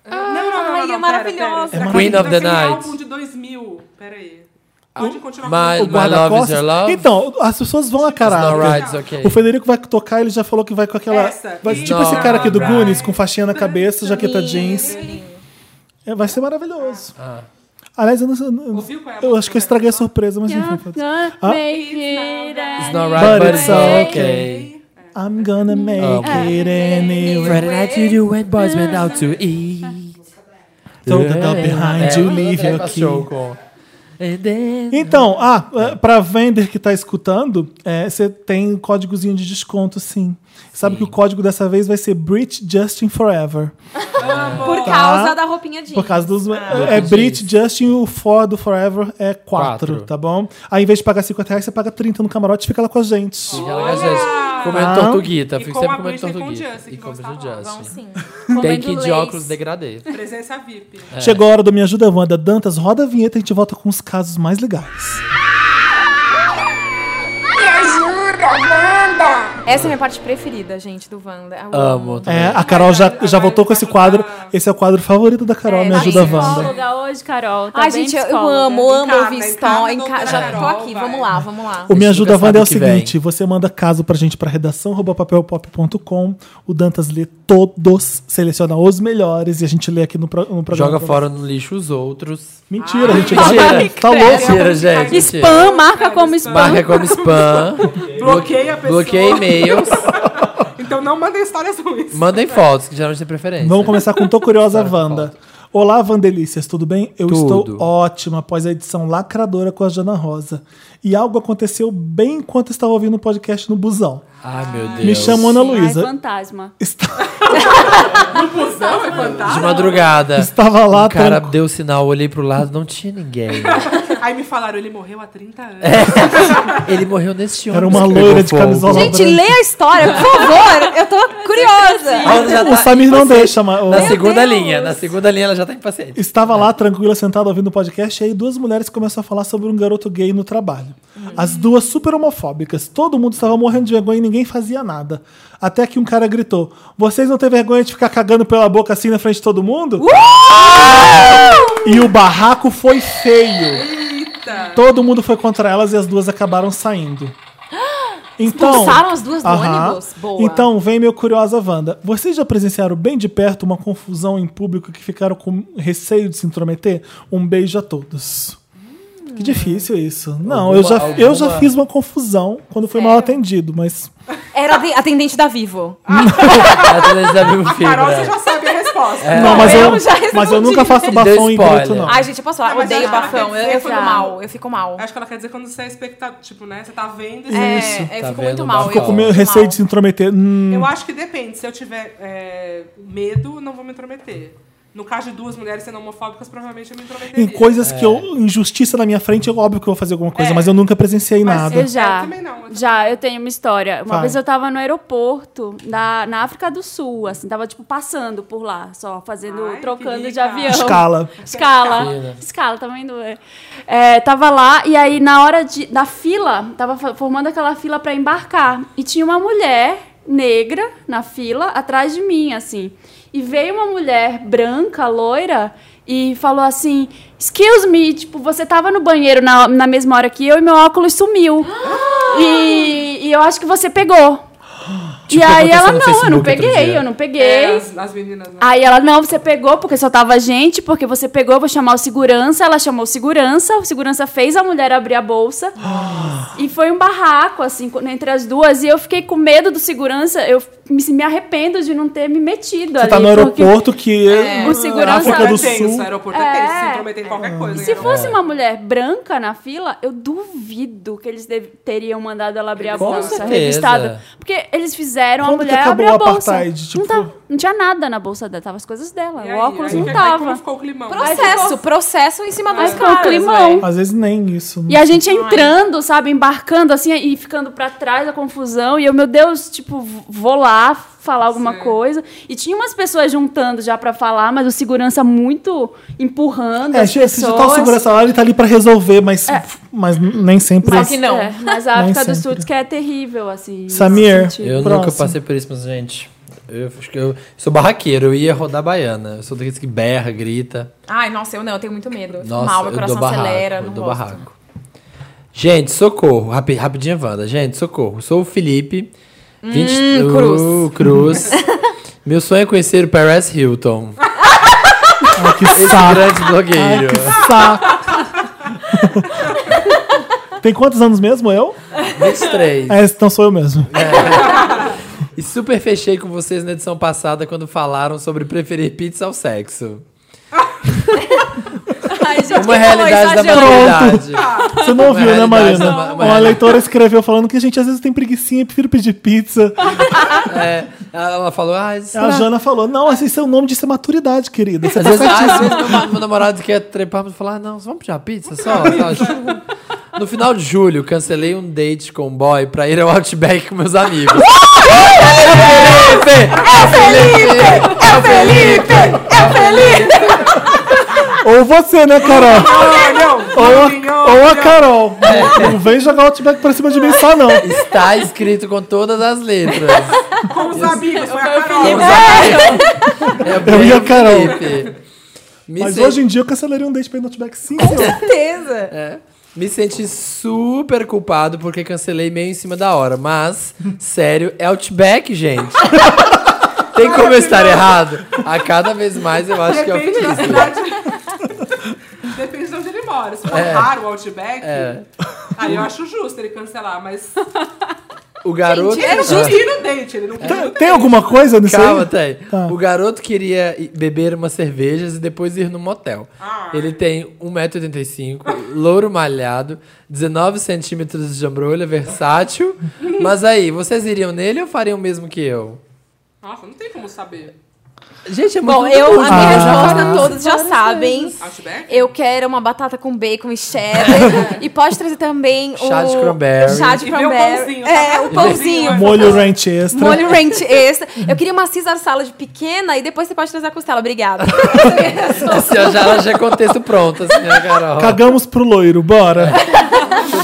Speaker 3: Não, não, não,
Speaker 2: Ai,
Speaker 3: não, não,
Speaker 2: é
Speaker 3: pera,
Speaker 2: maravilhosa.
Speaker 3: pera.
Speaker 4: Queen of the
Speaker 3: Daquele
Speaker 4: Night.
Speaker 3: álbum de 2000. Pera aí. Pode continuar
Speaker 4: My-
Speaker 1: O
Speaker 3: com
Speaker 4: my love is
Speaker 1: guarda-costas.
Speaker 4: your love.
Speaker 1: Então, as pessoas vão a
Speaker 4: Snow
Speaker 1: caralho.
Speaker 4: Rides, ok.
Speaker 1: O Federico vai tocar, ele já falou que vai com aquela.
Speaker 3: Essa.
Speaker 1: vai- tipo
Speaker 4: Snow
Speaker 1: esse cara aqui do
Speaker 4: Rides.
Speaker 1: Goonies, com faixinha na cabeça, jaqueta jeans. É, vai ser maravilhoso.
Speaker 4: Ah.
Speaker 1: Aliás, eu, não, eu não-
Speaker 3: Ouviu qual é a
Speaker 1: eu acho que eu estraguei a
Speaker 3: música?
Speaker 1: surpresa, mas enfim.
Speaker 5: You're
Speaker 1: pode-
Speaker 5: gonna
Speaker 1: Ah.
Speaker 5: make it
Speaker 4: It's not
Speaker 5: anyway.
Speaker 4: right,
Speaker 1: But
Speaker 4: but
Speaker 1: it's
Speaker 4: it's okay.
Speaker 1: okay. I'm gonna make
Speaker 4: Okay.
Speaker 1: it anyway.
Speaker 4: Friday night you do when boys went out to eat. É.
Speaker 1: Don't Então, get up behind you, leave your key. É
Speaker 4: And then-
Speaker 1: Então, ah, é, pra vender que tá escutando, é, você tem um códigozinho de desconto, sim. Sabe que o código dessa vez vai ser Brit Justin Forever.
Speaker 4: Tá.
Speaker 2: Por causa da roupinha jeans.
Speaker 1: Por causa dos. é é Brit Justin, o for do Forever é 4,
Speaker 4: Quatro.
Speaker 1: tá bom? Aí, em vez de pagar 50 reais, você paga 30 no camarote e fica lá com a gente.
Speaker 4: Fica lá com a gente. Comendo
Speaker 1: Ah.
Speaker 4: tortuguita.
Speaker 3: E
Speaker 4: Fico
Speaker 3: com
Speaker 4: sempre
Speaker 3: a
Speaker 4: comendo
Speaker 3: Britney com o
Speaker 4: tortuguita. E
Speaker 3: Justin, que
Speaker 4: com o
Speaker 3: vão estar lá.
Speaker 2: Vão
Speaker 4: Justin.
Speaker 2: sim.
Speaker 4: Tem
Speaker 5: Comendo
Speaker 4: que ir de
Speaker 5: lace.
Speaker 4: óculos degradê.
Speaker 3: Presença VIP.
Speaker 1: É.
Speaker 4: É.
Speaker 1: Chegou a hora do Me Ajuda Wanda. Dantas, roda a vinheta e a gente volta com os casos mais legais.
Speaker 8: Me ajuda, Wanda!
Speaker 2: Essa é a minha parte preferida, gente, do Wanda. Eu
Speaker 4: Amo. também.
Speaker 1: É, a Carol já, já voltou com esse quadro. Esse é o quadro favorito da Carol,
Speaker 2: É,
Speaker 1: Me
Speaker 2: tá
Speaker 1: Ajuda
Speaker 2: bem.
Speaker 1: Wanda.
Speaker 5: Psicóloga hoje, Carol. Tá
Speaker 2: Ai,
Speaker 5: bem
Speaker 2: gente, eu, eu
Speaker 5: psicóloga.
Speaker 2: amo, amo
Speaker 3: casa,
Speaker 2: ouvir
Speaker 3: em
Speaker 2: história. em
Speaker 3: casa,
Speaker 2: ca-
Speaker 3: doutora
Speaker 2: Já tô
Speaker 3: Carol,
Speaker 2: aqui,
Speaker 3: vai.
Speaker 2: vamos lá, vamos lá.
Speaker 1: O Me
Speaker 4: gente
Speaker 1: Ajuda
Speaker 4: nunca
Speaker 1: Wanda é o
Speaker 4: sabe o que
Speaker 1: seguinte: você manda caso pra gente pra redação arroba papelpop.com. O Dantas lê todos, seleciona os melhores e a gente lê aqui no, pro- no programa.
Speaker 4: Joga
Speaker 1: pra
Speaker 4: fora no lixo os outros.
Speaker 1: você. Mentira, a gente
Speaker 4: Mentira.
Speaker 1: Tá louco.
Speaker 4: Mentira, gente. mentira.
Speaker 5: Spam, marca como spam.
Speaker 4: Marca como spam.
Speaker 3: Bloqueia a pessoa.
Speaker 4: Bloqueia e-mails.
Speaker 3: Então não mandem histórias ruins.
Speaker 4: Mandem fotos, que geralmente tem preferência.
Speaker 1: Vamos começar com Tô Curiosa Wanda. Olá, Vandelícias, tudo bem? Eu
Speaker 4: Tudo.
Speaker 1: estou ótima após a edição lacradora com a Jana Rosa. E algo aconteceu bem enquanto estava ouvindo o podcast no busão.
Speaker 4: Ai, meu Deus.
Speaker 1: Me chamo Ana
Speaker 5: Ai,
Speaker 1: Luísa.
Speaker 5: fantasma.
Speaker 1: Está-
Speaker 3: Fusão é
Speaker 4: De
Speaker 3: fantasma?
Speaker 4: madrugada.
Speaker 1: Estava lá,
Speaker 4: O Um cara
Speaker 1: tranqu-
Speaker 4: deu sinal, eu olhei pro lado, não tinha ninguém.
Speaker 3: Aí me falaram, ele morreu há 30 anos.
Speaker 4: É Ele morreu nesse ônibus.
Speaker 1: Era uma
Speaker 4: que pegou
Speaker 1: loira de
Speaker 4: fogo.
Speaker 1: camisola
Speaker 2: Gente, lê a história, por favor. Eu tô curiosa.
Speaker 4: Ela já
Speaker 1: O
Speaker 4: tá
Speaker 1: Samir não
Speaker 4: impaciente.
Speaker 1: deixa, mas.
Speaker 4: Na segunda
Speaker 2: Deus.
Speaker 4: linha, na segunda linha ela já tá impaciente.
Speaker 1: Estava lá tranquila, sentada ouvindo o podcast, e aí duas mulheres começam a falar sobre um garoto gay no trabalho. As duas super homofóbicas. Todo mundo estava morrendo de vergonha e ninguém fazia nada. Até que um cara gritou: Vocês não têm vergonha de ficar cagando pela boca assim na frente de todo mundo? E o barraco foi feio.
Speaker 3: Eita.
Speaker 1: Todo mundo foi contra elas e as duas acabaram saindo. Então,
Speaker 2: Expulsaram as duas do
Speaker 1: Aham.
Speaker 2: ônibus? Boa.
Speaker 1: Então, vem meu curiosa Wanda. Vocês já presenciaram bem de perto uma confusão em público que ficaram com receio de se intrometer? Um beijo a todos.
Speaker 2: Hum.
Speaker 1: Que difícil isso. Não, eu, já,
Speaker 4: Alguma-
Speaker 1: eu já
Speaker 4: alguma-
Speaker 1: fiz uma confusão quando fui
Speaker 2: É.
Speaker 1: mal atendido, mas
Speaker 2: Era de- atendente da Vivo.
Speaker 4: Ela tá deixando o filme,
Speaker 3: Carol,
Speaker 4: né?
Speaker 3: você já sabe a
Speaker 4: É
Speaker 3: resposta.
Speaker 1: não, mas eu,
Speaker 2: É. eu já respondi.
Speaker 1: mas eu nunca faço
Speaker 4: Deu
Speaker 1: bafão em
Speaker 4: spoiler.
Speaker 1: grito, não.
Speaker 2: Ai, gente, eu posso falar.
Speaker 3: Não, mas
Speaker 2: Odeio
Speaker 3: acho que ela
Speaker 2: bafão.
Speaker 3: quer
Speaker 2: Eu,
Speaker 3: dizer
Speaker 2: eu fico
Speaker 5: pra-
Speaker 2: mal. Eu fico mal.
Speaker 3: Acho que ela quer dizer quando você é espectador, tipo, né? Você tá vendo...
Speaker 2: É,
Speaker 1: Isso.
Speaker 2: eu
Speaker 4: Tá
Speaker 2: fico
Speaker 4: vendo,
Speaker 2: muito mal.
Speaker 4: Ficou
Speaker 1: Com
Speaker 2: eu
Speaker 1: meu
Speaker 2: fico
Speaker 1: receio
Speaker 2: mal.
Speaker 1: de se intrometer. Hum,
Speaker 3: Eu acho que depende. Se eu tiver é, medo, não vou me intrometer. No caso de duas mulheres sendo homofóbicas, provavelmente eu me intrometeria.
Speaker 1: em coisas que eu. Injustiça na minha frente, é óbvio que eu vou fazer alguma coisa,
Speaker 3: É.
Speaker 1: mas eu nunca presenciei
Speaker 3: Mas
Speaker 1: nada.
Speaker 5: Eu já.
Speaker 3: Eu também não, eu também
Speaker 5: já, eu tenho uma história. Uma
Speaker 1: Vai.
Speaker 5: vez eu tava no aeroporto da, na África do Sul, assim, tava, tipo, passando por lá, só fazendo,
Speaker 3: Ai, que
Speaker 5: trocando de
Speaker 3: rica.
Speaker 5: avião.
Speaker 1: Escala.
Speaker 5: Escala. Escala, tá vendo? É. É, tava lá, e aí na hora de, da fila, tava fa- formando aquela fila pra embarcar. E tinha uma mulher negra na fila, atrás de mim, assim. E veio uma mulher branca, loira, e falou assim: Excuse me, tipo, você tava no banheiro na, na mesma hora que eu e meu óculos sumiu. e, e eu acho que você pegou.
Speaker 4: Tipo,
Speaker 5: e aí
Speaker 4: aconteceu no
Speaker 5: ela, não, eu não
Speaker 4: Facebook outro
Speaker 5: peguei,
Speaker 4: dia."
Speaker 5: eu não peguei.
Speaker 3: É, as, as meninas, né?
Speaker 5: Aí ela, não, você pegou porque só tava gente, porque você pegou, eu vou chamar o segurança. Ela chamou o segurança, o segurança fez a mulher abrir a bolsa. E foi um barraco, assim, co- entre as duas. E eu fiquei com medo do segurança, eu me, me arrependo de não ter me metido
Speaker 1: Você
Speaker 5: ali.
Speaker 1: tá no
Speaker 5: porque-
Speaker 1: aeroporto que.
Speaker 5: O
Speaker 1: na
Speaker 5: segurança-
Speaker 1: África do
Speaker 3: é tenso,
Speaker 1: Sul.
Speaker 3: O aeroporto é tenso, se intrometer em qualquer coisa.
Speaker 5: Se
Speaker 3: né?
Speaker 1: É.
Speaker 5: fosse uma mulher branca na fila, eu duvido que eles dev- teriam mandado ela abrir a
Speaker 4: Com
Speaker 5: bolsa
Speaker 4: certeza.
Speaker 5: revistada. Porque eles fizeram
Speaker 1: Quando que
Speaker 5: a mulher abrir
Speaker 1: acabou
Speaker 5: a
Speaker 1: o
Speaker 5: bolsa.
Speaker 1: apartheid, tipo?
Speaker 5: Não, tava- não tinha nada na bolsa dela, tava as coisas dela.
Speaker 3: E
Speaker 5: o óculos
Speaker 3: aí,
Speaker 5: não
Speaker 3: aí
Speaker 5: tava.
Speaker 3: como é ficou o climão?
Speaker 2: Processo, processo em cima
Speaker 5: Mas
Speaker 2: dos
Speaker 5: ficou o
Speaker 2: caras.
Speaker 5: climão.
Speaker 2: velho.
Speaker 1: Às vezes nem isso.
Speaker 5: E a gente entrando, sabe, embarcando assim e ficando pra trás da confusão. E eu, meu Deus, tipo, v- vou lá falar alguma coisa. E tinha umas pessoas juntando já pra falar, mas o segurança muito empurrando
Speaker 1: É,
Speaker 5: as
Speaker 1: se já tá o
Speaker 5: pessoas.
Speaker 1: segurança lá, ele tá ali pra resolver, mas, mas nem sempre.
Speaker 2: Mas- que não.
Speaker 5: É, mas a
Speaker 1: Nem
Speaker 5: África do
Speaker 1: sempre.
Speaker 5: Sul diz que é terrível, assim.
Speaker 1: Samir,
Speaker 5: nesse sentido.
Speaker 4: Eu nunca
Speaker 1: Próximo.
Speaker 4: passei por isso, mas, gente. Eu acho que eu sou barraqueiro, eu ia rodar baiana. Eu sou daqueles que berra, grita.
Speaker 2: Ai, nossa, eu não, eu tenho muito medo. Eu fico
Speaker 4: Nossa,
Speaker 2: mal,
Speaker 4: eu
Speaker 2: meu
Speaker 4: dou
Speaker 2: coração
Speaker 4: barraco.
Speaker 2: acelera.
Speaker 4: eu
Speaker 2: não
Speaker 4: dou
Speaker 2: gosto.
Speaker 4: barraco. Gente, socorro. Rapi, rapidinho, Wanda. Gente, socorro. Sou o Felipe. 20... Uh,
Speaker 2: Hum, cruz.
Speaker 4: cruz. Meu sonho é conhecer o Paris Hilton.
Speaker 1: Ai, que
Speaker 4: Esse
Speaker 2: Tá.
Speaker 1: saco.
Speaker 4: grande
Speaker 1: Ai,
Speaker 4: blogueiro.
Speaker 1: que saco. Tem quantos anos mesmo eu?
Speaker 4: 23.
Speaker 1: É, então sou eu mesmo.
Speaker 4: E super fechei com vocês na edição passada quando falaram sobre preferir pizza ao sexo.
Speaker 2: Ai, gente,
Speaker 4: Uma
Speaker 2: quem falou isso,
Speaker 4: realidade da
Speaker 2: a Jana?
Speaker 4: modernidade.
Speaker 1: Você não ouviu, né,
Speaker 4: realidade,
Speaker 1: Marina?
Speaker 4: uma- uma
Speaker 1: Uma
Speaker 4: realidade.
Speaker 1: leitora escreveu falando que, gente, às vezes tem preguicinha e prefiro pedir pizza.
Speaker 4: É, ela falou, ah, isso
Speaker 1: A Jana falou: não, esse é o nome disso é maturidade, querida. Você
Speaker 4: Às
Speaker 1: tá
Speaker 4: vezes,
Speaker 1: certíssima.
Speaker 4: às vezes meu, meu namorado quer trepar, mas eu falo, ah, não, vamos pedir uma pizza só. só. No final de julho, cancelei um date com um boy pra ir ao Outback com meus amigos. É o Felipe! É o Felipe! É o Felipe!
Speaker 1: Ou você, né, Carol?
Speaker 3: Olhão,
Speaker 1: Ou
Speaker 3: olhão,
Speaker 1: a, ou a
Speaker 3: olhão.
Speaker 1: Carol. Não vem jogar o outback pra cima de mim só, não.
Speaker 4: Está escrito com todas as letras.
Speaker 3: Com os amigos, foi a Carol.
Speaker 4: É
Speaker 1: Eu
Speaker 4: bem
Speaker 1: e a
Speaker 4: o
Speaker 1: Carol.
Speaker 4: Felipe. Me
Speaker 1: Mas
Speaker 4: sen-
Speaker 1: hoje em dia eu cancelaria um date pra ir no outback sim. senhor.
Speaker 2: certeza.
Speaker 4: É. Me senti super culpado porque cancelei meio em cima da hora. Mas, sério, é Outback, gente. Tem como eu estar errado? A cada vez mais eu
Speaker 5: é
Speaker 4: acho que é eu
Speaker 5: né?
Speaker 3: Depende da
Speaker 4: fiz.
Speaker 3: cidade. Depende de onde ele mora. Se for
Speaker 4: É.
Speaker 3: raro o Outback,
Speaker 4: É.
Speaker 3: aí eu acho justo ele cancelar, mas...
Speaker 4: O garoto. Ah,
Speaker 3: Ele não queria no date, ele não queria.
Speaker 1: Tem- Tem alguma coisa nisso
Speaker 4: Calma,
Speaker 1: aí?
Speaker 4: Thay.
Speaker 1: Tá.
Speaker 4: O garoto queria ir- beber umas cervejas e depois ir no motel. Ele tem 1,85m, louro malhado, 19 centímetros de jambrolha, versátil. Mas aí, vocês iriam nele ou fariam o mesmo que eu?
Speaker 3: Nossa, não tem como saber.
Speaker 4: Gente, é muito
Speaker 2: Bom, eu, a minha
Speaker 4: Ah.
Speaker 2: resposta todos já sabem.
Speaker 3: Outback?
Speaker 2: Eu quero uma batata com bacon e cheddar. e pode trazer também
Speaker 4: Chá
Speaker 2: o...
Speaker 4: de cranberry.
Speaker 2: Chá de
Speaker 3: E meu
Speaker 2: cranberry.
Speaker 3: pãozinho,
Speaker 2: É,
Speaker 3: tá?
Speaker 2: o pãozinho.
Speaker 1: Molho ranch extra.
Speaker 2: Molho ranch extra. Eu queria uma Caesar salad pequena e depois você pode trazer a costela. Obrigada.
Speaker 4: Assim, ó, já, ela já é contexto pronto, assim, né, Carol?
Speaker 1: Cagamos pro loiro, bora.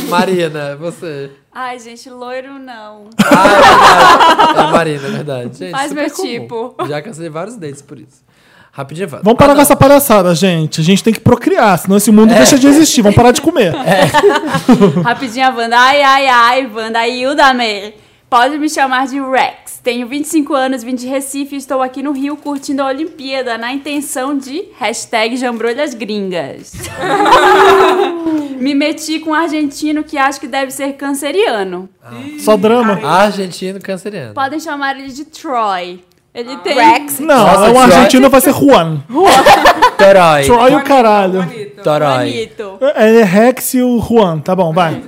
Speaker 4: Marina, você.
Speaker 5: Ai, gente, loiro não.
Speaker 4: Ah, é verdade. É, Marina, é verdade. Gente,
Speaker 5: Faz
Speaker 4: super
Speaker 5: meu
Speaker 4: comum.
Speaker 2: tipo.
Speaker 4: Já cancelei vários dates por isso. Rapidinho, fala.
Speaker 1: Vamos parar com essa palhaçada, gente. A gente tem que procriar, senão esse mundo deixa de existir. Vamos parar de comer.
Speaker 5: Rapidinho a Wanda. Ai, ai, ai, Wanda. Ai, Yudame. Pode me chamar de Rex. Tenho 25 anos, vim de Recife e estou aqui no Rio curtindo a Olimpíada na intenção de hashtag jambrolhas gringas. me meti com um argentino que acho que deve ser canceriano.
Speaker 1: Só drama.
Speaker 4: Argentino canceriano.
Speaker 5: Podem chamar ele de Troy. Ele tem...
Speaker 2: Rex.
Speaker 1: Não,
Speaker 4: Nossa,
Speaker 1: o
Speaker 4: Troy.
Speaker 1: argentino vai ser Juan.
Speaker 4: Torói.
Speaker 1: Troy o caralho.
Speaker 4: Tá.
Speaker 3: Bonito.
Speaker 4: Torói.
Speaker 5: Bonito.
Speaker 1: É é Rex e o Juan, tá bom, vai.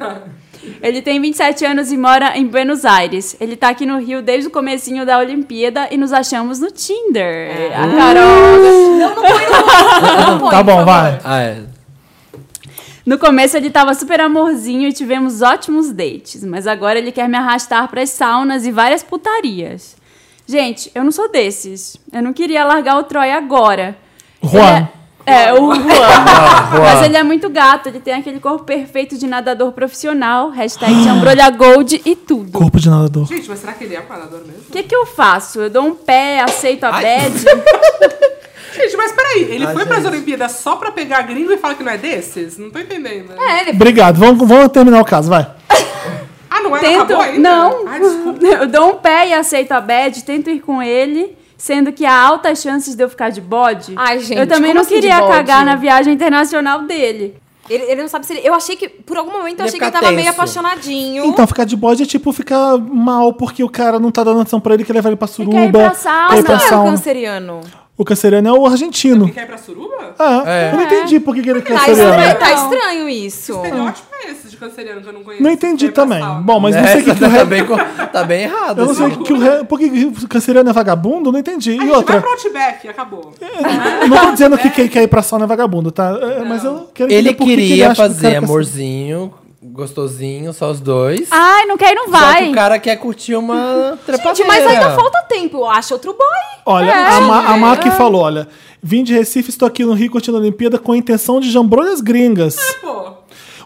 Speaker 5: Ele tem 27 anos e mora em Buenos Aires. Ele tá aqui no Rio desde o comecinho da Olimpíada e nos achamos no Tinder. A Carol.
Speaker 1: Tá bom, vai.
Speaker 4: Ah, é.
Speaker 5: No começo ele tava super amorzinho e tivemos ótimos dates, mas agora ele quer me arrastar pras saunas e várias putarias. Gente, eu não sou desses. Eu não queria largar o Troy agora.
Speaker 1: Juan.
Speaker 5: Ele É, é, o Juan.
Speaker 4: Juan.
Speaker 5: Mas ele é muito gato, ele tem aquele corpo perfeito de nadador profissional, hashtag jambrolha gold e tudo.
Speaker 1: Corpo de nadador.
Speaker 3: Gente, mas será que ele é um nadador mesmo?
Speaker 5: O que, que eu faço? Eu dou um pé, aceito a bad?
Speaker 3: Gente, mas peraí, ele foi pras Olimpíadas só pra pegar gringo e fala que não é desses? Não tô entendendo.
Speaker 2: É, ele
Speaker 1: Obrigado. Vamos, vamos terminar o caso, vai.
Speaker 3: Ah, não é?
Speaker 5: Tento.
Speaker 3: Acabou ainda?
Speaker 5: Não.
Speaker 3: Ai, desculpa.
Speaker 5: Eu dou um pé e aceito a bad, tento ir com ele, sendo que há altas chances de eu ficar de bode.
Speaker 2: Ai, gente,
Speaker 5: Eu também
Speaker 2: como
Speaker 5: não
Speaker 2: assim de
Speaker 5: queria
Speaker 2: bode?
Speaker 5: cagar na viagem internacional dele.
Speaker 2: Ele, ele não sabe se ele. Eu achei que, por algum momento, eu
Speaker 4: Ele
Speaker 2: achei que ele
Speaker 4: fica
Speaker 2: tava meio
Speaker 4: tenso.
Speaker 2: apaixonadinho.
Speaker 1: é Então, ficar de bode é tipo ficar mal porque o cara não tá dando atenção pra ele, que leva ele pra suruba.
Speaker 5: quer ir pra sauna.
Speaker 1: quer ir
Speaker 2: mas
Speaker 1: pra
Speaker 2: quem é o
Speaker 1: sauna.
Speaker 2: canceriano?
Speaker 1: O canceriano é o argentino.
Speaker 3: Ele quer ir pra suruba?
Speaker 1: Ah,
Speaker 4: É.
Speaker 1: eu não entendi por que, que ele é
Speaker 2: Tá, estranho,
Speaker 1: canceriano.
Speaker 2: tá
Speaker 3: Então.
Speaker 2: estranho isso.
Speaker 3: Que estereótipo é esse de canceriano que eu não conheço?
Speaker 1: Não entendi
Speaker 3: Quer ir pra
Speaker 1: também.
Speaker 3: sauna.
Speaker 1: Bom, mas não sei o que,
Speaker 4: Essa
Speaker 1: que o
Speaker 4: tá,
Speaker 1: Rex
Speaker 4: bem, co- tá bem errado.
Speaker 1: Eu não sei
Speaker 4: assim.
Speaker 1: que o re... Por que que o canceriano é vagabundo? Não entendi.
Speaker 3: a
Speaker 1: E
Speaker 3: gente vai
Speaker 1: outra,
Speaker 3: pro Outback, acabou.
Speaker 1: eu não tô dizendo que quem quer ir pra sauna é vagabundo, tá? É, Mas eu quero entender
Speaker 4: Ele
Speaker 1: por que que
Speaker 4: queria
Speaker 1: acha que o cara tá
Speaker 4: fazer
Speaker 1: quer-
Speaker 4: amorzinho, gostosinho, só os dois.
Speaker 5: Ai, não quer e não
Speaker 4: Só que
Speaker 5: vai.
Speaker 4: o cara quer curtir uma trepadeira.
Speaker 2: Gente, mas ainda falta tempo. Acha outro boy.
Speaker 1: Olha, a, Ma a Maki falou, olha, vim de Recife, estou aqui no Rio curtindo a Olimpíada com a intenção de jambrolhas gringas.
Speaker 3: Pô,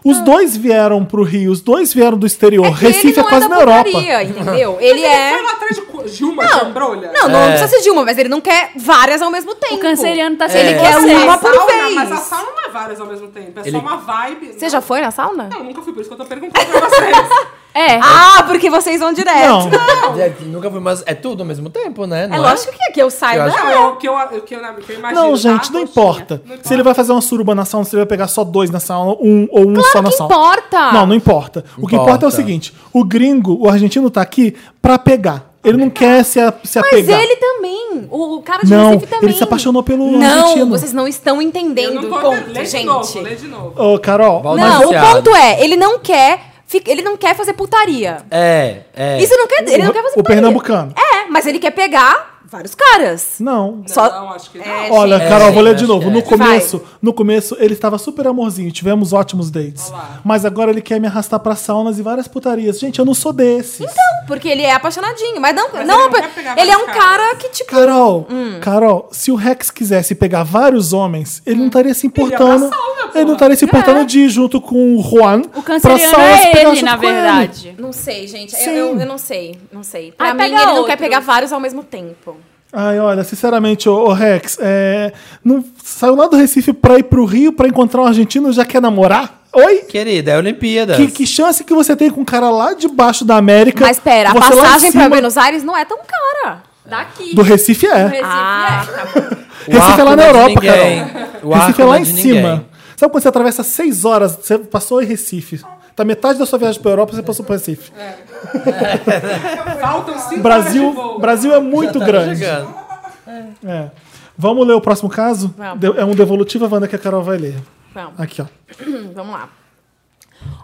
Speaker 1: Os dois vieram pro Rio, os dois vieram do exterior.
Speaker 2: Ah. É que ele
Speaker 1: Recife é
Speaker 2: não
Speaker 1: quase
Speaker 2: é da
Speaker 1: na Europa.
Speaker 2: putaria, entendeu? Ele
Speaker 3: foi
Speaker 2: é.
Speaker 3: lá atrás de cu- Gilma
Speaker 2: Não.
Speaker 3: Jambrolha?
Speaker 2: Não, não
Speaker 4: É.
Speaker 2: precisa ser de uma, mas ele não quer várias ao mesmo tempo.
Speaker 5: O canceriano tá sendo
Speaker 2: Ele quer um
Speaker 5: vocês.
Speaker 2: uma
Speaker 3: A
Speaker 2: por
Speaker 3: É sauna,
Speaker 2: vez.
Speaker 3: Mas a sauna não é várias ao mesmo tempo, é
Speaker 4: Ele-
Speaker 3: só uma vibe.
Speaker 2: Você já foi na sauna?
Speaker 3: Não, nunca fui, por isso que eu tô perguntando pra vocês.
Speaker 5: É.
Speaker 2: Ah, porque vocês vão direto.
Speaker 1: Não,
Speaker 4: É, nunca fui, mas é tudo ao mesmo tempo, né?
Speaker 2: É
Speaker 4: Não
Speaker 2: lótro que é que eu
Speaker 4: Eu
Speaker 2: saiba.
Speaker 4: acho
Speaker 3: Não, eu, que eu, eu, que eu, que eu
Speaker 2: É,
Speaker 3: imagino.
Speaker 1: não,
Speaker 3: tá?
Speaker 1: gente, não
Speaker 3: Coxinha.
Speaker 1: importa. Se ele vai fazer uma suruba na sauna, se ele vai pegar só dois na sauna, um ou um só na
Speaker 2: Não
Speaker 1: sauna.
Speaker 2: importa.
Speaker 1: Não, não importa. O que importa é o
Speaker 4: Importa.
Speaker 1: seguinte: o gringo, o argentino tá aqui pra pegar. Ele não quer se, a- se
Speaker 2: Mas
Speaker 1: apegar.
Speaker 2: ele também. O o cara de
Speaker 1: não,
Speaker 2: Recife também.
Speaker 1: ele se apaixonou pelo
Speaker 2: Não,
Speaker 1: argentino.
Speaker 2: vocês não estão
Speaker 3: Eu
Speaker 2: entendendo
Speaker 3: não
Speaker 2: o
Speaker 3: tô
Speaker 2: ponto,
Speaker 3: lê
Speaker 2: gente.
Speaker 3: De novo, né? lê de novo.
Speaker 1: Ô, Carol,
Speaker 4: Volta
Speaker 1: mas
Speaker 2: Não, o
Speaker 4: Balanceado.
Speaker 2: ponto é, ele não quer, fi- ele não quer fazer putaria.
Speaker 4: É, é.
Speaker 2: Isso não quer, ele não quer fazer
Speaker 1: o
Speaker 2: putaria.
Speaker 1: pernambucano.
Speaker 2: É, mas ele quer pegar vários caras.
Speaker 1: Não.
Speaker 2: Só
Speaker 3: Não, acho que não.
Speaker 2: É,
Speaker 1: Olha,
Speaker 2: gente.
Speaker 1: Carol,
Speaker 4: É,
Speaker 1: vou ler
Speaker 4: acho
Speaker 1: de novo.
Speaker 4: que
Speaker 1: No
Speaker 4: é.
Speaker 1: começo, no começo ele estava super amorzinho, tivemos ótimos dates. Mas agora ele quer me arrastar pra saunas e várias putarias. Gente, eu não sou desses.
Speaker 2: porque ele é apaixonadinho, mas não,
Speaker 3: Mas
Speaker 2: não,
Speaker 3: ele não quer pegar
Speaker 2: ele é um
Speaker 3: vários
Speaker 2: cara que tipo
Speaker 1: Carol, Carol, se o Rex quisesse pegar vários homens, ele não estaria se importando.
Speaker 3: pra sauna, porra.
Speaker 1: ele não estaria se importando de ir junto com o Juan
Speaker 5: O
Speaker 1: pra
Speaker 5: canceriano
Speaker 1: saunas
Speaker 5: é
Speaker 1: pegar
Speaker 5: ele,
Speaker 1: junto
Speaker 5: na
Speaker 1: com
Speaker 5: verdade.
Speaker 2: não sei, gente.
Speaker 1: Sim.
Speaker 2: Eu, eu, eu não sei, não sei. Pra
Speaker 5: Ai,
Speaker 2: mim, ele
Speaker 5: pega
Speaker 2: não quer
Speaker 5: outro.
Speaker 2: pegar vários ao mesmo tempo.
Speaker 1: Ai, olha, sinceramente, ô, ô, Rex, é, não, saiu lá do Recife pra ir pro Rio pra encontrar um argentino e já quer namorar? Oi?
Speaker 4: Querida, é Olimpíadas.
Speaker 1: Que, que chance que você tem com um cara lá debaixo da América?
Speaker 2: Mas pera, a
Speaker 1: você lá em
Speaker 2: passagem pra
Speaker 1: cima
Speaker 2: Buenos Aires não é tão cara.
Speaker 5: Daqui.
Speaker 1: Do Recife é.
Speaker 5: Do Recife,
Speaker 2: Ah,
Speaker 5: é.
Speaker 2: tá bom.
Speaker 4: O
Speaker 1: Recife é
Speaker 4: arco
Speaker 1: lá na
Speaker 4: não é de
Speaker 1: Europa,
Speaker 4: ninguém.
Speaker 1: Carol.
Speaker 4: O arco
Speaker 1: Recife é
Speaker 4: não
Speaker 1: lá
Speaker 4: é
Speaker 1: em
Speaker 4: de
Speaker 1: cima.
Speaker 4: ninguém.
Speaker 1: Sabe quando você atravessa seis horas? Você passou em Recife. Tá metade da sua viagem pra Europa, você passou pro Recife.
Speaker 4: É.
Speaker 3: Faltam cinco horas de
Speaker 1: Brasil,
Speaker 3: voo.
Speaker 1: Brasil é muito
Speaker 4: Tá
Speaker 1: grande.
Speaker 4: chegando.
Speaker 1: É. Vamos ler o próximo caso?
Speaker 2: Vamos.
Speaker 1: De- É um devolutivo, Wanda, que a Carol vai ler.
Speaker 2: Vamos.
Speaker 1: Aqui, ó.
Speaker 2: Hum, Vamos lá.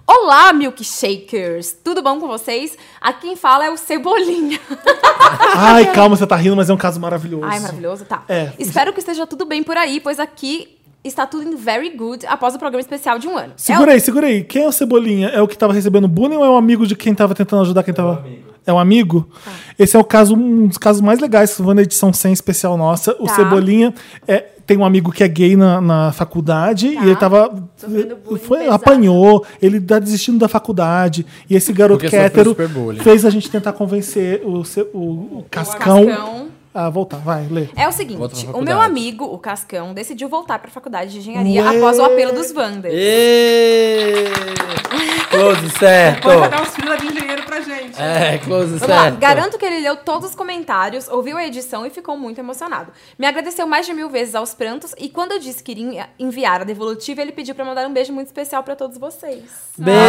Speaker 2: Olá, milkshakers! Tudo bom com vocês? Aqui quem fala é o Cebolinha.
Speaker 1: Ai, calma, você tá rindo, mas é um caso maravilhoso.
Speaker 2: Ai, maravilhoso, tá.
Speaker 1: É.
Speaker 2: Espero que esteja tudo bem por aí, pois aqui está tudo em very good após o programa especial de um ano.
Speaker 1: Segura aí, segura aí. Quem é o Cebolinha? É o que tava recebendo bullying ou é um amigo de quem tava tentando ajudar quem tava. É um amigo? Esse é o caso, um dos casos mais legais, foi na edição 100 especial nossa. O
Speaker 2: Tá.
Speaker 1: Cebolinha é- tem um amigo que é gay na, na faculdade e ele tava.
Speaker 5: Sofrendo bullying
Speaker 1: Foi,
Speaker 5: pesado.
Speaker 1: apanhou, ele tá desistindo da faculdade. E esse garoto
Speaker 4: Porque
Speaker 1: que é
Speaker 4: sofreu
Speaker 1: hétero
Speaker 4: super bullying.
Speaker 1: fez a gente tentar convencer o, Ce- o- o Cascão,
Speaker 2: Cascão.
Speaker 1: a voltar. Vai, lê.
Speaker 2: É o
Speaker 4: Volta pra
Speaker 2: seguinte, o
Speaker 4: faculdade.
Speaker 2: meu amigo, o Cascão, decidiu voltar para a faculdade de engenharia
Speaker 1: Ué.
Speaker 2: após o apelo dos Wanders.
Speaker 4: Ê! Close certo.
Speaker 3: Depois vai dar uns fila de engenheiro pra gente.
Speaker 4: É, close
Speaker 2: Vamos lá.
Speaker 4: certo.
Speaker 2: Garanto que ele leu todos os comentários, ouviu a edição e ficou muito emocionado. Me agradeceu mais de mil vezes aos prantos e quando eu disse que iria enviar a devolutiva, ele pediu pra mandar um beijo muito especial pra todos vocês.
Speaker 4: Beijo,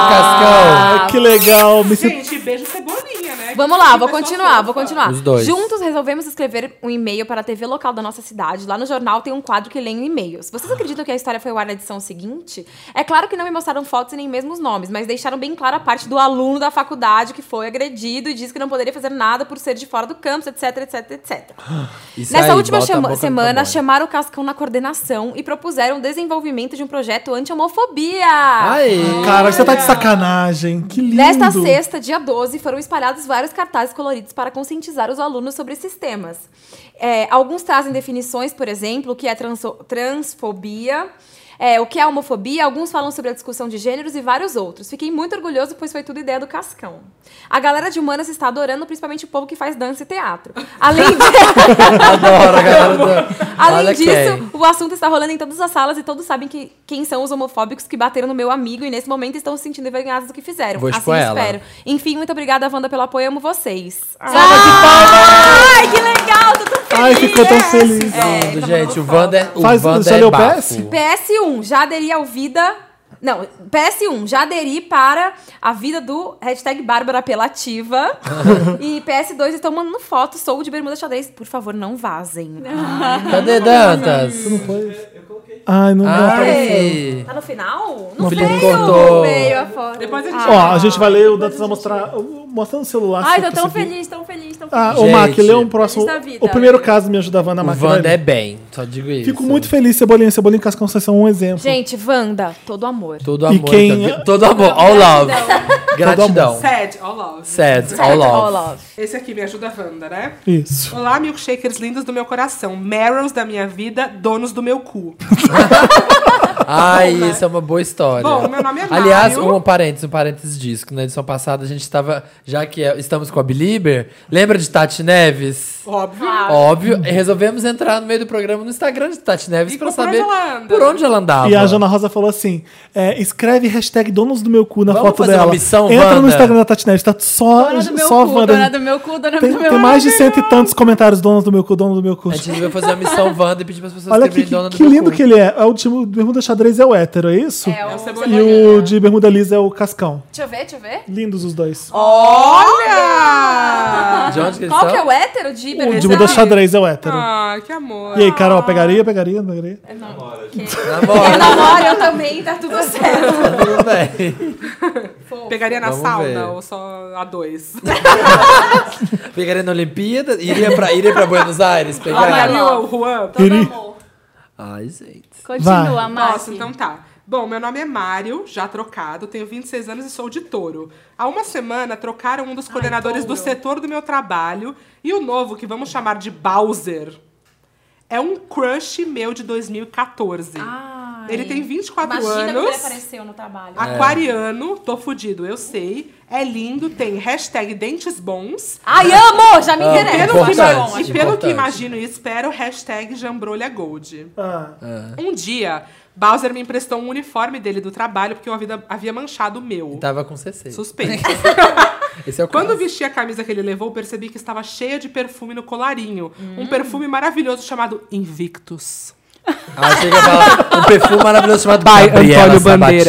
Speaker 1: Ah, que legal. Me sinto-
Speaker 3: Gente, beijo cebolinha, né?
Speaker 2: Vamos lá, vou continuar, vou continuar.
Speaker 4: Os dois.
Speaker 2: Juntos resolvemos escrever um e-mail para a TV local da nossa cidade. Lá no jornal tem um quadro que lê em e-mails. Vocês acreditam que a história foi ao ar na edição seguinte? É claro que não me mostraram fotos e nem mesmo os nomes, mas deixaram bem claro a parte do aluno da faculdade que foi agredido e disse que não poderia fazer nada por ser de fora do campus, etc, etc, etc.
Speaker 4: Cascão. Isso
Speaker 2: Nessa
Speaker 4: aí,
Speaker 2: última
Speaker 4: bota a
Speaker 2: chama-
Speaker 4: boca no
Speaker 2: semana,
Speaker 4: tambor.
Speaker 2: chamaram o Cascão na coordenação e propuseram o desenvolvimento de um projeto anti-homofobia.
Speaker 4: Aí.
Speaker 1: Cara, você tá de sacanagem. Que lindo.
Speaker 2: Nesta sexta, dia 12, foram espalhados vários cartazes coloridos para conscientizar os alunos sobre esses temas. É, alguns trazem definições, por exemplo, o que é transo- transfobia, é, o que é homofobia, alguns falam sobre a discussão de gêneros e vários outros. Fiquei muito orgulhoso, pois foi tudo ideia do Cascão. A galera de humanas está adorando, principalmente o povo que faz dança e teatro. Além de...
Speaker 4: Adoro, galera.
Speaker 2: Além
Speaker 4: Olha
Speaker 2: disso,
Speaker 4: quem.
Speaker 2: o assunto está rolando em todas as salas e todos sabem que, quem são os homofóbicos que bateram no meu amigo e nesse momento estão se sentindo envergonhados do que fizeram.
Speaker 4: Vou
Speaker 2: assim
Speaker 4: expor ela.
Speaker 2: espero. Enfim, muito obrigada, Wanda, pelo apoio. Amo vocês. Ai, que legal! Tô tão feliz!
Speaker 1: Ai, ficou tão feliz.
Speaker 5: É.
Speaker 4: Lindo, gente, o Vander, o
Speaker 1: Faz-
Speaker 4: Vander
Speaker 1: só
Speaker 4: é
Speaker 1: leu o
Speaker 4: bafo.
Speaker 1: PS?
Speaker 2: PS1, já aderi ao Vida... Não, PS1, já aderi para a vida do hashtag Bárbara Apelativa. e PS2, estão mandando foto, sou de bermuda xadrez. Por favor, não vazem.
Speaker 4: Cadê Dantas?
Speaker 1: Ai, não dá.
Speaker 4: Ai.
Speaker 2: Tá no final?
Speaker 4: O
Speaker 2: Não
Speaker 4: Felipe
Speaker 2: veio,
Speaker 4: cortou.
Speaker 2: não veio a foto.
Speaker 3: Depois a gente
Speaker 1: Ó, a gente vai ler o Dantas vai mostrar. Mostrando o celular.
Speaker 5: Ah. Ai,
Speaker 1: se eu
Speaker 5: tô tão
Speaker 1: conseguir.
Speaker 5: feliz, tão feliz, tão
Speaker 1: Ah,
Speaker 5: feliz.
Speaker 1: ô Mac,
Speaker 4: Gente.
Speaker 1: lê um próximo.
Speaker 5: Feliz da vida.
Speaker 1: O primeiro caso me ajudava na
Speaker 4: O
Speaker 1: Mac.
Speaker 4: Vander
Speaker 1: vai
Speaker 4: é
Speaker 1: ler.
Speaker 4: bem, só digo isso.
Speaker 1: Fico muito feliz, Cebolinha. Cebolinha e Cascão, vocês são um exemplo.
Speaker 2: Gente, Wanda, todo amor.
Speaker 4: Todo amor.
Speaker 1: quem-
Speaker 4: também. Todo amor. All love. Gratidão.
Speaker 3: Sad, all love.
Speaker 4: Sad. All
Speaker 2: All
Speaker 4: love.
Speaker 2: love.
Speaker 3: Esse aqui me ajuda a Wanda, né?
Speaker 1: Isso.
Speaker 3: Olá, milkshakers lindos do meu coração. Merrells da minha vida, donos do meu cu.
Speaker 4: Ai, isso é uma boa história.
Speaker 3: Bom, meu nome é Mário.
Speaker 4: Aliás, um parênteses, um parênteses disso. que Na edição passada a gente tava, já que é- estamos com a Belieber, lembra de Tati Neves?
Speaker 3: Óbvio.
Speaker 4: Óbvio, resolvemos entrar no meio do programa no Instagram de Tati Neves
Speaker 3: E
Speaker 4: pra
Speaker 3: por onde
Speaker 4: saber
Speaker 3: ela anda?
Speaker 4: por onde ela andava.
Speaker 1: E a Jana Rosa falou assim: é, escreve hashtag donos do meu cu na
Speaker 4: Vamos
Speaker 1: foto
Speaker 4: fazer
Speaker 1: dela.
Speaker 4: uma missão,
Speaker 1: Entra no
Speaker 4: Wanda?
Speaker 1: Instagram da Tati Neves, tá só,
Speaker 5: Dona do meu
Speaker 1: só
Speaker 5: cu,
Speaker 1: Wanda.
Speaker 5: dona do meu cu, dona
Speaker 1: Tem,
Speaker 5: do meu
Speaker 1: tem mais de
Speaker 5: cu.
Speaker 1: cento e tantos comentários, donos do meu cu, dono do meu cu.
Speaker 4: A gente vai fazer uma missão Wanda e pedir pras pessoas
Speaker 1: Olha que,
Speaker 4: escreverem
Speaker 1: que,
Speaker 4: dona
Speaker 1: que
Speaker 4: do meu
Speaker 1: lindo
Speaker 4: cu.
Speaker 1: que ele é. É o time do Bermuda Xadrez é o hétero, é isso?
Speaker 2: É o
Speaker 1: E o de Bermuda Lisa é o Cascão.
Speaker 2: Deixa eu ver, deixa eu ver.
Speaker 1: Lindos os dois.
Speaker 2: Ah.
Speaker 3: Olha!
Speaker 4: De onde que eles
Speaker 2: Qual que é
Speaker 4: são?
Speaker 2: o hétero de
Speaker 1: o de
Speaker 2: Ibermizar?
Speaker 1: Bermuda Xadrez é o hétero.
Speaker 3: Ah, que amor.
Speaker 1: E aí, Carol, pegaria, pegaria, pegaria?
Speaker 2: Eu
Speaker 4: Namora,
Speaker 2: namoro, eu também, tá tudo certo.
Speaker 4: tudo bem.
Speaker 3: Pegaria na
Speaker 4: Vamos ver.
Speaker 3: sauna ou só a dois?
Speaker 4: Pegaria na Olimpíada, iria pra, iria pra Buenos Aires
Speaker 3: Pegaria
Speaker 4: pegar.
Speaker 3: é o Juan?
Speaker 1: Ele-
Speaker 4: Ai, gente.
Speaker 5: Continua, Márcio.
Speaker 3: Nossa, então tá. Bom, meu nome é Mário, já trocado, tenho 26 anos e sou de touro. Há uma semana trocaram um dos coordenadores do setor do meu trabalho e o novo, que vamos chamar de Bowser, é um crush meu de 2014. ele tem
Speaker 2: tá
Speaker 3: 24 anos.
Speaker 2: no trabalho.
Speaker 4: É.
Speaker 3: Aquariano, tô fudido, eu sei. É lindo, tem hashtag dentes bons.
Speaker 2: Ai, amo! Já me
Speaker 4: Amo.
Speaker 2: interessa.
Speaker 3: Pelo que
Speaker 4: Importante,
Speaker 3: ima- e pelo que
Speaker 4: importante.
Speaker 3: imagino e espero, hashtag jambrolha gold.
Speaker 1: Ah,
Speaker 3: Um dia, Bowser me emprestou um uniforme dele do trabalho porque eu havia, havia manchado o meu.
Speaker 4: Tava com CC.
Speaker 3: Suspeito.
Speaker 4: Esse é o
Speaker 3: Quando
Speaker 4: caso.
Speaker 3: vesti a camisa que ele levou, percebi que estava cheia de perfume no colarinho. Um perfume maravilhoso chamado Invictus.
Speaker 4: Ah, chega pra lá, um perfume maravilhoso chamado
Speaker 3: By
Speaker 4: Gabriela
Speaker 3: Antônio
Speaker 4: Sabatini.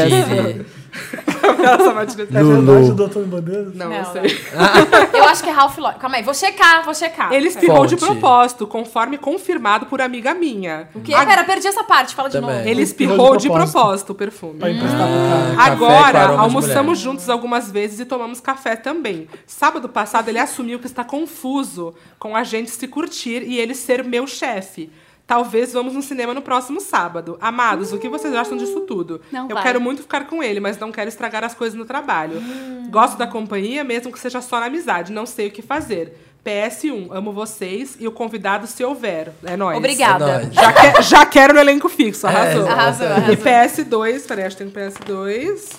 Speaker 3: Gabriela Sabatini tá
Speaker 1: É
Speaker 4: Lulu.
Speaker 1: verdade do Antônio Bandeiras?
Speaker 3: Não,
Speaker 2: Não,
Speaker 3: não sei.
Speaker 2: Eu acho que é Ralph Lauren. Calma aí, vou checar, vou checar.
Speaker 3: Ele espirrou de
Speaker 4: Fonte.
Speaker 3: propósito, conforme confirmado por amiga minha.
Speaker 2: O quê? Pera, perdi essa parte, fala de
Speaker 4: Também.
Speaker 2: novo.
Speaker 3: Ele
Speaker 1: Espirrou
Speaker 3: espirrou
Speaker 1: de
Speaker 3: de propósito o perfume.
Speaker 1: Pra emprestar pro cara.
Speaker 4: Café com aroma
Speaker 3: Agora,
Speaker 4: de mulher. É
Speaker 3: almoçamos juntos algumas vezes e tomamos café também. Sábado passado, ele assumiu que está confuso com a gente se curtir e ele ser meu chefe. Talvez vamos no cinema no próximo sábado. Amados, o que vocês acham disso tudo?
Speaker 5: Não
Speaker 3: Eu
Speaker 5: vai.
Speaker 3: quero muito ficar com ele, mas não quero estragar as coisas no trabalho. Gosto da companhia, mesmo que seja só na amizade. Não sei o que fazer. PS1, amo vocês e o convidado se houver. É nóis.
Speaker 4: É
Speaker 2: Obrigada.
Speaker 4: nóis.
Speaker 3: Já, que- já quero no elenco fixo, arrasou.
Speaker 4: É,
Speaker 2: Arrasou,
Speaker 4: exatamente.
Speaker 3: E PS2, peraí, acho que tem um PS2.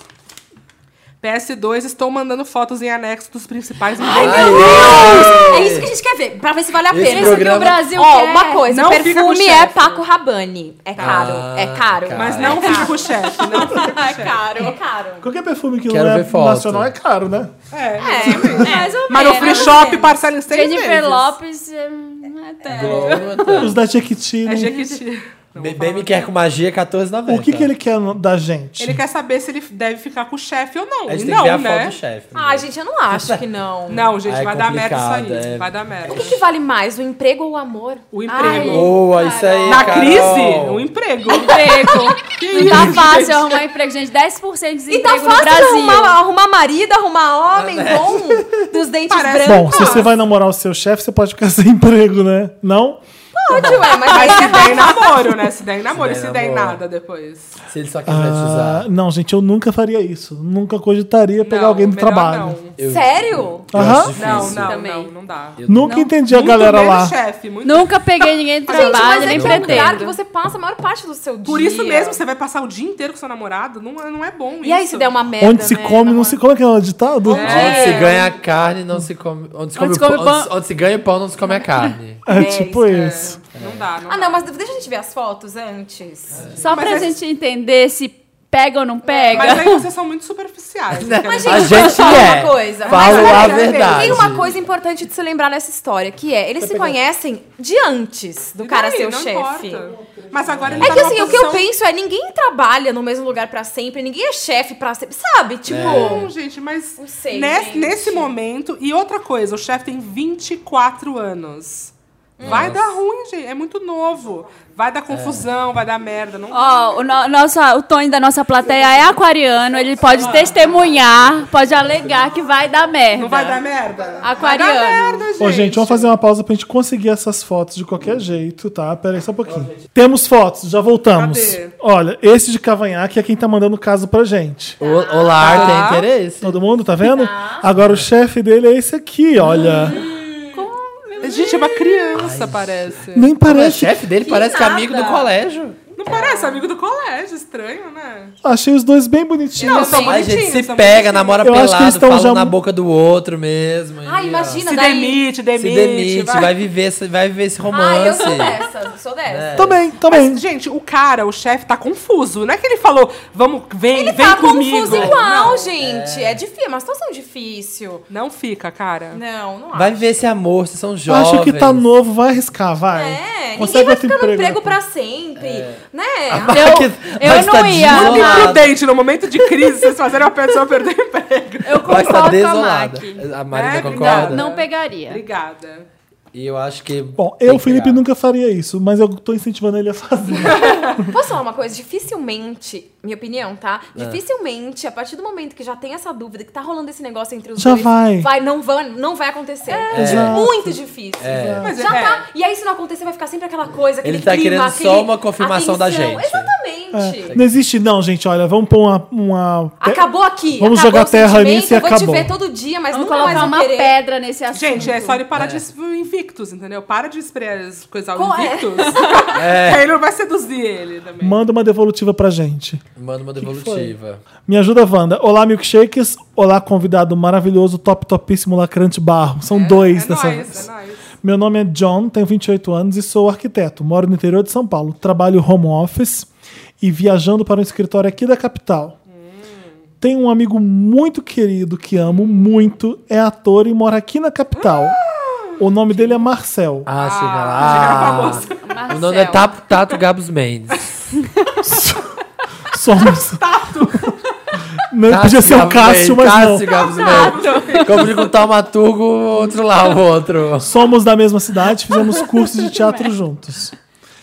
Speaker 3: PS2, estou mandando fotos em anexo dos principais
Speaker 4: Ai,
Speaker 3: ingredientes.
Speaker 2: É isso que a gente quer ver, pra ver se vale a
Speaker 4: Esse
Speaker 2: pena.
Speaker 4: programa- Esse que o
Speaker 5: Brasil
Speaker 2: Ó,
Speaker 5: quer.
Speaker 2: uma coisa,
Speaker 3: Não fica com o
Speaker 2: perfume é
Speaker 3: chefe.
Speaker 2: Paco Rabanne. É caro, é caro.
Speaker 4: Ah, cara.
Speaker 3: Mas não fica com o chefe, né? não fica com o chefe.
Speaker 2: caro. É caro.
Speaker 1: Qualquer perfume que
Speaker 4: Quero
Speaker 1: não é
Speaker 4: ver foto.
Speaker 1: nacional é caro, né?
Speaker 3: É.
Speaker 2: É,
Speaker 5: Mais ou
Speaker 3: Mas no free
Speaker 5: menos.
Speaker 3: shop parcela em seis
Speaker 5: Jennifer
Speaker 3: meses.
Speaker 5: Lopes. eh, Não é tanto.
Speaker 1: Os da Jequiti.
Speaker 3: É
Speaker 1: não-
Speaker 3: Jequiti. Não vou
Speaker 4: Bem
Speaker 3: falar.
Speaker 4: me quer com magia 14,90.
Speaker 1: O que, que ele quer no- da gente?
Speaker 3: Ele quer saber se ele deve ficar com o chefe ou não.
Speaker 4: A gente
Speaker 3: E
Speaker 4: tem que ver
Speaker 3: não,
Speaker 4: a foto
Speaker 3: né?
Speaker 4: do chefe.
Speaker 2: Ah, gente, eu não acho que não.
Speaker 3: Não, gente,
Speaker 4: Ah, é
Speaker 3: vai dar merda isso
Speaker 4: complicado,
Speaker 3: aí.
Speaker 4: é.
Speaker 3: Vai dar merda.
Speaker 2: O que, que vale mais, o emprego ou o amor?
Speaker 3: O emprego.
Speaker 4: Boa, isso aí,
Speaker 3: Na
Speaker 4: Carol.
Speaker 3: crise, o emprego.
Speaker 5: Emprego.
Speaker 3: Que
Speaker 5: Não tá
Speaker 3: isso,
Speaker 5: fácil arrumar emprego, gente. 10% de
Speaker 2: E tá
Speaker 5: desemprego no
Speaker 2: fácil de
Speaker 5: Brasil.
Speaker 2: arrumar, arrumar marido, arrumar homem bom, dos dentes
Speaker 3: Parece-
Speaker 1: Bom,
Speaker 2: brancos.
Speaker 1: se você vai namorar o seu chefe, você pode ficar sem emprego, né? Não?
Speaker 2: Pode, ué, é, mas aí
Speaker 3: Mas se
Speaker 2: você
Speaker 3: der em namoro, né? Se der em namoro,
Speaker 4: der em
Speaker 3: se der em
Speaker 4: namoro.
Speaker 3: nada depois.
Speaker 4: Se ele só quiser te usar.
Speaker 1: Ah, não, gente, eu nunca faria isso. Nunca cogitaria pegar
Speaker 3: Não,
Speaker 1: alguém do
Speaker 3: melhor
Speaker 1: trabalho.
Speaker 3: Não,
Speaker 4: Eu-
Speaker 2: Sério?
Speaker 4: eu
Speaker 1: Aham.
Speaker 4: acho
Speaker 3: não,
Speaker 4: difícil.
Speaker 3: não,
Speaker 5: Também.
Speaker 3: não, não dá.
Speaker 1: Nunca entendi a
Speaker 3: Muito
Speaker 1: galera
Speaker 3: menos
Speaker 1: lá.
Speaker 3: chefe, muito-
Speaker 5: Nunca peguei ninguém do
Speaker 2: Gente, mas
Speaker 5: trabalho, nem
Speaker 2: é que é um lugar que
Speaker 5: pretendo.
Speaker 2: você passa a maior parte do seu dia.
Speaker 3: Por isso mesmo, você vai passar o dia inteiro com seu namorado, não, é- não é bom
Speaker 2: E aí, se der uma merda,
Speaker 1: Onde se
Speaker 2: né,
Speaker 1: come, não
Speaker 2: namoro?
Speaker 1: se come. Como é que é o ditado?
Speaker 4: Onde se ganha carne, não se come. Onde se come,
Speaker 5: se come
Speaker 4: pão,
Speaker 5: pão-
Speaker 4: Onde, se- onde se ganha pão, não se come a carne.
Speaker 1: É tipo isso.
Speaker 3: É, Não dá, não
Speaker 2: Ah,
Speaker 3: dá.
Speaker 2: não, mas deixa a gente ver as fotos antes.
Speaker 5: Só pra
Speaker 3: Mas é-
Speaker 5: gente entender se pega ou não pega.
Speaker 3: Mas é assim. aí vocês são muito superficiais. né?
Speaker 2: Mas,
Speaker 4: A
Speaker 2: gente,
Speaker 4: gente
Speaker 2: posso falar
Speaker 4: é.
Speaker 2: uma coisa.
Speaker 4: Falo
Speaker 2: Mas,
Speaker 4: a
Speaker 2: olha,
Speaker 4: verdade.
Speaker 2: Tem uma coisa importante de se lembrar nessa história, que é, eles se conhecem de antes do
Speaker 3: E
Speaker 2: cara
Speaker 3: daí?
Speaker 2: ser o
Speaker 3: Não
Speaker 2: chefe.
Speaker 3: importa. Mas agora ele
Speaker 2: É
Speaker 3: tá
Speaker 2: que
Speaker 3: numa
Speaker 2: assim, o que eu
Speaker 3: posição-
Speaker 2: penso é, ninguém trabalha no mesmo lugar pra sempre, ninguém é chefe pra sempre, sabe? Tipo,
Speaker 3: Não, gente, mas
Speaker 2: Não sei,
Speaker 3: nes-
Speaker 2: gente.
Speaker 3: nesse momento. E outra coisa, o chefe tem 24 anos. Vai dar ruim, gente. É muito novo. Vai dar confusão, vai dar merda. Não
Speaker 5: Ó, o, no, nossa, o Tony da nossa plateia é aquariano, ele pode testemunhar, pode alegar que vai dar merda.
Speaker 3: Não vai dar merda?
Speaker 5: Aquariano.
Speaker 3: Vai dar merda, gente.
Speaker 1: Ô, gente, vamos fazer uma pausa pra gente conseguir essas fotos de qualquer jeito, tá? Pera aí só um pouquinho. Temos fotos, já voltamos.
Speaker 3: Cadê?
Speaker 1: Olha, esse de cavanhaque é quem tá mandando o caso pra gente.
Speaker 4: O, o lar
Speaker 3: Tá.
Speaker 4: tem interesse.
Speaker 1: Todo mundo, tá vendo? Agora o chefe dele é esse aqui, olha.
Speaker 2: Hum.
Speaker 3: Gente, é uma criança, parece.
Speaker 1: Nem
Speaker 4: O
Speaker 1: parece.
Speaker 4: chefe dele parece que é amigo do colégio.
Speaker 3: Não parece, amigo do colégio, estranho, né?
Speaker 1: Achei os dois bem bonitinhos. tá
Speaker 3: Não, são
Speaker 4: Ai,
Speaker 3: bonitinhos.
Speaker 4: gente, se
Speaker 3: são
Speaker 4: pega,
Speaker 3: bonitinhos.
Speaker 4: namora
Speaker 1: Eu acho que eles
Speaker 4: pelado,
Speaker 1: estão
Speaker 4: fala
Speaker 1: já
Speaker 4: um na
Speaker 1: mu-
Speaker 4: boca do outro mesmo.
Speaker 2: ai,
Speaker 4: e, ó,
Speaker 2: imagina,
Speaker 3: Se
Speaker 2: daí...
Speaker 3: demite, demite.
Speaker 4: Se demite, vai, viver, esse- vai viver esse
Speaker 2: Ah, eu
Speaker 4: romance.
Speaker 2: sou dessa, eu sou dessa.
Speaker 1: Também, também.
Speaker 3: Mas, gente, o cara, o chefe, tá confuso. Não é que ele falou, vamos, vem,
Speaker 2: Ele
Speaker 3: vem
Speaker 2: tá
Speaker 3: comigo.
Speaker 2: confuso igual,
Speaker 3: Não,
Speaker 2: gente. É. difícil, é uma situação difícil.
Speaker 3: não fica, cara.
Speaker 2: Não, não
Speaker 4: vai
Speaker 2: acho.
Speaker 4: viver esse amor, vocês são
Speaker 1: Eu
Speaker 4: jovens.
Speaker 1: Acho que tá novo, vai arriscar, vai.
Speaker 2: É, ninguém
Speaker 1: Consegue
Speaker 2: vai
Speaker 1: outro
Speaker 2: ficar no
Speaker 1: emprego,
Speaker 2: emprego
Speaker 1: né?
Speaker 2: pra sempre, né?
Speaker 5: Eu-
Speaker 4: Que-
Speaker 5: eu
Speaker 4: mas
Speaker 5: não
Speaker 4: tá
Speaker 5: ia.
Speaker 4: desolado.
Speaker 3: Muito imprudente no momento de crise, vocês fazerem uma pessoa perder o emprego.
Speaker 4: Mas
Speaker 5: Eu
Speaker 4: tá
Speaker 5: concordo com a
Speaker 4: desolada.
Speaker 5: Maqui.
Speaker 4: A Marina
Speaker 3: É,
Speaker 4: concorda?
Speaker 5: Não pegaria.
Speaker 3: Obrigada.
Speaker 4: E eu acho que.
Speaker 1: Bom,
Speaker 4: tem
Speaker 1: eu,
Speaker 4: que
Speaker 1: Felipe,
Speaker 4: pegar.
Speaker 1: nunca faria isso, mas eu tô incentivando ele a fazer.
Speaker 2: Posso falar uma coisa? Dificilmente, minha opinião, tá? Dificilmente, a partir do momento que já tem essa dúvida, que tá rolando esse negócio entre os
Speaker 1: Já
Speaker 2: dois.
Speaker 1: vai.
Speaker 2: não vai. Não vai acontecer. É,
Speaker 1: Exato.
Speaker 2: muito difícil.
Speaker 3: Mas
Speaker 2: Já
Speaker 3: é,
Speaker 2: tá. E aí, se não acontecer, vai ficar sempre aquela coisa, aquele
Speaker 4: Ele tá
Speaker 2: clima,
Speaker 4: querendo
Speaker 2: aquele-
Speaker 4: só uma confirmação da
Speaker 2: atenção.
Speaker 4: gente. É.
Speaker 2: Exatamente.
Speaker 1: Não existe, não, gente, olha, vamos pôr uma. uma...
Speaker 2: Acabou aqui.
Speaker 1: Vamos
Speaker 2: acabou
Speaker 1: jogar
Speaker 2: o
Speaker 1: terra
Speaker 2: sentimento,
Speaker 1: nisso e
Speaker 2: eu vou
Speaker 1: acabou.
Speaker 2: te ver todo dia, mas
Speaker 5: Vamos
Speaker 2: nunca mais
Speaker 5: colocar
Speaker 2: vou
Speaker 5: uma
Speaker 2: querer.
Speaker 5: pedra nesse assunto.
Speaker 3: Gente, é só ele parar de de invictus, entendeu? Para de esprear- coisar o
Speaker 2: Qual é?
Speaker 3: invictus. Aí ele não vai seduzir ele também.
Speaker 1: Manda uma devolutiva pra gente.
Speaker 4: Manda uma devolutiva.
Speaker 1: Me ajuda, Wanda. Olá, milkshakes. Olá, convidado maravilhoso, top, topíssimo, lacrante barro. São dois
Speaker 3: é
Speaker 1: dessa
Speaker 3: nóis,
Speaker 1: vez.
Speaker 3: é nóis.
Speaker 1: Meu nome é John, tenho 28 anos e sou arquiteto. Moro no interior de São Paulo. Trabalho home office e viajando para um escritório aqui da capital.
Speaker 3: Hum.
Speaker 1: Tenho um amigo muito querido que amo muito, é ator e mora aqui na capital.
Speaker 3: Ah,
Speaker 1: O nome dele é Marcel.
Speaker 4: Ah, chega lá.
Speaker 5: Marcel.
Speaker 4: o nome é Tato, Tato Gabos Mendes.
Speaker 1: Somos. Não, podia ser o Cássio, mas
Speaker 4: Cássio,
Speaker 1: não.
Speaker 4: Gabs Meio. Confundi com o um Taumaturgo, o outro lá, o outro.
Speaker 1: Somos da mesma cidade, fizemos cursos de teatro juntos.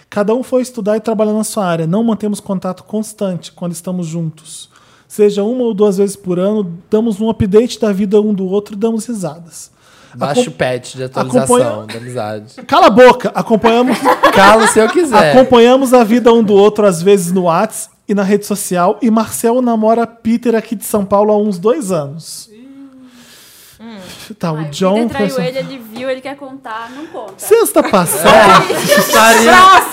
Speaker 1: Cada um foi estudar e trabalhar na sua área. Não mantemos contato constante quando estamos juntos. Seja uma ou duas vezes por ano, damos um update da vida um do outro e damos risadas.
Speaker 4: Baixo
Speaker 1: Acom-
Speaker 4: pet de atualização
Speaker 1: acompanha-
Speaker 4: da amizade.
Speaker 1: Cala a boca! Acompanhamos,
Speaker 4: Calo se eu quiser.
Speaker 1: acompanhamos a vida um do outro, às vezes no Whats e na rede social. E Marcel namora Peter aqui de São Paulo há uns dois anos. Tá, o John.
Speaker 5: Ele traiu
Speaker 1: foi-
Speaker 5: ele, ele viu, ele quer contar, não conta.
Speaker 1: Sexta passada.
Speaker 4: Marina,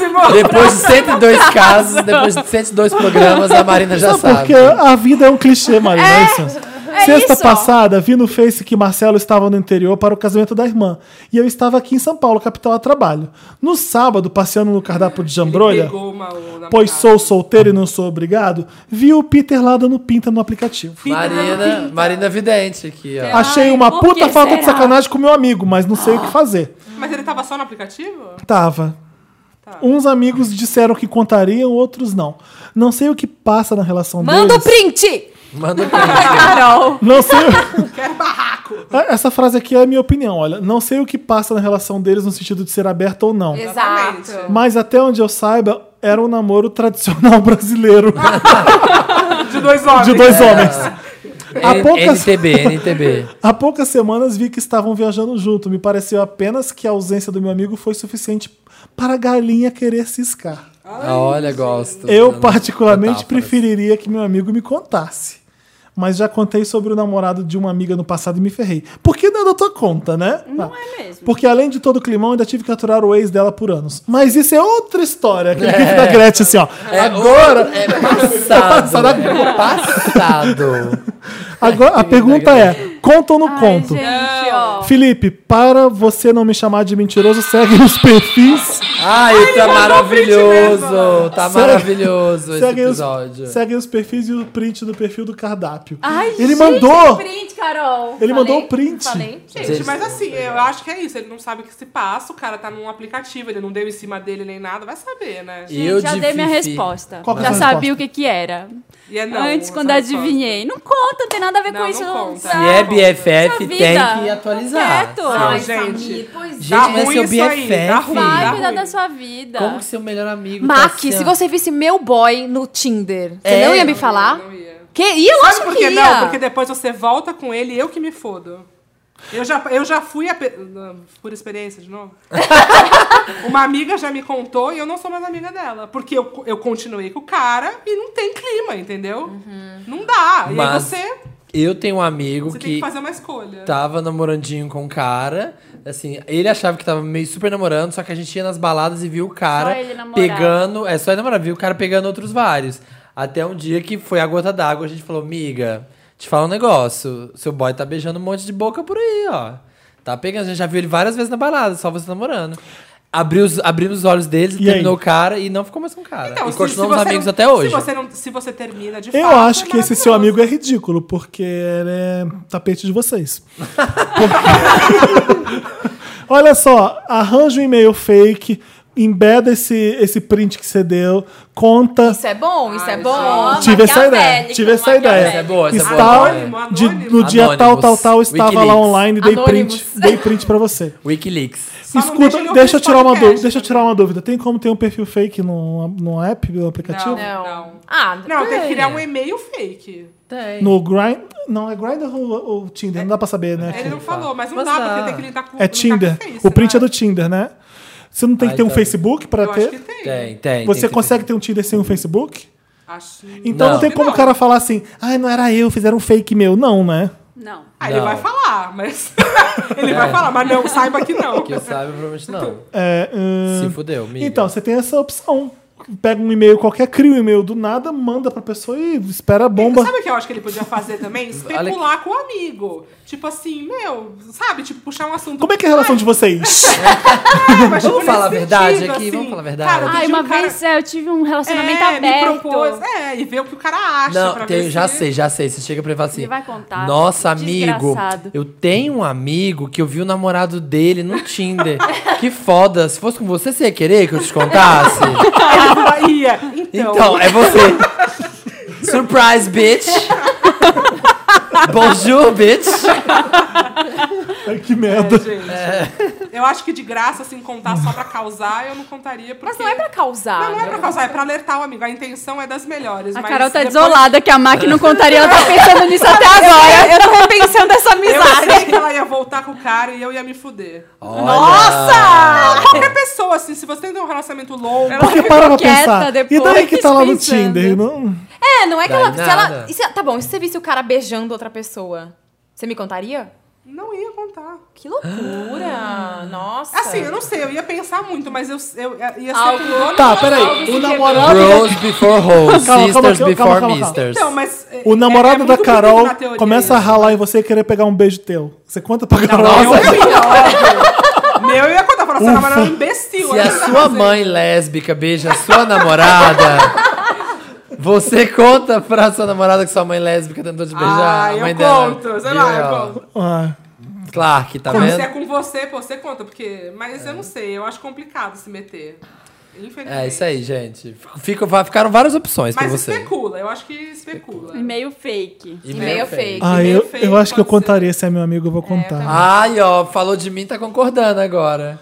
Speaker 3: Próximo!
Speaker 4: É, depois de 102 casos, depois de 102 programas, a Marina já
Speaker 1: Só
Speaker 4: sabe.
Speaker 1: porque a vida é um clichê, Marina. É, isso. Sexta
Speaker 5: isso.
Speaker 1: passada, vi no Face que Marcelo estava no interior para o casamento da irmã. E eu estava aqui em São Paulo, capital a trabalho. No sábado, passeando no cardápio de jambrolha,
Speaker 3: Pegou uma, uma
Speaker 1: pois sou solteiro e não sou obrigado, vi o Peter lá dando pinta no aplicativo.
Speaker 4: Marina, Marina Vidente aqui, ó.
Speaker 1: É. Achei uma
Speaker 5: por
Speaker 1: puta
Speaker 5: que
Speaker 1: falta de
Speaker 5: será?
Speaker 1: sacanagem com meu amigo, mas não sei o que fazer.
Speaker 3: Mas ele tava só no aplicativo?
Speaker 1: Tava. Uns amigos disseram que contariam, outros não. Não sei o que passa na relação
Speaker 2: Manda o
Speaker 1: deles.
Speaker 2: print!
Speaker 4: Manda
Speaker 2: Carol!
Speaker 1: Não sei.
Speaker 3: Quero barraco!
Speaker 1: Ah, Essa frase aqui é a minha opinião, olha. Não sei o que passa na relação deles no sentido de ser aberta ou não.
Speaker 2: Exato.
Speaker 3: Exatamente.
Speaker 1: Mas até onde eu saiba, era um namoro tradicional brasileiro
Speaker 3: De dois homens. É.
Speaker 1: de dois homens.
Speaker 4: É,
Speaker 1: Há poucas,
Speaker 4: NTB, NTB.
Speaker 1: há poucas semanas vi que estavam viajando junto. Me pareceu apenas que a ausência do meu amigo foi suficiente para a galinha querer ciscar.
Speaker 4: Ah, Olha, gosto.
Speaker 1: Eu, particularmente,
Speaker 4: tá Metáforas.
Speaker 1: preferiria que meu amigo me contasse. Mas já contei sobre o namorado de uma amiga no passado e me ferrei. Por que não é da tua conta, né? Não é
Speaker 5: mesmo.
Speaker 1: Porque além de todo o climão, ainda tive que aturar o ex dela por anos. Mas isso é outra história. Aquele gif da Gretchen, assim, ó.
Speaker 4: É agora é passado. É passado.
Speaker 1: Agora, a pergunta é, conta ou não conto?
Speaker 5: Gente, ó.
Speaker 1: Felipe, para você não me chamar de mentiroso, segue os perfis...
Speaker 4: Ai, tá maravilhoso. Tá
Speaker 1: Segue-
Speaker 4: maravilhoso esse
Speaker 1: Seguem os,
Speaker 4: episódio.
Speaker 1: seguem os perfis e o print do perfil do cardápio.
Speaker 5: Ai,
Speaker 1: ele
Speaker 5: gente,
Speaker 1: mandou!
Speaker 5: print, Carol.
Speaker 1: Ele mandou o print.
Speaker 2: Falei?
Speaker 3: Gente, mas assim, eu acho que é isso. Ele não sabe o que se passa, o cara tá num aplicativo, ele não deu em cima dele nem nada, vai saber, né?
Speaker 4: E
Speaker 5: Gente,
Speaker 4: eu
Speaker 5: já
Speaker 4: de
Speaker 5: dei minha
Speaker 4: Fifi.
Speaker 5: resposta.
Speaker 1: Qual que é a
Speaker 5: já
Speaker 1: sua
Speaker 5: sabia
Speaker 1: resposta?
Speaker 5: o que que era.
Speaker 3: E é não,
Speaker 5: Antes, quando
Speaker 3: sabe?
Speaker 5: adivinhei. Não conta, não tem nada a ver
Speaker 3: Não,
Speaker 5: com
Speaker 3: não
Speaker 5: isso. Não
Speaker 3: conta.
Speaker 5: sabe.
Speaker 4: Se é BFF,
Speaker 5: Nossa
Speaker 4: tem
Speaker 5: vida.
Speaker 4: que atualizar.
Speaker 5: Quieto.
Speaker 3: Não,
Speaker 5: Ai,
Speaker 3: gente.
Speaker 2: Pois
Speaker 4: Gente, mas
Speaker 3: Tá ruim
Speaker 4: seu
Speaker 3: isso aí,
Speaker 4: BFF.
Speaker 3: dá ruim, dá
Speaker 5: Vai
Speaker 3: ruim.
Speaker 5: cuidar da sua vida.
Speaker 4: Como que seu melhor amigo
Speaker 2: Mac,
Speaker 4: tá assim,
Speaker 2: se
Speaker 4: ó?
Speaker 2: você visse meu boy no Tinder, você
Speaker 4: É.
Speaker 2: não ia me falar?
Speaker 3: Não ia.
Speaker 2: Que ia, eu
Speaker 3: Sabe
Speaker 2: acho
Speaker 3: por
Speaker 2: que
Speaker 3: quê?
Speaker 2: ia.
Speaker 3: Não, porque depois você volta com ele e eu que me fodo. Eu já, eu já fui, a pe- não, por experiência de novo, uma amiga já me contou e eu não sou mais amiga dela. Porque eu, eu continuei com o cara e não tem clima, entendeu?
Speaker 2: Uhum.
Speaker 3: Não dá. E aí
Speaker 4: Mas
Speaker 3: você,
Speaker 4: Eu tenho um amigo
Speaker 3: você
Speaker 4: que, Tá.
Speaker 3: tem que fazer uma escolha.
Speaker 4: tava namorandinho com um cara. Assim, ele achava que tava meio super namorando, só que a gente ia nas baladas e viu o cara
Speaker 5: Só ele namorar.
Speaker 4: pegando. É só ele namorar, viu o cara pegando outros vários. Até um dia que foi a gota d'água, a gente falou, miga, te fala um negócio. Seu boy tá beijando um monte de boca por aí, ó. Tá pegando, a gente já viu ele várias vezes na balada, só você namorando. Abriu os, abrimos os olhos deles,
Speaker 1: E
Speaker 4: terminou
Speaker 1: aí?
Speaker 4: o cara e não ficou mais com o cara.
Speaker 3: Então,
Speaker 4: e
Speaker 3: se-
Speaker 4: continuamos
Speaker 3: se você
Speaker 4: amigos
Speaker 3: não-
Speaker 4: até hoje.
Speaker 3: Se você, não, se você termina de
Speaker 1: Eu
Speaker 3: fato,
Speaker 1: acho
Speaker 3: é
Speaker 1: que esse seu
Speaker 3: maravilhoso.
Speaker 1: amigo é ridículo, porque ele é tapete de vocês. Porque- Olha só, arranja um e-mail fake, embeda esse, esse print que você deu, conta.
Speaker 2: Isso é bom, isso é bom.
Speaker 1: Tive essa ideia.
Speaker 2: Maquiavélico,
Speaker 1: Tive essa ideia.
Speaker 4: Essa é boa, essa é
Speaker 1: Está-
Speaker 4: boa.
Speaker 3: Anônimo,
Speaker 1: de-
Speaker 3: anônimo.
Speaker 1: no dia tal, tal, tal,
Speaker 4: Anônimos.
Speaker 1: estava lá
Speaker 4: Wikileaks.
Speaker 1: online, dei print,
Speaker 2: Anônimos.
Speaker 1: dei print pra você.
Speaker 4: Wikileaks.
Speaker 3: Só não
Speaker 1: Escuta,
Speaker 3: deixa ele
Speaker 1: deixa,
Speaker 3: ouvir
Speaker 1: eu tirar uma
Speaker 3: podcast. né?
Speaker 1: dúvida. Deixa eu tirar uma dúvida. Tem como ter um perfil fake no, no app, no aplicativo?
Speaker 2: Não.
Speaker 3: Não.
Speaker 2: Ah,
Speaker 3: Não, tem que criar um e-mail fake.
Speaker 4: Tem.
Speaker 1: No Grind. Não, é Grindr ou, ou Tinder? Não dá pra saber, né?
Speaker 3: É, Ele não falou, mas não
Speaker 4: Mas
Speaker 3: dá,
Speaker 4: dá.
Speaker 5: tá.
Speaker 3: porque tem que lidar com
Speaker 1: É
Speaker 3: lidar com
Speaker 1: Tinder.
Speaker 3: Face,
Speaker 1: O print
Speaker 3: né?
Speaker 1: é do Tinder, né? Você não tem que
Speaker 4: Ah,
Speaker 1: ter um
Speaker 4: então.
Speaker 1: Facebook pra
Speaker 3: Eu acho que
Speaker 1: ter?
Speaker 3: tem.
Speaker 4: Tem, tem.
Speaker 1: Você
Speaker 4: tem que-
Speaker 1: consegue ter um Tinder sem um Facebook?
Speaker 3: Acho...
Speaker 1: Então não,
Speaker 4: Não.
Speaker 1: tem como o cara falar assim, ai, não era eu, fizeram um fake meu. Não, né?
Speaker 5: Não.
Speaker 3: Ah, ele
Speaker 4: Não. É.
Speaker 3: vai falar, mas... ele vai falar, mas não, saiba que não.
Speaker 4: Que eu saiba, provavelmente não.
Speaker 1: É, hum,
Speaker 4: Se fudeu, amiga.
Speaker 1: Então, você tem essa opção. Pega um e-mail qualquer, cria um e-mail do nada, manda pra pessoa e espera a bomba.
Speaker 3: Sabe o que eu acho que ele podia fazer também? Especular com o amigo. Tipo assim, meu, sabe? Tipo, puxar um assunto.
Speaker 1: Como é que é a relação de vocês?
Speaker 3: Ah, mas, tipo,
Speaker 4: Vamos falar a
Speaker 3: nesse
Speaker 4: verdade
Speaker 3: sentido,
Speaker 4: aqui?
Speaker 3: assim.
Speaker 4: Vamos falar a verdade?
Speaker 3: Cara, outro
Speaker 5: Ai,
Speaker 3: dia
Speaker 5: uma
Speaker 3: um cara-
Speaker 5: vez é, eu tive um relacionamento
Speaker 3: É, me
Speaker 5: aberto.
Speaker 3: propôs. É, e ver o que o cara acha. pra
Speaker 4: Não,
Speaker 3: ver
Speaker 4: tem, já
Speaker 3: se-
Speaker 4: sei, já sei. Você chega pra ele e fala assim.
Speaker 5: Ele vai contar.
Speaker 4: Nossa, amigo,
Speaker 5: Desgraçado.
Speaker 4: eu tenho um amigo que eu vi o namorado dele no Tinder. que foda. Se fosse com você, você ia querer que eu te contasse?
Speaker 3: Aí, ia. Então,
Speaker 4: então, é você. Surprise, bitch! Bonjour, bitch.
Speaker 1: Ai, que merda.
Speaker 3: É.
Speaker 1: É.
Speaker 3: Eu acho que de graça, assim, contar só pra causar, eu não contaria. Porque...
Speaker 2: Mas não é pra causar.
Speaker 3: Não, não é pra causar, é pra alertar o amigo. A intenção é das melhores.
Speaker 5: A
Speaker 3: mas
Speaker 5: Carol tá
Speaker 3: depois-
Speaker 5: desolada que a Mac não contaria. Ela tá pensando nisso até agora.
Speaker 2: Eu tô repensando essa
Speaker 3: Eu
Speaker 2: amizade.
Speaker 3: sei que ela ia voltar com o cara e eu ia me fuder.
Speaker 4: Nossa!
Speaker 3: Qualquer pessoa, assim, se você tem um relacionamento longo,
Speaker 1: É. Porque para pra
Speaker 5: quieta
Speaker 1: pensar. E
Speaker 5: depois,
Speaker 1: daí que tá lá no
Speaker 5: pensando.
Speaker 1: Tinder? Não...
Speaker 2: É, não é que
Speaker 4: Daí
Speaker 2: ela. Se ela
Speaker 4: nada.
Speaker 2: e se- tá bom, e se você visse o cara beijando outra pessoa? Você me contaria?
Speaker 3: não ia contar.
Speaker 2: Que loucura! Nossa!
Speaker 3: Assim, eu não sei, eu ia pensar muito, mas eu, eu ia ser
Speaker 2: Algo-
Speaker 3: com-
Speaker 4: Ah,
Speaker 1: Tá, peraí. O
Speaker 3: é
Speaker 1: namorado.
Speaker 4: Bros before hoes,
Speaker 1: Calma, calma,
Speaker 4: sisters
Speaker 1: calma,
Speaker 4: before
Speaker 1: calma, calma.
Speaker 4: misters.
Speaker 3: Então, mas, é-
Speaker 1: O
Speaker 3: é- é
Speaker 1: namorado
Speaker 3: muito
Speaker 1: da
Speaker 3: bonito
Speaker 1: Carol
Speaker 3: na teoria
Speaker 1: começa a
Speaker 3: isso.
Speaker 1: ralar em você e querer pegar um beijo teu. Você conta pra Carol?
Speaker 4: Nossa,
Speaker 3: Meu, eu ia contar, falar, seu
Speaker 1: Ufa.
Speaker 3: namorado é um imbecil.
Speaker 4: se
Speaker 3: olha o
Speaker 4: a
Speaker 3: que tá
Speaker 4: sua
Speaker 3: fazendo."
Speaker 4: mãe lésbica beija a sua namorada, você conta pra sua namorada que sua mãe lésbica tentou te beijar?
Speaker 3: Ah,
Speaker 4: a mãe
Speaker 3: eu
Speaker 4: dela.
Speaker 3: conto, sei lá, eu
Speaker 4: Yeah.
Speaker 3: conto.
Speaker 1: Ah,
Speaker 4: Clark, tá
Speaker 3: Mas se é
Speaker 4: vendo?
Speaker 3: com você, pô, você conta, porque... Mas eu não sei, eu acho complicado se meter. Infelizmente.
Speaker 4: É isso aí, gente. Fico, va- ficaram várias opções pra
Speaker 3: Mas é
Speaker 4: você.
Speaker 3: especula, eu acho que especula.
Speaker 5: E-mail fake.
Speaker 2: E meio fake.
Speaker 1: ah,
Speaker 3: meio
Speaker 1: eu,
Speaker 3: feio,
Speaker 1: eu acho que eu
Speaker 3: pode ser.
Speaker 1: contaria se é meu amigo, eu vou contar.
Speaker 4: Ai, ó, falou de mim, tá concordando agora.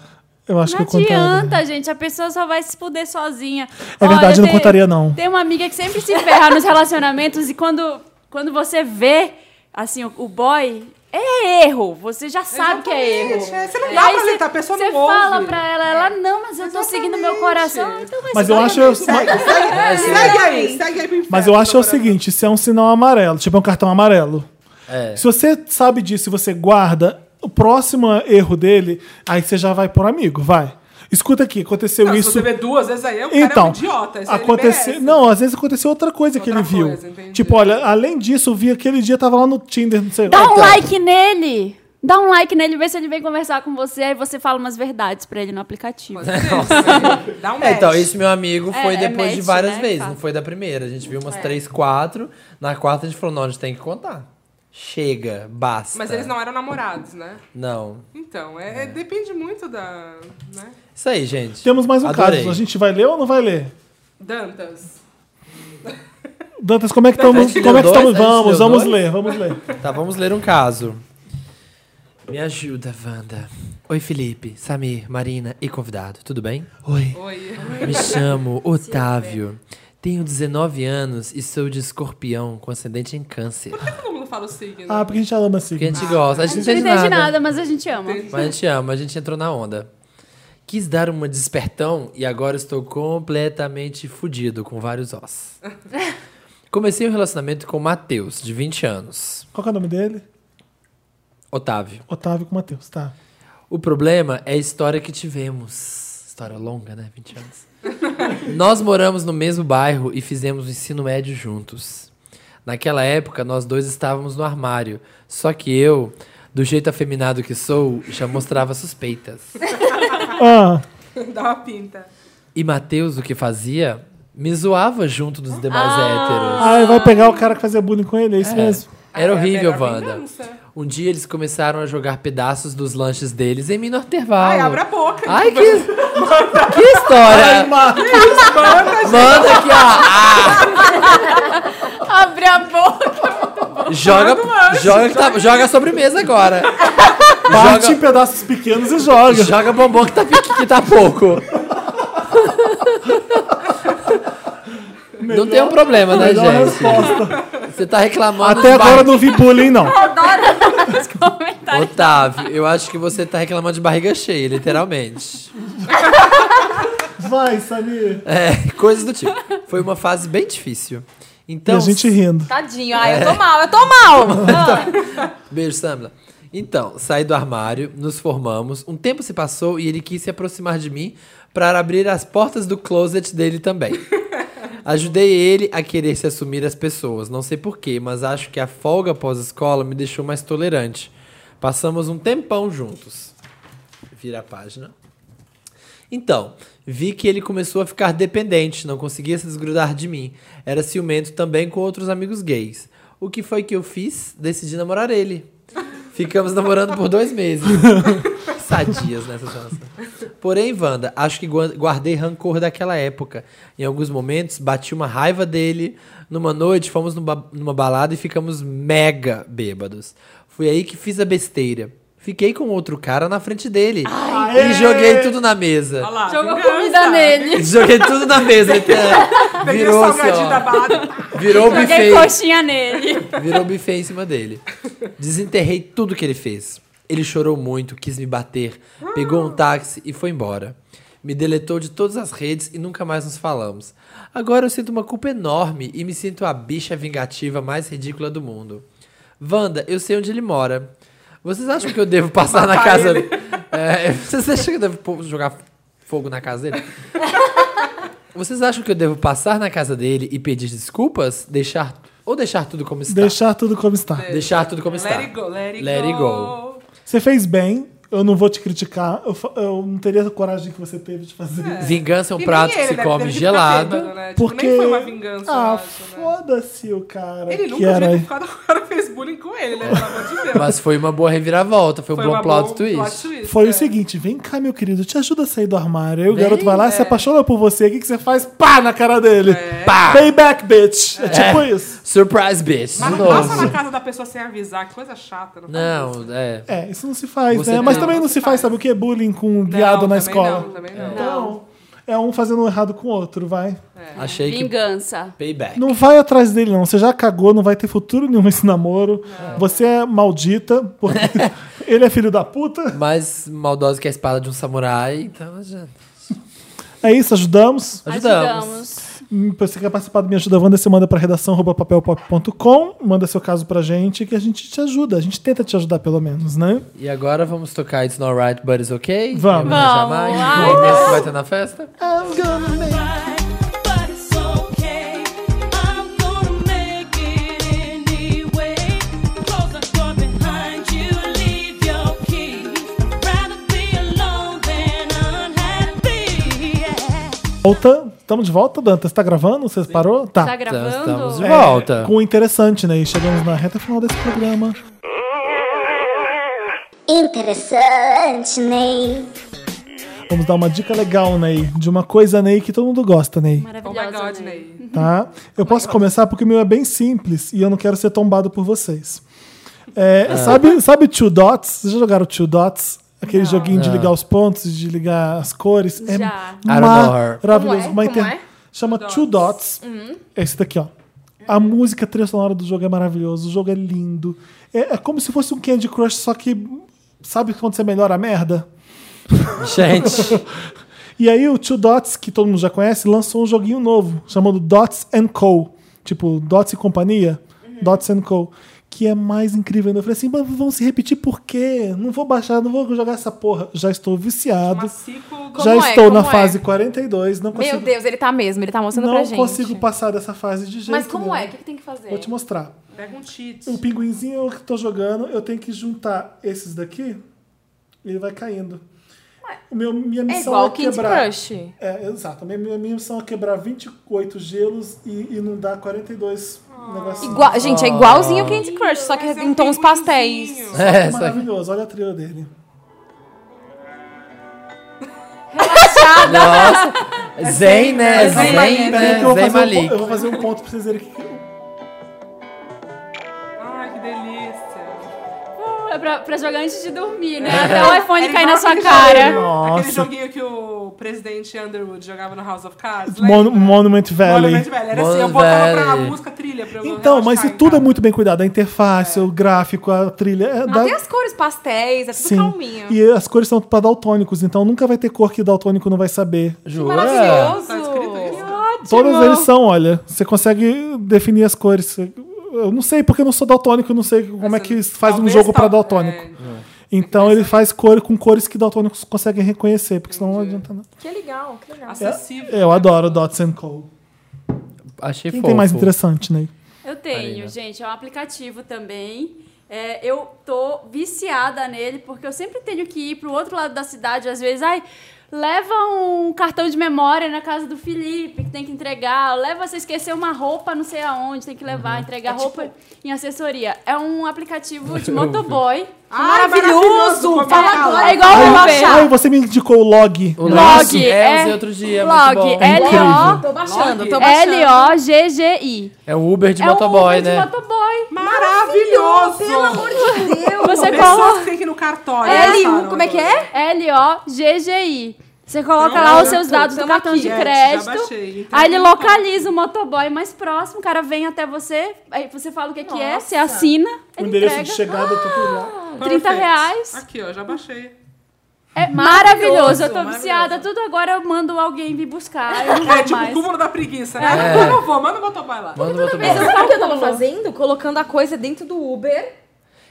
Speaker 1: Eu acho que
Speaker 5: não
Speaker 1: eu contaria.
Speaker 5: adianta, gente. A pessoa só vai se fuder sozinha.
Speaker 1: É verdade, eu não
Speaker 5: tem-
Speaker 1: contaria, não.
Speaker 5: Tem uma amiga que sempre se ferra nos relacionamentos e quando, quando você vê, assim, o, o boy, é erro. Você já sabe que é erro.
Speaker 3: Exatamente, é. Você não dá pra
Speaker 5: você-
Speaker 3: ler, tá? A pessoa
Speaker 5: você
Speaker 3: não ouve. É,
Speaker 5: fala pra ela, ela, não, mas eu tô seguindo meu coração. Ah, Então vai
Speaker 1: Mas
Speaker 5: se
Speaker 1: eu
Speaker 5: fuder
Speaker 1: acho.
Speaker 5: mesmo.
Speaker 1: mas-
Speaker 4: É, sim.
Speaker 3: Segue aí, segue aí pro inferno.
Speaker 1: Mas eu acho é o
Speaker 3: procurando.
Speaker 1: seguinte: se é um sinal amarelo, tipo é um cartão amarelo.
Speaker 4: É.
Speaker 1: Se você sabe disso e você guarda, o próximo erro dele, aí você já vai por amigo, vai. Escuta aqui, aconteceu
Speaker 3: Não, Se
Speaker 1: isso.
Speaker 3: você vê duas vezes aí, o cara
Speaker 1: Então,
Speaker 3: é um idiota. Isso
Speaker 1: aconteceu.
Speaker 3: Ele merece.
Speaker 1: Não, às vezes aconteceu outra coisa que
Speaker 3: Outra
Speaker 1: ele viu.
Speaker 3: coisa, entendi.
Speaker 1: tipo, olha, além disso, eu vi aquele dia, tava lá no Tinder, não sei Então,
Speaker 5: Dá um like nele. Dá um like nele, vê se ele vem conversar com você. Aí você fala umas verdades pra ele no aplicativo.
Speaker 3: Dá um
Speaker 4: É,
Speaker 3: match.
Speaker 4: então, esse meu amigo foi
Speaker 5: é
Speaker 4: depois de
Speaker 5: match,
Speaker 4: várias
Speaker 5: né, É.
Speaker 4: vezes,
Speaker 5: fala.
Speaker 4: não foi da primeira. A gente viu umas três, quatro. Na quarta a gente falou, não, a gente tem que contar. Chega, basta.
Speaker 3: Mas eles não eram namorados, né?
Speaker 4: Não.
Speaker 3: Então, é, é- depende muito da. Né?
Speaker 4: Isso aí, gente.
Speaker 1: Temos mais um
Speaker 4: Adorei.
Speaker 1: caso. A gente vai ler ou não vai ler?
Speaker 3: Dantas.
Speaker 1: Dantas, como é que estamos?
Speaker 4: gente leu
Speaker 1: Como é que
Speaker 4: dois? né? A
Speaker 1: estamos?
Speaker 4: gente
Speaker 1: Vamos,
Speaker 4: leu
Speaker 1: vamos
Speaker 4: dois?
Speaker 1: ler, vamos ler.
Speaker 4: Tá, vamos ler um caso. Me ajuda, Wanda. Oi, Felipe, Samir, Marina e convidado, tudo bem? Oi.
Speaker 3: Oi.
Speaker 4: Me chamo Otávio. Tenho 19 anos e sou de escorpião com ascendente em câncer.
Speaker 3: Por que todo mundo fala o signo?
Speaker 1: Ah, porque a gente ama assim.
Speaker 4: Porque a gente gosta, a gente,
Speaker 5: A gente não
Speaker 4: entende
Speaker 5: entende nada, mas a gente ama.
Speaker 4: Mas a gente ama, a gente entrou na onda. Quis dar uma despertão e agora estou completamente fudido com vários ossos. Comecei um relacionamento com o Matheus, de 20 anos.
Speaker 1: Qual que é o nome dele?
Speaker 4: Otávio.
Speaker 1: Otávio com Matheus, tá.
Speaker 4: O problema é a história que tivemos. História longa, né? 20 anos. nós moramos no mesmo bairro e fizemos o ensino médio juntos. Naquela época, nós dois estávamos no armário. Só que eu, do jeito afeminado que sou, já mostrava suspeitas.
Speaker 1: Ah,
Speaker 3: Dá uma pinta.
Speaker 4: E Matheus, o que fazia? Me zoava junto dos demais héteros.
Speaker 1: ah, vai pegar o cara que fazia bullying com ele, é isso
Speaker 4: É.
Speaker 1: mesmo.
Speaker 4: Era
Speaker 3: É a
Speaker 4: horrível,
Speaker 3: melhor
Speaker 4: Wanda.
Speaker 3: vingança.
Speaker 4: Um dia eles começaram a jogar pedaços dos lanches deles em mim no intervalo.
Speaker 3: Ai, abre a boca. então.
Speaker 4: Ai, que, que história! Manda aqui, ó.
Speaker 5: Abre a boca.
Speaker 4: Ah, joga, joga, que tá, joga a sobremesa agora.
Speaker 1: Parte em
Speaker 4: joga,
Speaker 1: pedaços pequenos e joga.
Speaker 4: joga bombom que tá, pe- que tá pouco. Não tem um problema, né, gente?
Speaker 1: Melhor resposta.
Speaker 4: Você tá reclamando
Speaker 1: Até
Speaker 4: de
Speaker 1: agora eu
Speaker 4: barriga-
Speaker 1: não vi bullying, não.
Speaker 5: Comentário.
Speaker 4: Otávio, eu acho que você tá reclamando de barriga cheia, literalmente.
Speaker 1: Vai, Samir.
Speaker 4: É, coisas do tipo. Foi uma fase bem difícil.
Speaker 1: E
Speaker 4: Então,
Speaker 1: a gente rindo.
Speaker 2: Tadinho,
Speaker 1: É.
Speaker 2: ai, eu tô mal, eu tô mal!
Speaker 4: Beijo, Samla. Então, saí do armário, nos formamos. Um tempo se passou e ele quis se aproximar de mim para abrir as portas do closet dele também. Ajudei ele a querer se assumir às pessoas. Não sei porquê, mas acho que a folga após a escola me deixou mais tolerante. Passamos um tempão juntos. Vira a página. Então, vi que ele começou a ficar dependente, não conseguia se desgrudar de mim. Era ciumento também com outros amigos gays. O que foi que eu fiz? Decidi namorar ele. Ficamos namorando por dois meses. sadias nessa situação. Porém, Wanda, acho que gua- guardei rancor daquela época. Em alguns momentos, bati uma raiva dele. Numa noite, fomos numa, numa balada e ficamos mega bêbados. Foi aí que fiz a besteira. Fiquei com outro cara na frente dele. e joguei tudo na mesa.
Speaker 3: Olha lá.
Speaker 5: Jogou
Speaker 3: vingança.
Speaker 5: comida nele.
Speaker 4: Joguei tudo na mesa. Então,
Speaker 3: Peguei o
Speaker 4: virou assim,
Speaker 3: salgadinho da
Speaker 4: ó,
Speaker 3: barra.
Speaker 4: Virou o
Speaker 5: Joguei
Speaker 4: buffet.
Speaker 5: coxinha nele.
Speaker 4: Virou buffet em cima dele. Desenterrei tudo que ele fez. Ele chorou muito, quis me bater, pegou um
Speaker 3: Ah.
Speaker 4: táxi e foi embora. Me deletou de todas as redes e nunca mais nos falamos. Agora eu sinto uma culpa enorme e me sinto a bicha vingativa mais ridícula do mundo. Wanda, eu sei onde ele mora. Vocês acham que eu devo passar na
Speaker 3: Matar
Speaker 4: casa
Speaker 3: ele.
Speaker 4: dele? É, vocês acham que eu devo pô- jogar fogo na casa dele? Vocês acham que eu devo passar na casa dele e pedir desculpas? Deixar ou deixar tudo como está?
Speaker 1: Deixar tudo como está.
Speaker 4: Deixar tudo como está.
Speaker 3: Let it go, let it
Speaker 4: Let
Speaker 3: go.
Speaker 4: it go.
Speaker 1: Você fez bem, eu não vou te criticar. Eu, fa- eu não teria a coragem que você teve de fazer.
Speaker 4: Vingança é um
Speaker 3: E
Speaker 4: prato
Speaker 3: nem
Speaker 4: que
Speaker 3: ele,
Speaker 4: se
Speaker 3: né?
Speaker 4: come
Speaker 3: Deve ter
Speaker 4: gelado.
Speaker 3: ficado bêbado, né? Tipo,
Speaker 1: Porque.
Speaker 3: nem foi uma vingança, eu
Speaker 1: ah,
Speaker 3: acho, né?
Speaker 1: foda-se o cara.
Speaker 3: Ele
Speaker 1: que
Speaker 3: nunca
Speaker 1: era.
Speaker 3: devia ter ficado o cara fez bullying com ele, né? Pelo amor de Deus.
Speaker 4: Mas foi uma boa reviravolta, foi, um bom
Speaker 3: uma
Speaker 4: plot
Speaker 3: boa
Speaker 4: twist.
Speaker 3: plot twist,
Speaker 1: Foi
Speaker 3: é.
Speaker 1: o seguinte, vem cá, meu querido, te ajuda a sair do armário. Aí o
Speaker 4: Vem,
Speaker 1: garoto vai lá,
Speaker 3: é.
Speaker 1: se apaixona por você, o que, que você faz? Pá na cara dele.
Speaker 3: né?
Speaker 4: Pá!
Speaker 1: Payback, bitch. É, tipo isso.
Speaker 4: Surprise, bitch!
Speaker 3: Mas
Speaker 4: De
Speaker 3: não passa na
Speaker 4: novo.
Speaker 3: casa da pessoa sem avisar, que coisa chata. Não, faz isso.
Speaker 4: Não, é.
Speaker 1: É, isso não se faz,
Speaker 4: Você
Speaker 1: né? Mas
Speaker 4: não,
Speaker 1: também não
Speaker 3: se
Speaker 1: se faz,
Speaker 3: faz.
Speaker 1: sabe o que? Bullying com um viado
Speaker 3: Não,
Speaker 1: na
Speaker 3: também
Speaker 1: escola.
Speaker 3: Não, também não.
Speaker 1: Então, é um fazendo errado com o outro, vai.
Speaker 3: É.
Speaker 4: Achei que.
Speaker 5: Vingança.
Speaker 4: Payback.
Speaker 1: Não vai atrás dele, não. Você já cagou, não vai ter futuro nenhum esse namoro. Você é maldita, porque ele é filho da puta.
Speaker 4: Mais maldosa que a espada de um samurai, então já.
Speaker 1: É isso, ajudamos.
Speaker 4: Ajudamos.
Speaker 1: Hum, Você quer participar do Me Ajuda Wanda, você manda pra redação arroba papelpop.com, manda seu caso pra gente que a gente te ajuda. A gente tenta te ajudar, pelo menos, né?
Speaker 4: E agora vamos tocar It's Not Right, But It's Okay?
Speaker 1: Vamos. Tá
Speaker 4: Jamais.
Speaker 5: Vamos.
Speaker 4: Vamos. Esse vai ter na festa?
Speaker 6: But it's okay. I'm gonna make it anyway. Close the door behind you, leave your key. Rather be alone than unhappy.
Speaker 1: Volta. Estamos de volta, Dantas. Tá gravando? Você parou? Tá.
Speaker 5: Tá
Speaker 4: Então, Estamos de
Speaker 5: gravando?
Speaker 4: volta.
Speaker 1: Com o interessante, né? E chegamos na reta final desse programa.
Speaker 8: Interessante, Ney.
Speaker 1: Vamos dar uma dica legal, Ney, de uma coisa, Ney, que todo mundo gosta, Ney,
Speaker 3: Oh my
Speaker 5: Maravilhosa.
Speaker 3: god,
Speaker 5: né?
Speaker 3: Ney.
Speaker 1: tá? Eu posso começar porque o meu é bem simples e eu não quero ser tombado por vocês. É, Sabe, sabe Two Dots? Vocês já jogaram Two Dots? Aquele joguinho de ligar os pontos, de ligar as cores. É
Speaker 5: Já.
Speaker 4: I don't know her.
Speaker 1: maravilhoso.
Speaker 2: Como é?
Speaker 1: Uma inter-
Speaker 2: Como é? Hum.
Speaker 1: Chama Two Dots. É Esse daqui, ó. A música, a trilha sonora do jogo é maravilhosa, o jogo é lindo. É, é como se fosse um Candy Crush, só que. Sabe quando você melhora a merda?
Speaker 4: Gente,
Speaker 1: E aí o Two Dots, que todo mundo já conhece, lançou um joguinho novo, chamado Dots and Co. Tipo, Dots e Companhia.
Speaker 2: Uhum.
Speaker 1: Dots and Co. Que é mais incrível ainda. Eu falei assim, mas vão se repetir por quê? Não vou baixar, não vou jogar essa porra. Já estou viciado.
Speaker 3: Uma ciclo do...
Speaker 2: Como
Speaker 1: Já
Speaker 2: é?
Speaker 1: estou na
Speaker 2: Como é?
Speaker 1: fase 42. Não consigo,
Speaker 2: Meu Deus, ele tá mesmo, ele tá mostrando pra
Speaker 1: não
Speaker 2: gente.
Speaker 1: consigo passar dessa fase de jeito
Speaker 2: Mas como
Speaker 1: nenhum.
Speaker 2: é? O que, que tem que fazer?
Speaker 1: Vou te mostrar.
Speaker 3: Pega um cheat.
Speaker 1: O pinguinzinho é o que eu tô jogando, eu tenho que juntar esses daqui. Ele vai caindo. O meu, minha
Speaker 2: É
Speaker 1: missão
Speaker 2: igual
Speaker 1: é
Speaker 2: Candy
Speaker 1: quebrar.
Speaker 2: Crush.
Speaker 1: É, exato. A minha, minha minha missão é quebrar 28 gelos e inundar 42 negocinhos.
Speaker 2: Igual, gente, é
Speaker 1: Ah.
Speaker 2: igualzinho o Candy Crush, só que
Speaker 3: um
Speaker 2: em tons pastéis.
Speaker 4: é, só que-
Speaker 1: Maravilhoso, olha a trilha dele.
Speaker 4: Nossa! Zen, né?
Speaker 3: Zen
Speaker 4: Zen,
Speaker 3: Malik.
Speaker 1: Peraí
Speaker 4: né?
Speaker 1: que eu, vou
Speaker 4: Zen
Speaker 1: fazer um,
Speaker 4: Malik.
Speaker 1: po- eu vou fazer um ponto pra vocês verem que
Speaker 3: Ai, que delícia.
Speaker 5: É pra, pra jogar antes de dormir, né? Até o iPhone cair na sua cara.
Speaker 1: Nossa.
Speaker 3: Aquele joguinho que o presidente Underwood jogava no House of Cards.
Speaker 1: Mon-
Speaker 3: lembra?
Speaker 1: é Monument Valley.
Speaker 3: Monument Valley. Era assim, eu
Speaker 4: Monument
Speaker 3: botava pra
Speaker 4: Valley.
Speaker 3: música trilha pra eu
Speaker 1: Então, mas
Speaker 3: relaxar
Speaker 1: e
Speaker 3: em
Speaker 1: tudo é
Speaker 3: casa.
Speaker 1: muito bem cuidado. A interface,
Speaker 3: É.
Speaker 1: o gráfico, a trilha. É, dá-
Speaker 2: Até as cores pastéis, é tudo
Speaker 1: Sim.
Speaker 2: calminho.
Speaker 1: E as cores são pra daltônicos, então nunca vai ter cor que daltônico não vai saber.
Speaker 4: Jura?
Speaker 2: Maravilhoso.
Speaker 3: Tá escrito isso.
Speaker 1: Todas eles são, olha. Você consegue definir as cores. Eu não sei, porque eu não sou daltônico, eu não sei como é que
Speaker 3: Talvez
Speaker 1: faz um jogo pra
Speaker 3: tal-
Speaker 1: daltônico.
Speaker 3: é,
Speaker 1: Então
Speaker 2: é
Speaker 1: ele faz cor com cores que daltônicos conseguem reconhecer, porque senão não adianta nada.
Speaker 2: Que legal, que
Speaker 1: É.
Speaker 2: legal.
Speaker 3: É, acessível.
Speaker 1: Eu adoro Dots and Co.
Speaker 4: Achei
Speaker 1: Quem
Speaker 4: fofo.
Speaker 1: tem mais interessante, né?
Speaker 5: Eu tenho,
Speaker 4: Marina.
Speaker 5: gente. É um aplicativo também. É, eu tô viciada nele, porque eu sempre tenho que ir pro outro lado da cidade, às vezes, ai, leva um cartão de memória na casa do Felipe, que tem que entregar, leva, você esqueceu uma roupa, não sei aonde, tem que levar, entregar roupa em assessoria. É um aplicativo de motoboy.
Speaker 3: Ai, Ah, maravilhoso,
Speaker 5: maravilhoso!
Speaker 3: fala
Speaker 5: Fala
Speaker 3: agora.
Speaker 5: agora, é igual o
Speaker 1: Ai,
Speaker 5: Uber.
Speaker 1: ai, você me indicou o log.
Speaker 4: O
Speaker 5: Log.
Speaker 4: É, eu
Speaker 5: é-
Speaker 4: usei outro dia.
Speaker 5: Log.
Speaker 4: muito bom.
Speaker 5: É
Speaker 1: Incrível.
Speaker 5: L-O.
Speaker 2: Tô baixando, tô baixando.
Speaker 5: L-O-G-G-I.
Speaker 4: É um Uber de
Speaker 5: é um
Speaker 4: motoboy,
Speaker 5: Uber
Speaker 4: né?
Speaker 5: de motoboy. É um
Speaker 3: Maravilhoso! Pelo amor de
Speaker 5: Você
Speaker 3: Pessoas
Speaker 5: coloca
Speaker 3: que tem que ir no cartório. né,
Speaker 5: L1,
Speaker 3: passaram,
Speaker 2: Como é que é?
Speaker 5: L-O-G-G-I. Você coloca
Speaker 3: Não,
Speaker 5: lá os
Speaker 3: eu
Speaker 5: seus
Speaker 3: tô-
Speaker 5: dados do
Speaker 3: Então, tamo
Speaker 5: cartão
Speaker 3: aqui,
Speaker 5: de
Speaker 3: é,
Speaker 5: crédito.
Speaker 3: já baixei, então
Speaker 5: aí ele
Speaker 3: não
Speaker 5: localiza o motoboy mais próximo, o cara vem até você, aí você fala o que, que é, você assina,
Speaker 1: O
Speaker 5: ele
Speaker 1: endereço
Speaker 5: entrega.
Speaker 1: de chegada, tudo
Speaker 2: Ah,
Speaker 1: lá.
Speaker 5: 30
Speaker 3: Perfeito.
Speaker 5: reais.
Speaker 3: Aqui, ó, já baixei.
Speaker 5: É maravilhoso, eu tô
Speaker 10: maravilhoso.
Speaker 5: viciada. Tudo agora eu mando alguém vir buscar, eu não
Speaker 3: É
Speaker 5: vou
Speaker 3: tipo o
Speaker 5: mais.
Speaker 3: cúmulo da preguiça, né? Eu não vou, manda o motoboy lá.
Speaker 4: Manda o motoboy.
Speaker 2: Mas eu sabe o que eu tava fazendo? Colocando a coisa dentro do Uber.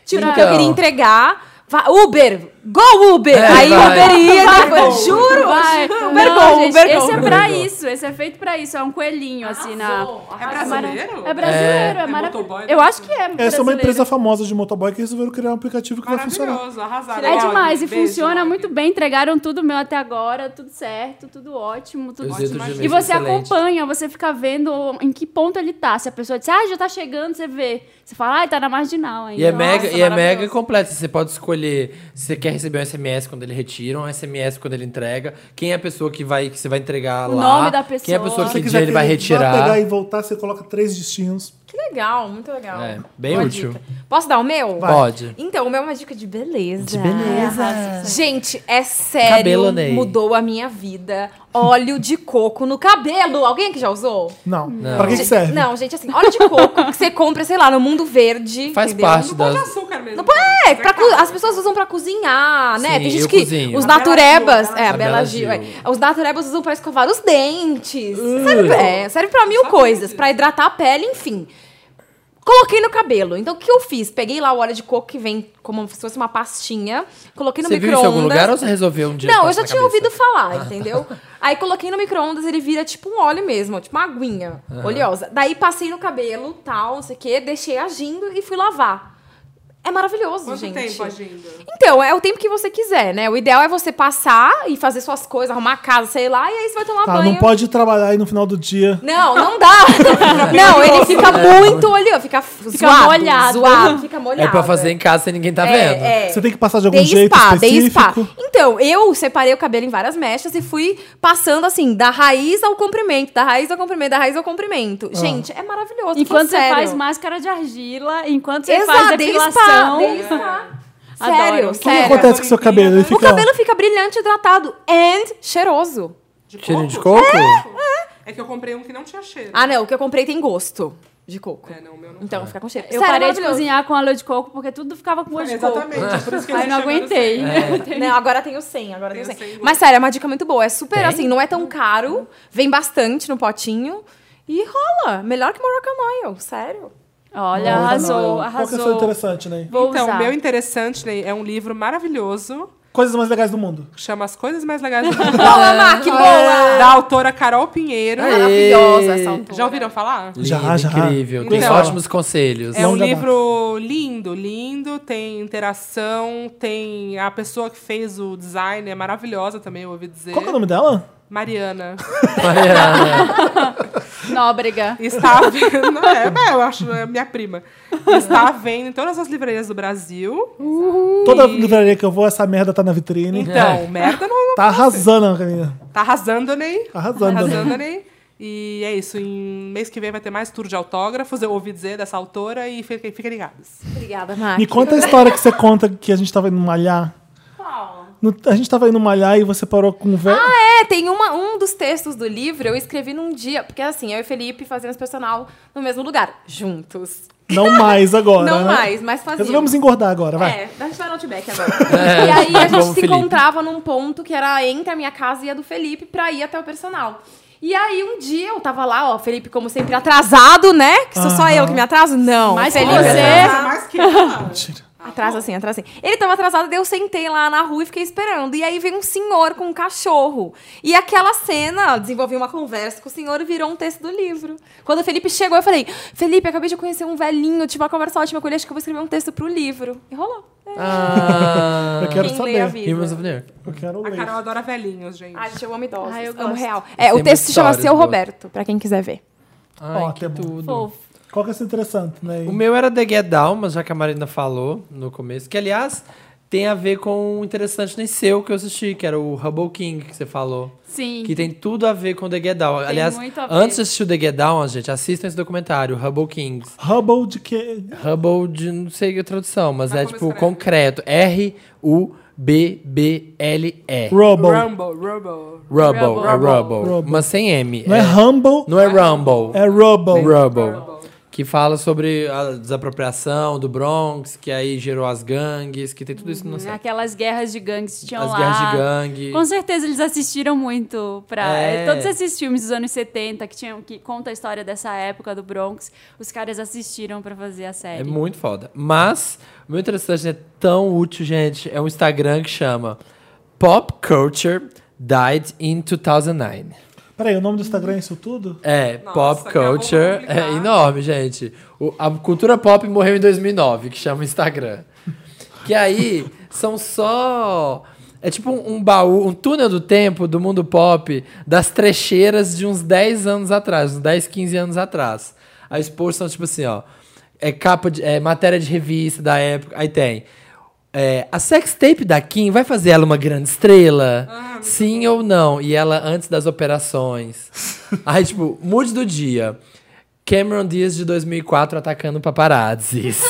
Speaker 2: Tipo,
Speaker 4: Então.
Speaker 2: que eu queria entregar. Fa- Uber! Go Uber!
Speaker 4: É,
Speaker 2: Aí o
Speaker 4: vai.
Speaker 2: Uber ia, depois, juro!
Speaker 1: assim?
Speaker 5: Vai.
Speaker 2: Uber
Speaker 5: Não,
Speaker 2: Go,
Speaker 5: gente,
Speaker 2: Uber Go.
Speaker 5: esse é pra isso, esse é feito pra isso, é um coelhinho assim na
Speaker 3: É brasileiro?
Speaker 5: É brasileiro, é,
Speaker 3: É
Speaker 5: maravilhoso.
Speaker 3: motoboy,
Speaker 5: Eu
Speaker 3: né?
Speaker 5: acho que é
Speaker 1: Essa é uma
Speaker 5: brasileiro.
Speaker 1: empresa famosa de motoboy que resolveram criar um aplicativo que vai funcionar.
Speaker 3: Maravilhoso,
Speaker 2: Tá
Speaker 3: arrasaram.
Speaker 5: É
Speaker 3: Log,
Speaker 5: demais, e
Speaker 3: beijo,
Speaker 5: funciona
Speaker 3: Log.
Speaker 5: muito bem. Entregaram tudo meu até agora, tudo certo, tudo ótimo, tudo
Speaker 4: Eu usei outro
Speaker 5: ótimo.
Speaker 4: dia
Speaker 5: E
Speaker 4: mesmo,
Speaker 5: você
Speaker 4: excelente.
Speaker 5: acompanha, você fica vendo em que ponto ele tá. Se a pessoa disser, ah, já tá chegando, você vê. Você fala, ah, tá na marginal ainda.
Speaker 4: E é,
Speaker 5: Nossa,
Speaker 4: mega, e é
Speaker 5: maravilhoso.
Speaker 4: mega completo. Você pode escolher se você quer receber um SMS quando ele retira, um SMS quando ele entrega, quem é a pessoa que vai que você vai entregar
Speaker 5: O
Speaker 4: lá.
Speaker 5: nome da
Speaker 4: Quem é a
Speaker 5: pessoa.
Speaker 4: pessoa
Speaker 5: Se
Speaker 1: Se
Speaker 4: que dia ele vai
Speaker 1: querer só pegar
Speaker 4: retirar.
Speaker 1: e voltar, você coloca três destinos.
Speaker 2: Que legal, muito legal.
Speaker 4: É, bem útil.
Speaker 2: dica. Posso dar o meu?
Speaker 4: Pode.
Speaker 2: Então, o meu é uma dica de beleza. De beleza. Gente, é sério.
Speaker 4: Cabelo, Ney.
Speaker 2: Mudou a minha vida. Óleo de coco no cabelo. Alguém que já usou?
Speaker 1: Não. Pra que, que serve?
Speaker 2: Não, gente, assim, óleo de coco que você compra, sei lá, no mundo verde.
Speaker 4: Faz
Speaker 2: entendeu?
Speaker 4: parte
Speaker 3: Põe de
Speaker 4: das.
Speaker 3: açúcar mesmo.
Speaker 2: Não põe- é, pra cu- as pessoas usam pra cozinhar, né?
Speaker 4: Sim,
Speaker 2: Tem
Speaker 4: eu
Speaker 2: gente que
Speaker 4: cozinho.
Speaker 2: os
Speaker 4: A
Speaker 3: Bela
Speaker 2: naturebas,
Speaker 3: Gil,
Speaker 2: é, a
Speaker 4: a
Speaker 2: Bela
Speaker 4: Bela Gil.
Speaker 2: Gil, é. os naturebas usam pra escovar os dentes. Serve, pra- é, serve pra mil coisas, pra hidratar a pele, enfim. Coloquei no cabelo. Então, o que eu fiz? Peguei lá o óleo de coco que vem como se fosse uma pastinha, coloquei no
Speaker 4: Você viu isso em algum lugar ou
Speaker 2: micro-ondas.
Speaker 4: você resolveu um dia?
Speaker 2: Não, eu
Speaker 4: passar
Speaker 2: já
Speaker 4: na
Speaker 2: tinha
Speaker 4: cabeça?
Speaker 2: ouvido falar, entendeu? Aí coloquei no micro-ondas, ele vira tipo um óleo mesmo, tipo uma aguinha oleosa. Daí passei no cabelo, tal, não sei o quê, deixei agindo e fui lavar. É maravilhoso,
Speaker 3: Quanto
Speaker 2: gente.
Speaker 3: tempo agindo?
Speaker 2: Então, é o tempo que você quiser, né? O ideal é você passar e fazer suas coisas, arrumar a casa, sei lá, e aí você vai tomar
Speaker 1: Tá,
Speaker 2: banho.
Speaker 1: não pode trabalhar e no final do dia.
Speaker 2: Não, não dá. não, ele fica muito oleoso, fica, fica zoado,
Speaker 5: molhado.
Speaker 2: zoado, fica molhado.
Speaker 4: É pra fazer em casa sem ninguém tá vendo.
Speaker 2: É, é.
Speaker 1: Você tem que passar de algum
Speaker 2: Dei
Speaker 1: jeito
Speaker 2: spa, dei spa.
Speaker 1: específico.
Speaker 2: Então, eu separei o cabelo em várias mechas e fui passando assim, da raiz ao comprimento, da raiz ao comprimento, da raiz ao comprimento.
Speaker 1: Ah.
Speaker 2: Gente, é maravilhoso. tô
Speaker 5: Enquanto
Speaker 2: falando
Speaker 5: você
Speaker 2: sério.
Speaker 5: faz máscara de argila, enquanto você faz
Speaker 2: Exato, dei spa,
Speaker 5: depilação.
Speaker 2: dei spa.
Speaker 5: Adoro.
Speaker 2: Sério,
Speaker 5: O que
Speaker 1: O que
Speaker 2: sério.
Speaker 1: acontece então? com o seu cabelo? Ele
Speaker 2: O
Speaker 1: fica.
Speaker 2: cabelo fica brilhante, hidratado and cheiroso.
Speaker 3: De
Speaker 4: Cheirinho de
Speaker 3: coco?
Speaker 4: coco?
Speaker 3: É que eu comprei um que não tinha cheiro.
Speaker 2: Ah, não, o que eu comprei tem gosto de coco.
Speaker 3: É, não, o meu não.
Speaker 2: Então fica com cheiro.
Speaker 5: Eu
Speaker 2: Sério,
Speaker 5: parei de
Speaker 2: maravilhoso.
Speaker 5: cozinhar com óleo de coco porque tudo ficava com gosto de coco.
Speaker 3: Exatamente, Ah, é por isso que
Speaker 5: Aí eu não
Speaker 3: achei
Speaker 5: aguentei.
Speaker 3: menos-
Speaker 2: Não, agora tem o 100, agora tem o
Speaker 3: Tem o
Speaker 2: 100.
Speaker 3: 100
Speaker 2: Mas sério, é uma dica muito boa. É super
Speaker 4: Tem?
Speaker 2: assim, não é tão caro, vem bastante no potinho e rola. Melhor que Moroccan Oil, sério.
Speaker 5: Ololha, arrasou,
Speaker 1: Qual que é o seu
Speaker 5: arrasou.
Speaker 1: interessante, né?
Speaker 5: Vou
Speaker 3: Então, o
Speaker 5: usar.
Speaker 3: meu interessante, Ney, é um livro maravilhoso
Speaker 1: Coisas mais legais do mundo.
Speaker 3: que chama As Coisas Mais Legais do
Speaker 1: Ah,
Speaker 3: Mundo, Ah,
Speaker 2: Boa, Mac,
Speaker 1: é.
Speaker 2: boa!
Speaker 3: da autora Carol Pinheiro.
Speaker 4: Aê.
Speaker 2: Maravilhosa essa autora.
Speaker 3: Já ouviram falar?
Speaker 4: Lindo,
Speaker 1: Já, já.
Speaker 4: incrível. Tem
Speaker 3: Então,
Speaker 4: ótimos conselhos.
Speaker 3: É um
Speaker 1: Longa
Speaker 3: livro lindo, lindo, tem interação, tem a pessoa que fez o design, é maravilhosa também, eu ouvi dizer.
Speaker 1: Qual que é o nome dela?
Speaker 3: Mariana.
Speaker 5: Nóbrega.
Speaker 3: Está à venda. É, é, eu acho, é minha prima. Está à venda em todas as livrarias do Brasil.
Speaker 1: Uhum. Toda livraria que eu vou, essa merda tá na vitrine.
Speaker 3: Então, merda não.
Speaker 1: Tá arrasando, menina.
Speaker 3: Tá arrasando, Ney.
Speaker 1: Tá arrasando, né?
Speaker 3: Arrasando, Ney. E é isso. Em mês que vem vai ter mais tour de autógrafos. Eu ouvi dizer dessa autora e fiquem, fiquem ligados.
Speaker 2: Obrigada, Mac.
Speaker 1: Me conta a história que você conta que a gente tava indo malhar. No- a gente tava indo malhar e você parou com o velho.
Speaker 2: Ah, é, tem uma, um dos textos do livro eu escrevi num dia, porque assim, eu e Felipe fazíamos personal no mesmo lugar, juntos.
Speaker 1: Não mais agora.
Speaker 2: Não
Speaker 1: né?
Speaker 2: mais, mas fazíamos.
Speaker 1: Resolvemos engordar agora, vai. tá
Speaker 2: É, a gente vai no Outback agora.
Speaker 4: É,
Speaker 2: e aí a gente
Speaker 4: vamos,
Speaker 2: se
Speaker 4: Felipe.
Speaker 2: encontrava num ponto que era entre a minha casa e a do Felipe pra ir até o personal. E aí um dia eu tava lá, ó, Felipe como sempre atrasado, né? Que sou só
Speaker 1: Aham. assim?
Speaker 2: eu que me atraso? Não.
Speaker 5: Mas
Speaker 4: É.
Speaker 2: Felipe, é
Speaker 5: você-
Speaker 3: Mas mais que ela.
Speaker 1: Mentira.
Speaker 2: Atrasa assim, atrasa assim. Ele tava atrasado, daí eu sentei lá na rua e fiquei esperando. E aí veio um senhor com um cachorro. E aquela cena, desenvolvi uma conversa com o senhor e virou um texto do livro. Quando o Felipe chegou, eu falei: Felipe, acabei de conhecer um velhinho, tive uma conversa ótima com ele, acho que eu vou escrever um texto pro livro. E rolou. É.
Speaker 4: Ah,
Speaker 1: Eu quero
Speaker 2: Quem lê
Speaker 1: saber.
Speaker 2: avisa.
Speaker 4: Humans of New York.
Speaker 1: Eu quero
Speaker 3: A
Speaker 1: ler.
Speaker 3: Carol adora velhinhos, gente.
Speaker 2: Ai, gente, eu amo idosos.
Speaker 5: Ai, eu
Speaker 2: amo
Speaker 5: gosto.
Speaker 2: real. É, o
Speaker 4: Tem
Speaker 2: texto se chama
Speaker 4: muitas
Speaker 2: Seu
Speaker 4: boas.
Speaker 2: Roberto, pra quem quiser ver.
Speaker 4: Ai,
Speaker 1: Ótimo.
Speaker 4: que tudo.
Speaker 5: Fofo.
Speaker 1: Qual que é esse interessante, né?
Speaker 4: O meu era The Get Down, mas já que a Marina falou no começo, que aliás tem a ver com um interessante nem seu que eu assisti, que era o Hubble King que você falou.
Speaker 5: Sim.
Speaker 4: Que tem tudo a ver com The Get Down. aliás,
Speaker 5: muito a ver.
Speaker 4: antes de assistir o The Get Down, gente, assistam esse documentário, Hubble Kings.
Speaker 1: Hubble de que...
Speaker 4: Hubble de não sei a tradução,
Speaker 5: Tá
Speaker 4: mas
Speaker 3: Mas
Speaker 4: é
Speaker 3: como
Speaker 4: tipo
Speaker 3: escreve?
Speaker 4: concreto. R-U-B-B-L-E.
Speaker 1: Rubble.
Speaker 3: Rumble, Rumble.
Speaker 4: Rubble, é Rubble.
Speaker 1: Rubble.
Speaker 4: Mas sem M.
Speaker 1: Não é Humble,
Speaker 4: não é Rumble.
Speaker 1: é Rubble.
Speaker 4: Rubble. Que fala sobre a desapropriação do Bronx, que aí gerou as gangues, que tem tudo isso no site.
Speaker 5: Aquelas guerras de gangues que tinham
Speaker 4: As
Speaker 5: lá.
Speaker 4: guerras de gangue.
Speaker 5: Com certeza eles assistiram muito pra eh,
Speaker 4: É.
Speaker 5: todos esses filmes dos anos 70 que tinham que conta a história dessa época do Bronx. Os caras assistiram pra fazer a série.
Speaker 4: É muito foda. Mas, o meu interessante é tão útil, gente. É um Instagram que chama Pop Culture Died in 2009.
Speaker 1: Peraí, o nome do Instagram é isso tudo?
Speaker 4: É,
Speaker 3: Nossa,
Speaker 4: pop
Speaker 3: que eu vou
Speaker 4: culture
Speaker 3: publicar.
Speaker 4: é enorme, gente. O- a cultura pop morreu em 2009, que chama Instagram. Que aí são só. É tipo um, um baú, um túnel do tempo do mundo pop das trecheiras de uns 10 anos atrás, uns 10, 15 anos atrás. As posts são tipo assim, ó. É capa de. É matéria de revista da época. Aí tem. É, a sextape da Kim vai fazer ela uma grande estrela? Sim ou não? E ela antes das operações. Aí, tipo, mood do dia. Cameron Diaz de 2004 atacando paparazzis.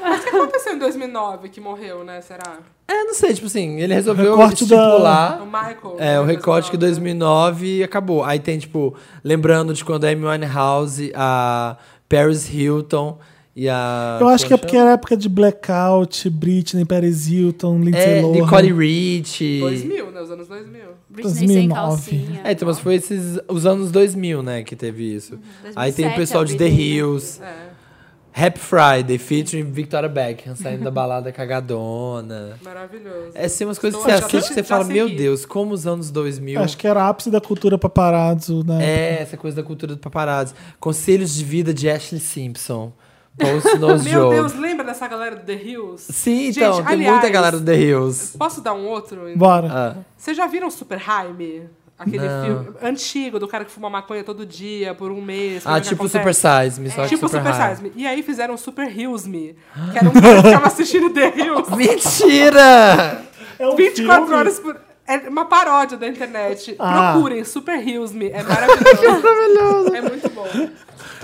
Speaker 3: O que aconteceu em 2009 que morreu, né? Será?
Speaker 4: É, não sei, tipo assim, ele resolveu
Speaker 1: recorte da-
Speaker 4: estipular.
Speaker 3: O Michael.
Speaker 4: É, o
Speaker 3: né,
Speaker 4: recorte que 2009 acabou. Aí tem, tipo, lembrando de quando a Amy Winehouse, a Paris Hilton e a...
Speaker 1: Eu acho que é
Speaker 4: como
Speaker 1: porque
Speaker 4: chama?
Speaker 1: era época de Blackout, Britney, Paris Hilton, Lindsay
Speaker 4: É,
Speaker 1: Lohan.
Speaker 4: Nicole Rich.
Speaker 3: 2000, né? Os anos 2000.
Speaker 5: Britney sem
Speaker 1: 2009.
Speaker 5: calcinha.
Speaker 4: É, então, mas foi esses, os anos 2000, né, que teve isso. Aí tem o
Speaker 5: 2007
Speaker 4: pessoal de
Speaker 5: a
Speaker 4: The
Speaker 5: Britney, né?
Speaker 4: Hills,
Speaker 3: É,
Speaker 4: Happy Friday, featuring Victoria Beckham, saindo da balada cagadona.
Speaker 3: maravilhoso.
Speaker 4: É assim, umas coisas que você
Speaker 3: Então, já
Speaker 4: assiste que
Speaker 3: segui-
Speaker 4: você
Speaker 3: já
Speaker 4: fala, meu
Speaker 3: segui.
Speaker 4: Deus, como os anos 2000...
Speaker 1: Acho que era ápice da cultura paparazzo, né?
Speaker 4: É, essa coisa da cultura do paparazzi. Conselhos de vida de Ashley Simpson. Post nos
Speaker 3: Meu Deus,
Speaker 4: jogos.
Speaker 3: lembra dessa galera do The Hills?
Speaker 4: Sim,
Speaker 3: Gente,
Speaker 4: então, tem muita
Speaker 3: aliás,
Speaker 4: galera do The Hills.
Speaker 3: Posso dar um outro?
Speaker 1: Bora.
Speaker 4: Ah,
Speaker 3: Vocês já viram Superheim? Aquele
Speaker 4: Não.
Speaker 3: filme antigo do cara que fuma maconha todo dia por um mês.
Speaker 4: Ah,
Speaker 3: como é que
Speaker 4: tipo
Speaker 3: acontece?
Speaker 4: Super Size Me, só que
Speaker 3: Tipo
Speaker 4: super,
Speaker 3: Super
Speaker 4: high.
Speaker 3: Size Me. E aí fizeram Super Hills Me, que era um cara que ficava assistindo The Hills
Speaker 4: Mentira!
Speaker 1: É um
Speaker 3: 24
Speaker 1: filme.
Speaker 3: horas por. É uma paródia da internet.
Speaker 1: Ah.
Speaker 3: Procurem Super Hills Me. É maravilhoso. é muito bom.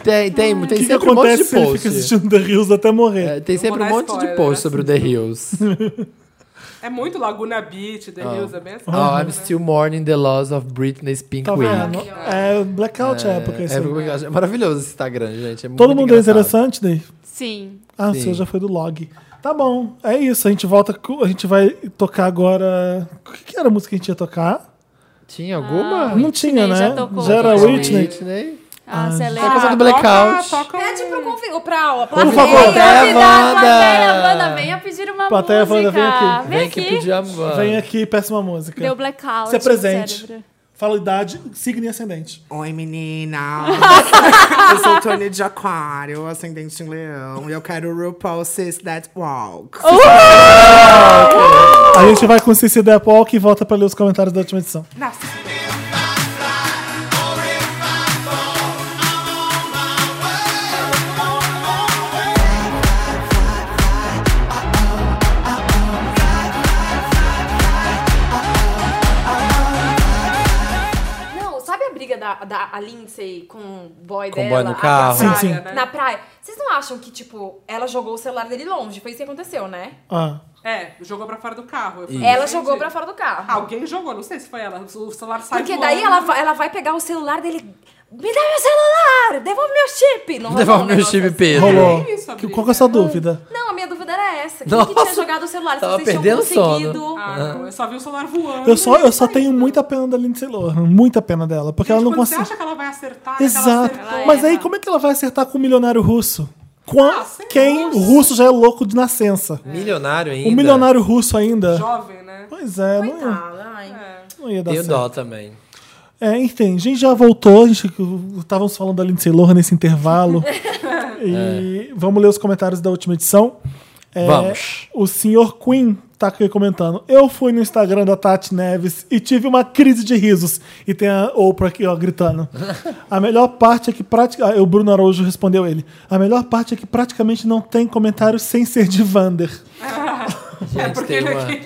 Speaker 4: Tem, tem,
Speaker 1: O
Speaker 4: tem
Speaker 1: que, que
Speaker 4: sempre um monte
Speaker 1: acontece
Speaker 4: de
Speaker 1: se ele fica
Speaker 4: post.
Speaker 1: assistindo The Hills até morrer?
Speaker 4: É, tem sempre
Speaker 3: vou
Speaker 4: um
Speaker 3: dar
Speaker 4: monte de
Speaker 3: spoiler, né?
Speaker 4: post sobre o The Hills.
Speaker 3: É muito Laguna Beach,
Speaker 1: Ah.
Speaker 3: The Hills, é bem assim.
Speaker 4: oh, I'm still mourning the loss of Britney's Pink
Speaker 1: Tá
Speaker 4: Wig.
Speaker 1: vendo? É Blackout é, época.
Speaker 4: É,
Speaker 1: isso.
Speaker 4: é maravilhoso- é maravilhoso esse Instagram, gente. é
Speaker 1: Todo
Speaker 4: muito
Speaker 1: mundo é
Speaker 4: engraçado.
Speaker 1: interessante, Dave?
Speaker 5: Sim.
Speaker 1: Ah, o
Speaker 4: Sim.
Speaker 1: seu já foi do log. Tá bom, é isso. A gente volta. com- A gente vai tocar agora. O que, que era a música que a gente ia tocar?
Speaker 4: Tinha
Speaker 3: Ah.
Speaker 4: alguma?
Speaker 1: Não tinha,
Speaker 5: Whitney,
Speaker 1: né?
Speaker 5: já tocou.
Speaker 1: Já era
Speaker 5: Whitney.
Speaker 1: Whitney.
Speaker 5: Ah, você
Speaker 4: É
Speaker 5: lembra?
Speaker 4: coisa do Blackout.
Speaker 3: Toca, toca
Speaker 2: Pede
Speaker 3: um-
Speaker 2: pra convidar. Pra, ó,
Speaker 1: Por
Speaker 2: plateia.
Speaker 1: favor,
Speaker 5: Plateia,
Speaker 4: Wanda!
Speaker 5: plateia, Wanda, venha pedir uma
Speaker 1: Plateia,
Speaker 5: música.
Speaker 1: Wanda, vem aqui.
Speaker 5: Vem
Speaker 4: Vem que
Speaker 5: aqui.
Speaker 4: pedir a mão.
Speaker 1: Vem aqui e peça uma música.
Speaker 5: Deu blackout.
Speaker 1: Se apresente.
Speaker 5: no cérebro.
Speaker 1: Fala idade, signo e ascendente.
Speaker 10: Oi, menina! eu sou Tony de Aquário, ascendente em leão. E eu quero RuPaul Sis That Walk.
Speaker 1: A gente vai com Cici Depok e volta pra ler os comentários da última edição.
Speaker 3: Nossa.
Speaker 2: Não, sabe a briga da, da a Lindsay com o boy
Speaker 4: Com o
Speaker 2: dela?
Speaker 4: boy no
Speaker 2: a- na
Speaker 4: carro.
Speaker 1: Sim,
Speaker 2: praia,
Speaker 1: sim.
Speaker 3: Praia, né?
Speaker 2: Na praia. Vocês não acham que, tipo, ela jogou o celular dele longe? Foi isso que aconteceu, né?
Speaker 1: Ah,
Speaker 3: É, jogou pra fora do carro. Eu falei,
Speaker 2: Ela
Speaker 3: "Gente,
Speaker 2: jogou pra fora do carro.
Speaker 1: Ah,
Speaker 3: Alguém jogou, não sei se foi ela. O celular saiu.
Speaker 2: Porque daí ela vai, ela vai pegar o celular dele. Me dá meu celular! Devolve meu chip! Não rolou
Speaker 4: Devolve
Speaker 2: um
Speaker 4: meu
Speaker 2: negócio
Speaker 4: chip,
Speaker 2: assim?
Speaker 4: Pedro.
Speaker 1: rolou.
Speaker 3: É isso, a
Speaker 1: Que-
Speaker 3: briga.
Speaker 1: Qual que é a sua dúvida?
Speaker 2: Não, a minha dúvida era essa. Quem que
Speaker 4: Nossa,
Speaker 2: tinha jogado o celular? Se
Speaker 4: tava
Speaker 2: vocês tinham
Speaker 4: perdendo o sono.
Speaker 2: conseguido.
Speaker 3: Ah, não. Eu só vi o celular voando.
Speaker 1: Eu só, eu só tenho muita pena da Lindsay Lohan. Muita pena dela. Porque
Speaker 3: Gente,
Speaker 1: ela não
Speaker 3: quando Você
Speaker 1: consegue.
Speaker 3: acha que é ela Ah, vai acertar? que ela
Speaker 1: Exato.
Speaker 3: acertou?
Speaker 1: Mas aí, como é que ela vai acertar com o milionário russo? Quan- quem o russo já é louco de nascença.
Speaker 4: Milionário ainda.
Speaker 1: Um milionário russo ainda.
Speaker 3: Jovem, né?
Speaker 1: Pois é, não, não ia dar
Speaker 4: Tenho
Speaker 1: certo.
Speaker 4: dó também.
Speaker 1: É, enfim, a gente já voltou, a gente estávamos falando da Lindsay Lohan nesse intervalo. e vamos ler os comentários da última edição. É,
Speaker 4: É. Vamos.
Speaker 1: O senhor Queen tá aqui comentando. Eu fui no Instagram da Tati Neves e tive uma crise de risos. E tem a Oprah aqui, ó, gritando. A melhor parte é que praticamente. O Bruno Araújo respondeu ele. A melhor parte é que praticamente não tem comentário sem ser de Vander.
Speaker 4: Gente, tem uma, tem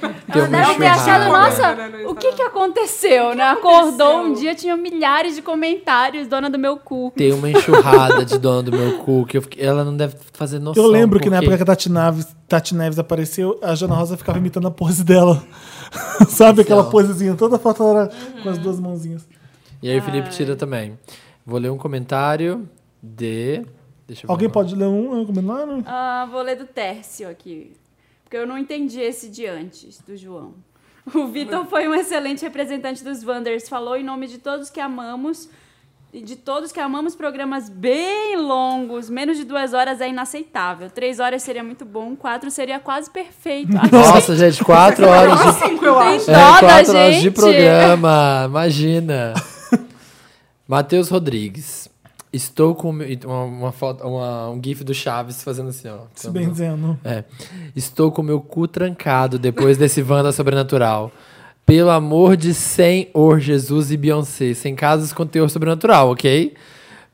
Speaker 4: uma
Speaker 5: Ela deve ter achado,
Speaker 4: enxurrada.
Speaker 5: nossa,
Speaker 3: né, no
Speaker 5: o que que aconteceu, né? Acordou um dia, tinha milhares de comentários, dona do meu cu.
Speaker 4: Tem uma enxurrada de dona do meu cu que eu fiquei- ela não deve fazer noção.
Speaker 1: Eu lembro que na
Speaker 4: porque-
Speaker 1: época que a Tati Neves, Tati Neves apareceu, a Jana Rosa ficava imitando a pose dela. Sabe aquela posezinha? Toda foto ela era com as duas mãozinhas.
Speaker 4: E aí o Felipe tira também. Vou ler um comentário de. Deixa eu ver
Speaker 1: Alguém
Speaker 4: o nome.
Speaker 1: pode ler um? Eu comendo lá, não?
Speaker 5: Ah, vou ler do Tércio aqui, porque eu não entendi esse de antes, do João. O Vitor foi um excelente representante dos Wanders, falou em nome de todos que amamos, e de todos que amamos programas bem longos, menos de duas horas é inaceitável. Três horas seria muito bom, quatro seria quase perfeito. Aqui
Speaker 4: Nossa, gente, quatro horas de.
Speaker 3: Cinco, eu acho.
Speaker 5: tem
Speaker 4: É,
Speaker 5: dó da
Speaker 4: quatro horas de
Speaker 5: gente.
Speaker 4: programa, imagina. Matheus Rodrigues. Estou com o meu- uma, uma foto, uma- um gif do Chaves fazendo assim, ó.
Speaker 1: Se bem dizendo.
Speaker 4: É. Estou com meu cu trancado depois desse Wanda sobrenatural. Pelo amor de Senhor Jesus e Beyoncé, sem casos com teor sobrenatural, ok?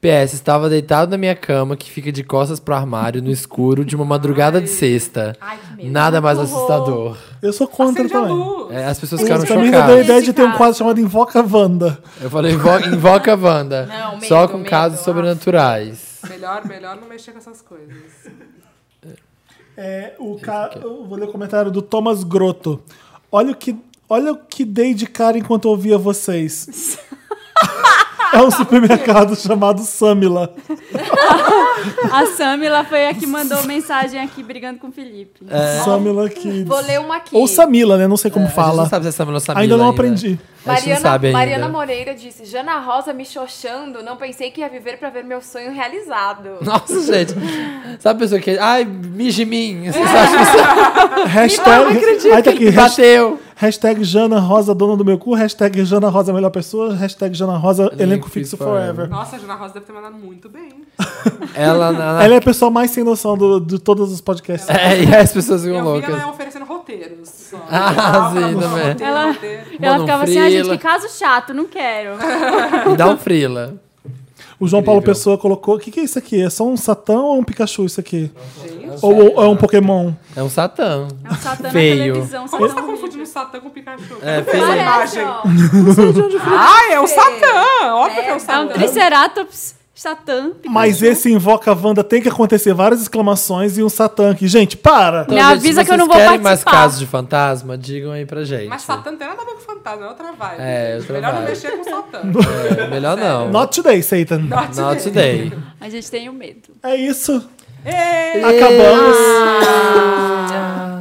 Speaker 4: PS, estava deitado na minha cama, que fica de costas pro armário, no escuro, de uma madrugada de sexta. Nada mais assustador.
Speaker 1: Eu sou contra
Speaker 3: Acende a
Speaker 1: também.
Speaker 3: luz.
Speaker 4: É, as pessoas ficaram
Speaker 1: Eu também eu dei a
Speaker 4: chocadas.
Speaker 1: ideia de
Speaker 5: Nesse
Speaker 1: ter um
Speaker 5: caso.
Speaker 1: quadro chamado Invoca Wanda.
Speaker 4: Eu falei, invoca, invoca a Wanda.
Speaker 2: Não,
Speaker 4: só
Speaker 2: medo,
Speaker 4: com
Speaker 2: medo,
Speaker 4: casos
Speaker 2: ah.
Speaker 4: sobrenaturais.
Speaker 3: Melhor, melhor não mexer com essas coisas.
Speaker 1: É, o ca- eu vou ler o comentário do Thomas Grotto. Olha o que, olha o que dei de cara enquanto ouvia vocês. é um supermercado chamado Samila.
Speaker 5: A Samila foi a que mandou mensagem aqui brigando com o Felipe.
Speaker 1: É. Samila Kids.
Speaker 2: Vou ler uma aqui.
Speaker 1: Ou Samila, né? Não sei como
Speaker 4: A gente
Speaker 1: fala.
Speaker 4: não sabe se é Samila ou Samila
Speaker 1: Ainda não aprendi.
Speaker 4: A gente não
Speaker 2: Mariana,
Speaker 4: sabe ainda.
Speaker 2: Mariana Moreira disse: Jana Rosa me xoxando, não pensei que ia viver pra ver meu sonho realizado.
Speaker 4: Nossa, gente. Sabe a pessoa que... Ai, mija em mim. Você sabe
Speaker 1: Hashtag. Aí tá aqui.
Speaker 4: que
Speaker 1: hashtag-
Speaker 4: bateu.
Speaker 1: Hashtag Jana Rosa, dona do meu cu. Hashtag Jana Rosa, melhor pessoa. Hashtag Jana Rosa, elenco fixo forever.
Speaker 3: Nossa, a Jana Rosa deve ter mandado muito bem.
Speaker 4: Ela... na-
Speaker 1: Ela é a pessoa mais sem noção do- de todos os podcasts.
Speaker 4: É, e as pessoas ficam
Speaker 3: Eu vi
Speaker 4: loucas.
Speaker 3: ela oferecendo roteiros. Só.
Speaker 4: Ah, sim,
Speaker 3: Roteiro,
Speaker 4: também.
Speaker 3: roteiro, né?
Speaker 5: Ela-
Speaker 3: roteiro.
Speaker 5: Ela
Speaker 4: Manda um
Speaker 5: ficava assim, ah, gente,
Speaker 4: frila."
Speaker 5: que caso chato, não quero.
Speaker 4: Me Dá um frila.
Speaker 1: O João Paulo
Speaker 4: Incrível.
Speaker 1: Pessoa colocou. O que, que é isso aqui? É só um Satã ou um Pikachu isso aqui? Ou, ou é um Pokémon?
Speaker 4: É um satã.
Speaker 5: É um satã
Speaker 4: Feio.
Speaker 5: na televisão.
Speaker 3: Como você
Speaker 5: satã
Speaker 3: tá
Speaker 5: horrível.
Speaker 3: confundindo o Satã com o Pikachu?
Speaker 4: É,
Speaker 3: É,
Speaker 4: fez-
Speaker 3: essa imagem.
Speaker 5: ó.
Speaker 3: Ah, é o Satã! Óbvio que é o
Speaker 5: É um
Speaker 3: Satã.
Speaker 5: triceratops, satã. Pikachu.
Speaker 1: Mas esse Invoca Wanda tem que acontecer várias exclamações e um Satã aqui. Gente, para!
Speaker 5: Me avisa
Speaker 4: se
Speaker 5: que eu
Speaker 4: Então,
Speaker 5: não
Speaker 4: vocês
Speaker 5: vou
Speaker 4: querem mais
Speaker 5: participar.
Speaker 4: casos de fantasma, digam aí pra gente. Então,
Speaker 3: Mas Satã não tem nada a ver com fantasma, é outra vibe.
Speaker 4: É,
Speaker 3: gente.
Speaker 4: outra
Speaker 3: Melhor não
Speaker 4: vibe.
Speaker 3: mexer com o Satã.
Speaker 4: É, melhor não.
Speaker 1: Not today, Satan.
Speaker 4: É, Not today.
Speaker 5: A gente tem o medo.
Speaker 1: É isso.
Speaker 3: Ei,
Speaker 1: Acabamos.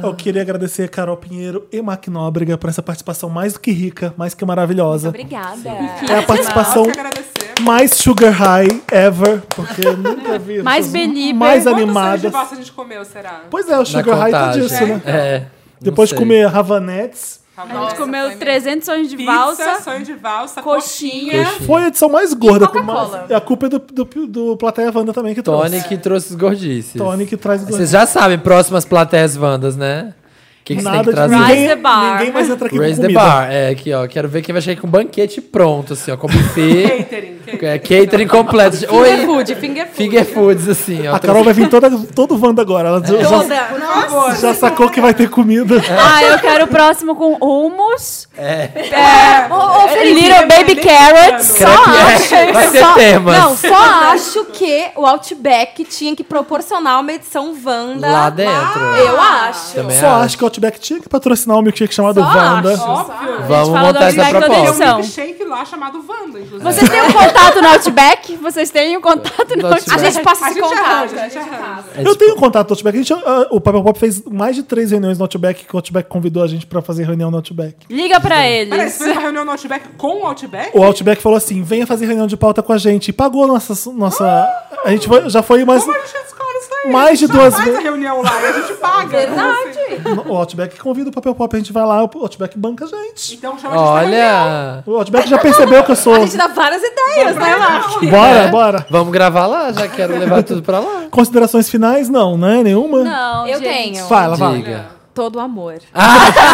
Speaker 1: Eu queria agradecer a Carol Pinheiro e Mac Nóbrega por essa participação mais do que rica, mais que maravilhosa.
Speaker 2: Obrigada.
Speaker 1: É a participação
Speaker 3: que agradecer.
Speaker 1: mais sugar high ever, porque eu nunca vi.
Speaker 5: Mais
Speaker 1: pessoas
Speaker 5: Belieber.
Speaker 1: Mais
Speaker 3: Quantos sandes de
Speaker 1: animadas.
Speaker 3: bosta a gente comeu, será?
Speaker 1: Pois é, o
Speaker 4: Na
Speaker 1: sugar high tá
Speaker 4: contagem.
Speaker 1: disso, né?
Speaker 4: É. não
Speaker 1: Depois de
Speaker 4: sei.
Speaker 1: comer Ravanettes.
Speaker 5: A gente
Speaker 3: Nossa,
Speaker 5: comeu
Speaker 3: foi
Speaker 5: 300 sonhos de
Speaker 3: pizza,
Speaker 5: valsa,
Speaker 3: sonho de valsa,
Speaker 5: coxinha.
Speaker 3: é?
Speaker 1: Foi a edição mais gorda. com mais- A culpa é do, do, do Plateia Wanda também que
Speaker 4: Tony
Speaker 1: trouxe.
Speaker 4: que trouxe os gordices.
Speaker 1: Tony que traz gorda.
Speaker 4: Vocês já sabem, próximas plateias Wandas, né? O que, que você tem que
Speaker 1: Nada de
Speaker 4: trazer?
Speaker 5: Raise
Speaker 1: ninguém,
Speaker 5: the bar.
Speaker 1: ninguém mais entra aqui
Speaker 4: Raise
Speaker 1: com
Speaker 4: the
Speaker 1: comida.
Speaker 4: bar. É, aqui, ó. Quero ver quem vai chegar aqui com banquete pronto, assim, ó. Com buffet.
Speaker 3: Catering, catering.
Speaker 4: é, catering completo.
Speaker 2: Finger
Speaker 4: Oi,
Speaker 2: food, finger food.
Speaker 4: finger foods, assim, ó.
Speaker 1: A Carol vai vir toda, todo Wanda agora. Ela
Speaker 4: É.
Speaker 1: já- já,
Speaker 2: Toda.
Speaker 1: já sacou que vai ter comida.
Speaker 5: Ah, eu quero o próximo com hummus,
Speaker 2: Ô,
Speaker 4: É,
Speaker 2: ô, Felipe,
Speaker 5: little baby carrots. né? Só
Speaker 4: Crepe- é, vai ter
Speaker 2: só-
Speaker 4: temas.
Speaker 2: Não, só acho que o Outback tinha que proporcionar uma edição Wanda.
Speaker 4: Lá dentro.
Speaker 2: Eu acho.
Speaker 4: Também
Speaker 1: Só acho que o Outback tinha que patrocinar um milkshake chamado
Speaker 2: Só
Speaker 1: Wanda.
Speaker 2: acho.
Speaker 3: Óbvio.
Speaker 4: Vamos
Speaker 5: fala do
Speaker 4: montar essa
Speaker 5: Outback toda
Speaker 4: proposta.
Speaker 5: edição.
Speaker 3: Tem um
Speaker 5: São.
Speaker 3: milkshake lá chamado Wanda, inclusive.
Speaker 5: Vocês têm o um contato no Outback? Vocês têm o contato no
Speaker 4: No
Speaker 5: Outback?
Speaker 4: Outback.
Speaker 2: A gente passa
Speaker 3: A
Speaker 2: esse
Speaker 3: gente
Speaker 2: contato.
Speaker 3: arranja, a gente arranja.
Speaker 4: É,
Speaker 1: Eu
Speaker 4: tipo,
Speaker 1: tenho contato do Outback. A gente, ah, o Papel Pop fez mais de três reuniões no Outback que o Outback convidou a gente pra fazer reunião no Outback.
Speaker 5: Liga pra
Speaker 3: Peraí,
Speaker 5: eles.
Speaker 3: você fez uma reunião no Outback com o Outback?
Speaker 1: O Outback falou assim: venha fazer reunião de pauta com a gente. E pagou nossa. nossa a gente foi- já foi mais.
Speaker 3: Como a gente escolhe isso aí.
Speaker 1: Mais
Speaker 3: A gente
Speaker 1: de
Speaker 3: já
Speaker 1: duas
Speaker 3: faz
Speaker 1: vezes.
Speaker 3: a reunião lá e a gente paga. Como assim?
Speaker 1: O Outback convida o Papel Pop, a gente vai lá, o Outback banca a gente.
Speaker 3: Então chama a gente pra reunião.
Speaker 4: Olha.
Speaker 1: O Outback já percebeu que eu sou...
Speaker 2: A gente dá várias ideias, né, Mark?
Speaker 1: Bora, bora.
Speaker 4: Vamos gravar lá, já quero levar tudo pra lá.
Speaker 1: Considerações finais? Não, né? Nenhuma?
Speaker 5: Não,
Speaker 2: Eu
Speaker 5: gente.
Speaker 2: tenho
Speaker 1: Fala, vai.
Speaker 4: Diga.
Speaker 2: todo o amor.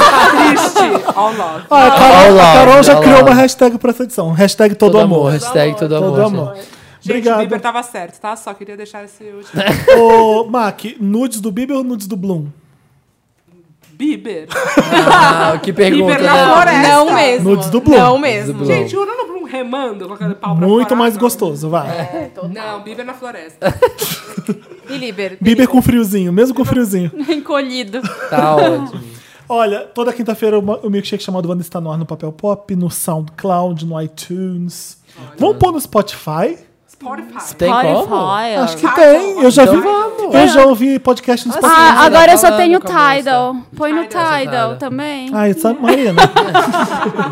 Speaker 3: Triste. All love.
Speaker 1: Ah, a Carol,
Speaker 4: Olá,
Speaker 1: a Carol já
Speaker 4: olá.
Speaker 1: criou uma hashtag pra essa edição. Hashtag todo, amor.
Speaker 4: Hashtag todo amor.
Speaker 1: Todo amor.
Speaker 3: Gente, o Bieber
Speaker 1: Obrigado.
Speaker 3: tava certo, tá? Só queria deixar esse último...
Speaker 1: Ô, Mac, nudes do Bieber ou nudes do Bloom?
Speaker 3: Bieber.
Speaker 4: Ah, que pergunta,
Speaker 3: Bieber na
Speaker 4: né?
Speaker 3: floresta.
Speaker 2: Não mesmo.
Speaker 1: Nudes do Blue.
Speaker 2: Não
Speaker 4: Do
Speaker 2: mesmo.
Speaker 4: Blue.
Speaker 3: Gente, um o Nuno Blum remando com aquele pau pra
Speaker 1: Muito
Speaker 3: fora,
Speaker 1: mais
Speaker 3: não.
Speaker 1: gostoso, vai.
Speaker 3: Não, Bieber na floresta.
Speaker 2: E Liber.
Speaker 1: Bieber com friozinho, mesmo com friozinho.
Speaker 5: Encolhido.
Speaker 4: Tá ótimo.
Speaker 1: Olha, toda quinta-feira uma- o milkshake chamado Wanda está no ar no Papel Pop, no SoundCloud, no iTunes. Vamos pôr no Spotify?
Speaker 3: Spotify.
Speaker 4: Tem como?
Speaker 5: Spotify.
Speaker 1: Acho que tem. Eu já
Speaker 4: Então
Speaker 1: vi. Eu já ouvi podcast no Spotify.
Speaker 5: Ah,
Speaker 4: Sim,
Speaker 5: agora eu só
Speaker 4: falando
Speaker 5: tenho
Speaker 4: com a
Speaker 5: Tidal. Põe no
Speaker 4: Tidal.
Speaker 5: Tidal também.
Speaker 1: Ai, sabe, Marina.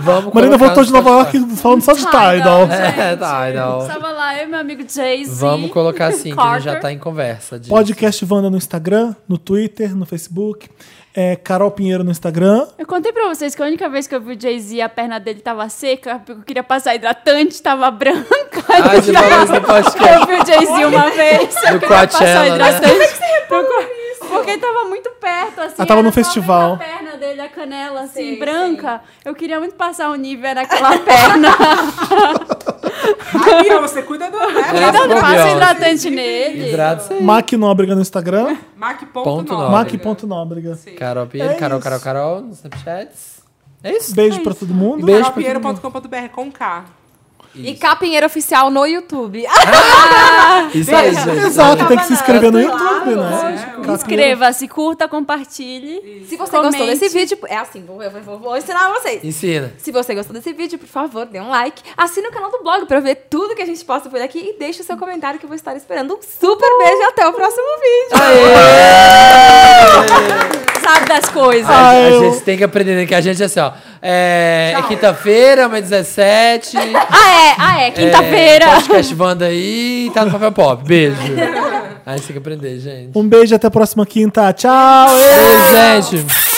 Speaker 4: Vamos colocar
Speaker 1: Marina voltou
Speaker 4: no
Speaker 1: de Nova York
Speaker 4: Spotify.
Speaker 1: falando só de
Speaker 5: Tá,
Speaker 1: Tidal.
Speaker 4: É, Tidal.
Speaker 5: Estava lá, eu e meu amigo Jay-Z.
Speaker 4: Vamos colocar assim, que a gente já tá em conversa. disso.
Speaker 1: Podcast Wanda no Instagram, no Twitter, no Facebook. É, Carol Pinheiro no Instagram.
Speaker 5: Eu contei pra vocês que a única vez que eu vi o Jay-Z, a perna dele tava seca, é porque eu queria passar hidratante, tava branca.
Speaker 4: Ah, de falou isso no podcast.
Speaker 5: Eu vi o Jay-Z uma vez, eu
Speaker 4: Do
Speaker 5: queria passar
Speaker 4: Coachella, né?
Speaker 5: hidratante. Porque tava muito perto, assim.
Speaker 1: Ah, tava
Speaker 5: era
Speaker 1: no
Speaker 5: só ver
Speaker 1: festival.
Speaker 5: A perna dele, a canela, assim, branca. Eu queria muito passar o nível naquela perna.
Speaker 3: Aí, ó, você cuida do...
Speaker 4: É,
Speaker 3: Né?
Speaker 5: Então,
Speaker 4: bobeou.
Speaker 5: passa hidratante nele.
Speaker 4: Hidrata-se aí.
Speaker 1: Mac Nóbrega no Instagram.
Speaker 4: Ponto nove.
Speaker 3: Mac.9.
Speaker 4: Nóbrega.
Speaker 1: Mac.nóbrega.
Speaker 4: Carol
Speaker 1: É
Speaker 4: Pinheiro, Carol,
Speaker 1: isso.
Speaker 4: Carol, Carol, no Snapchat. É isso.
Speaker 1: Beijo pra todo mundo.
Speaker 4: Beijo pra todo mundo.
Speaker 3: Carolpinheiro.com.br com K. né?
Speaker 2: E Capinheiro Oficial no YouTube. Ah,
Speaker 4: Isso aí, gente.
Speaker 1: É Exato, tem que se inscrever no
Speaker 4: Claro,
Speaker 1: YouTube, né? Capinha.
Speaker 5: Inscreva-se, curta, compartilhe.
Speaker 2: Se você
Speaker 5: Comente.
Speaker 2: gostou desse vídeo, é assim, vou, eu vou- vou ensinar vocês.
Speaker 4: Ensina.
Speaker 2: Se você gostou desse vídeo, por favor, dê um like, assine o canal do blog pra ver tudo que a gente posta por aqui e deixe o seu comentário que eu vou estar esperando. Um super beijo e até o próximo vídeo.
Speaker 5: Sabe das coisas.
Speaker 4: A, a
Speaker 1: eu-
Speaker 4: gente tem que aprender né, que a gente é assim, ó. É, é quinta-feira, uma 17.
Speaker 5: Ah, é, ah, é, quinta-feira.
Speaker 4: É, podcast Wanda aí e tá no papel pop. Beijo. Aí você tem que aprender, gente.
Speaker 1: Um beijo até a próxima quinta. Tchau!
Speaker 4: Beijo, gente.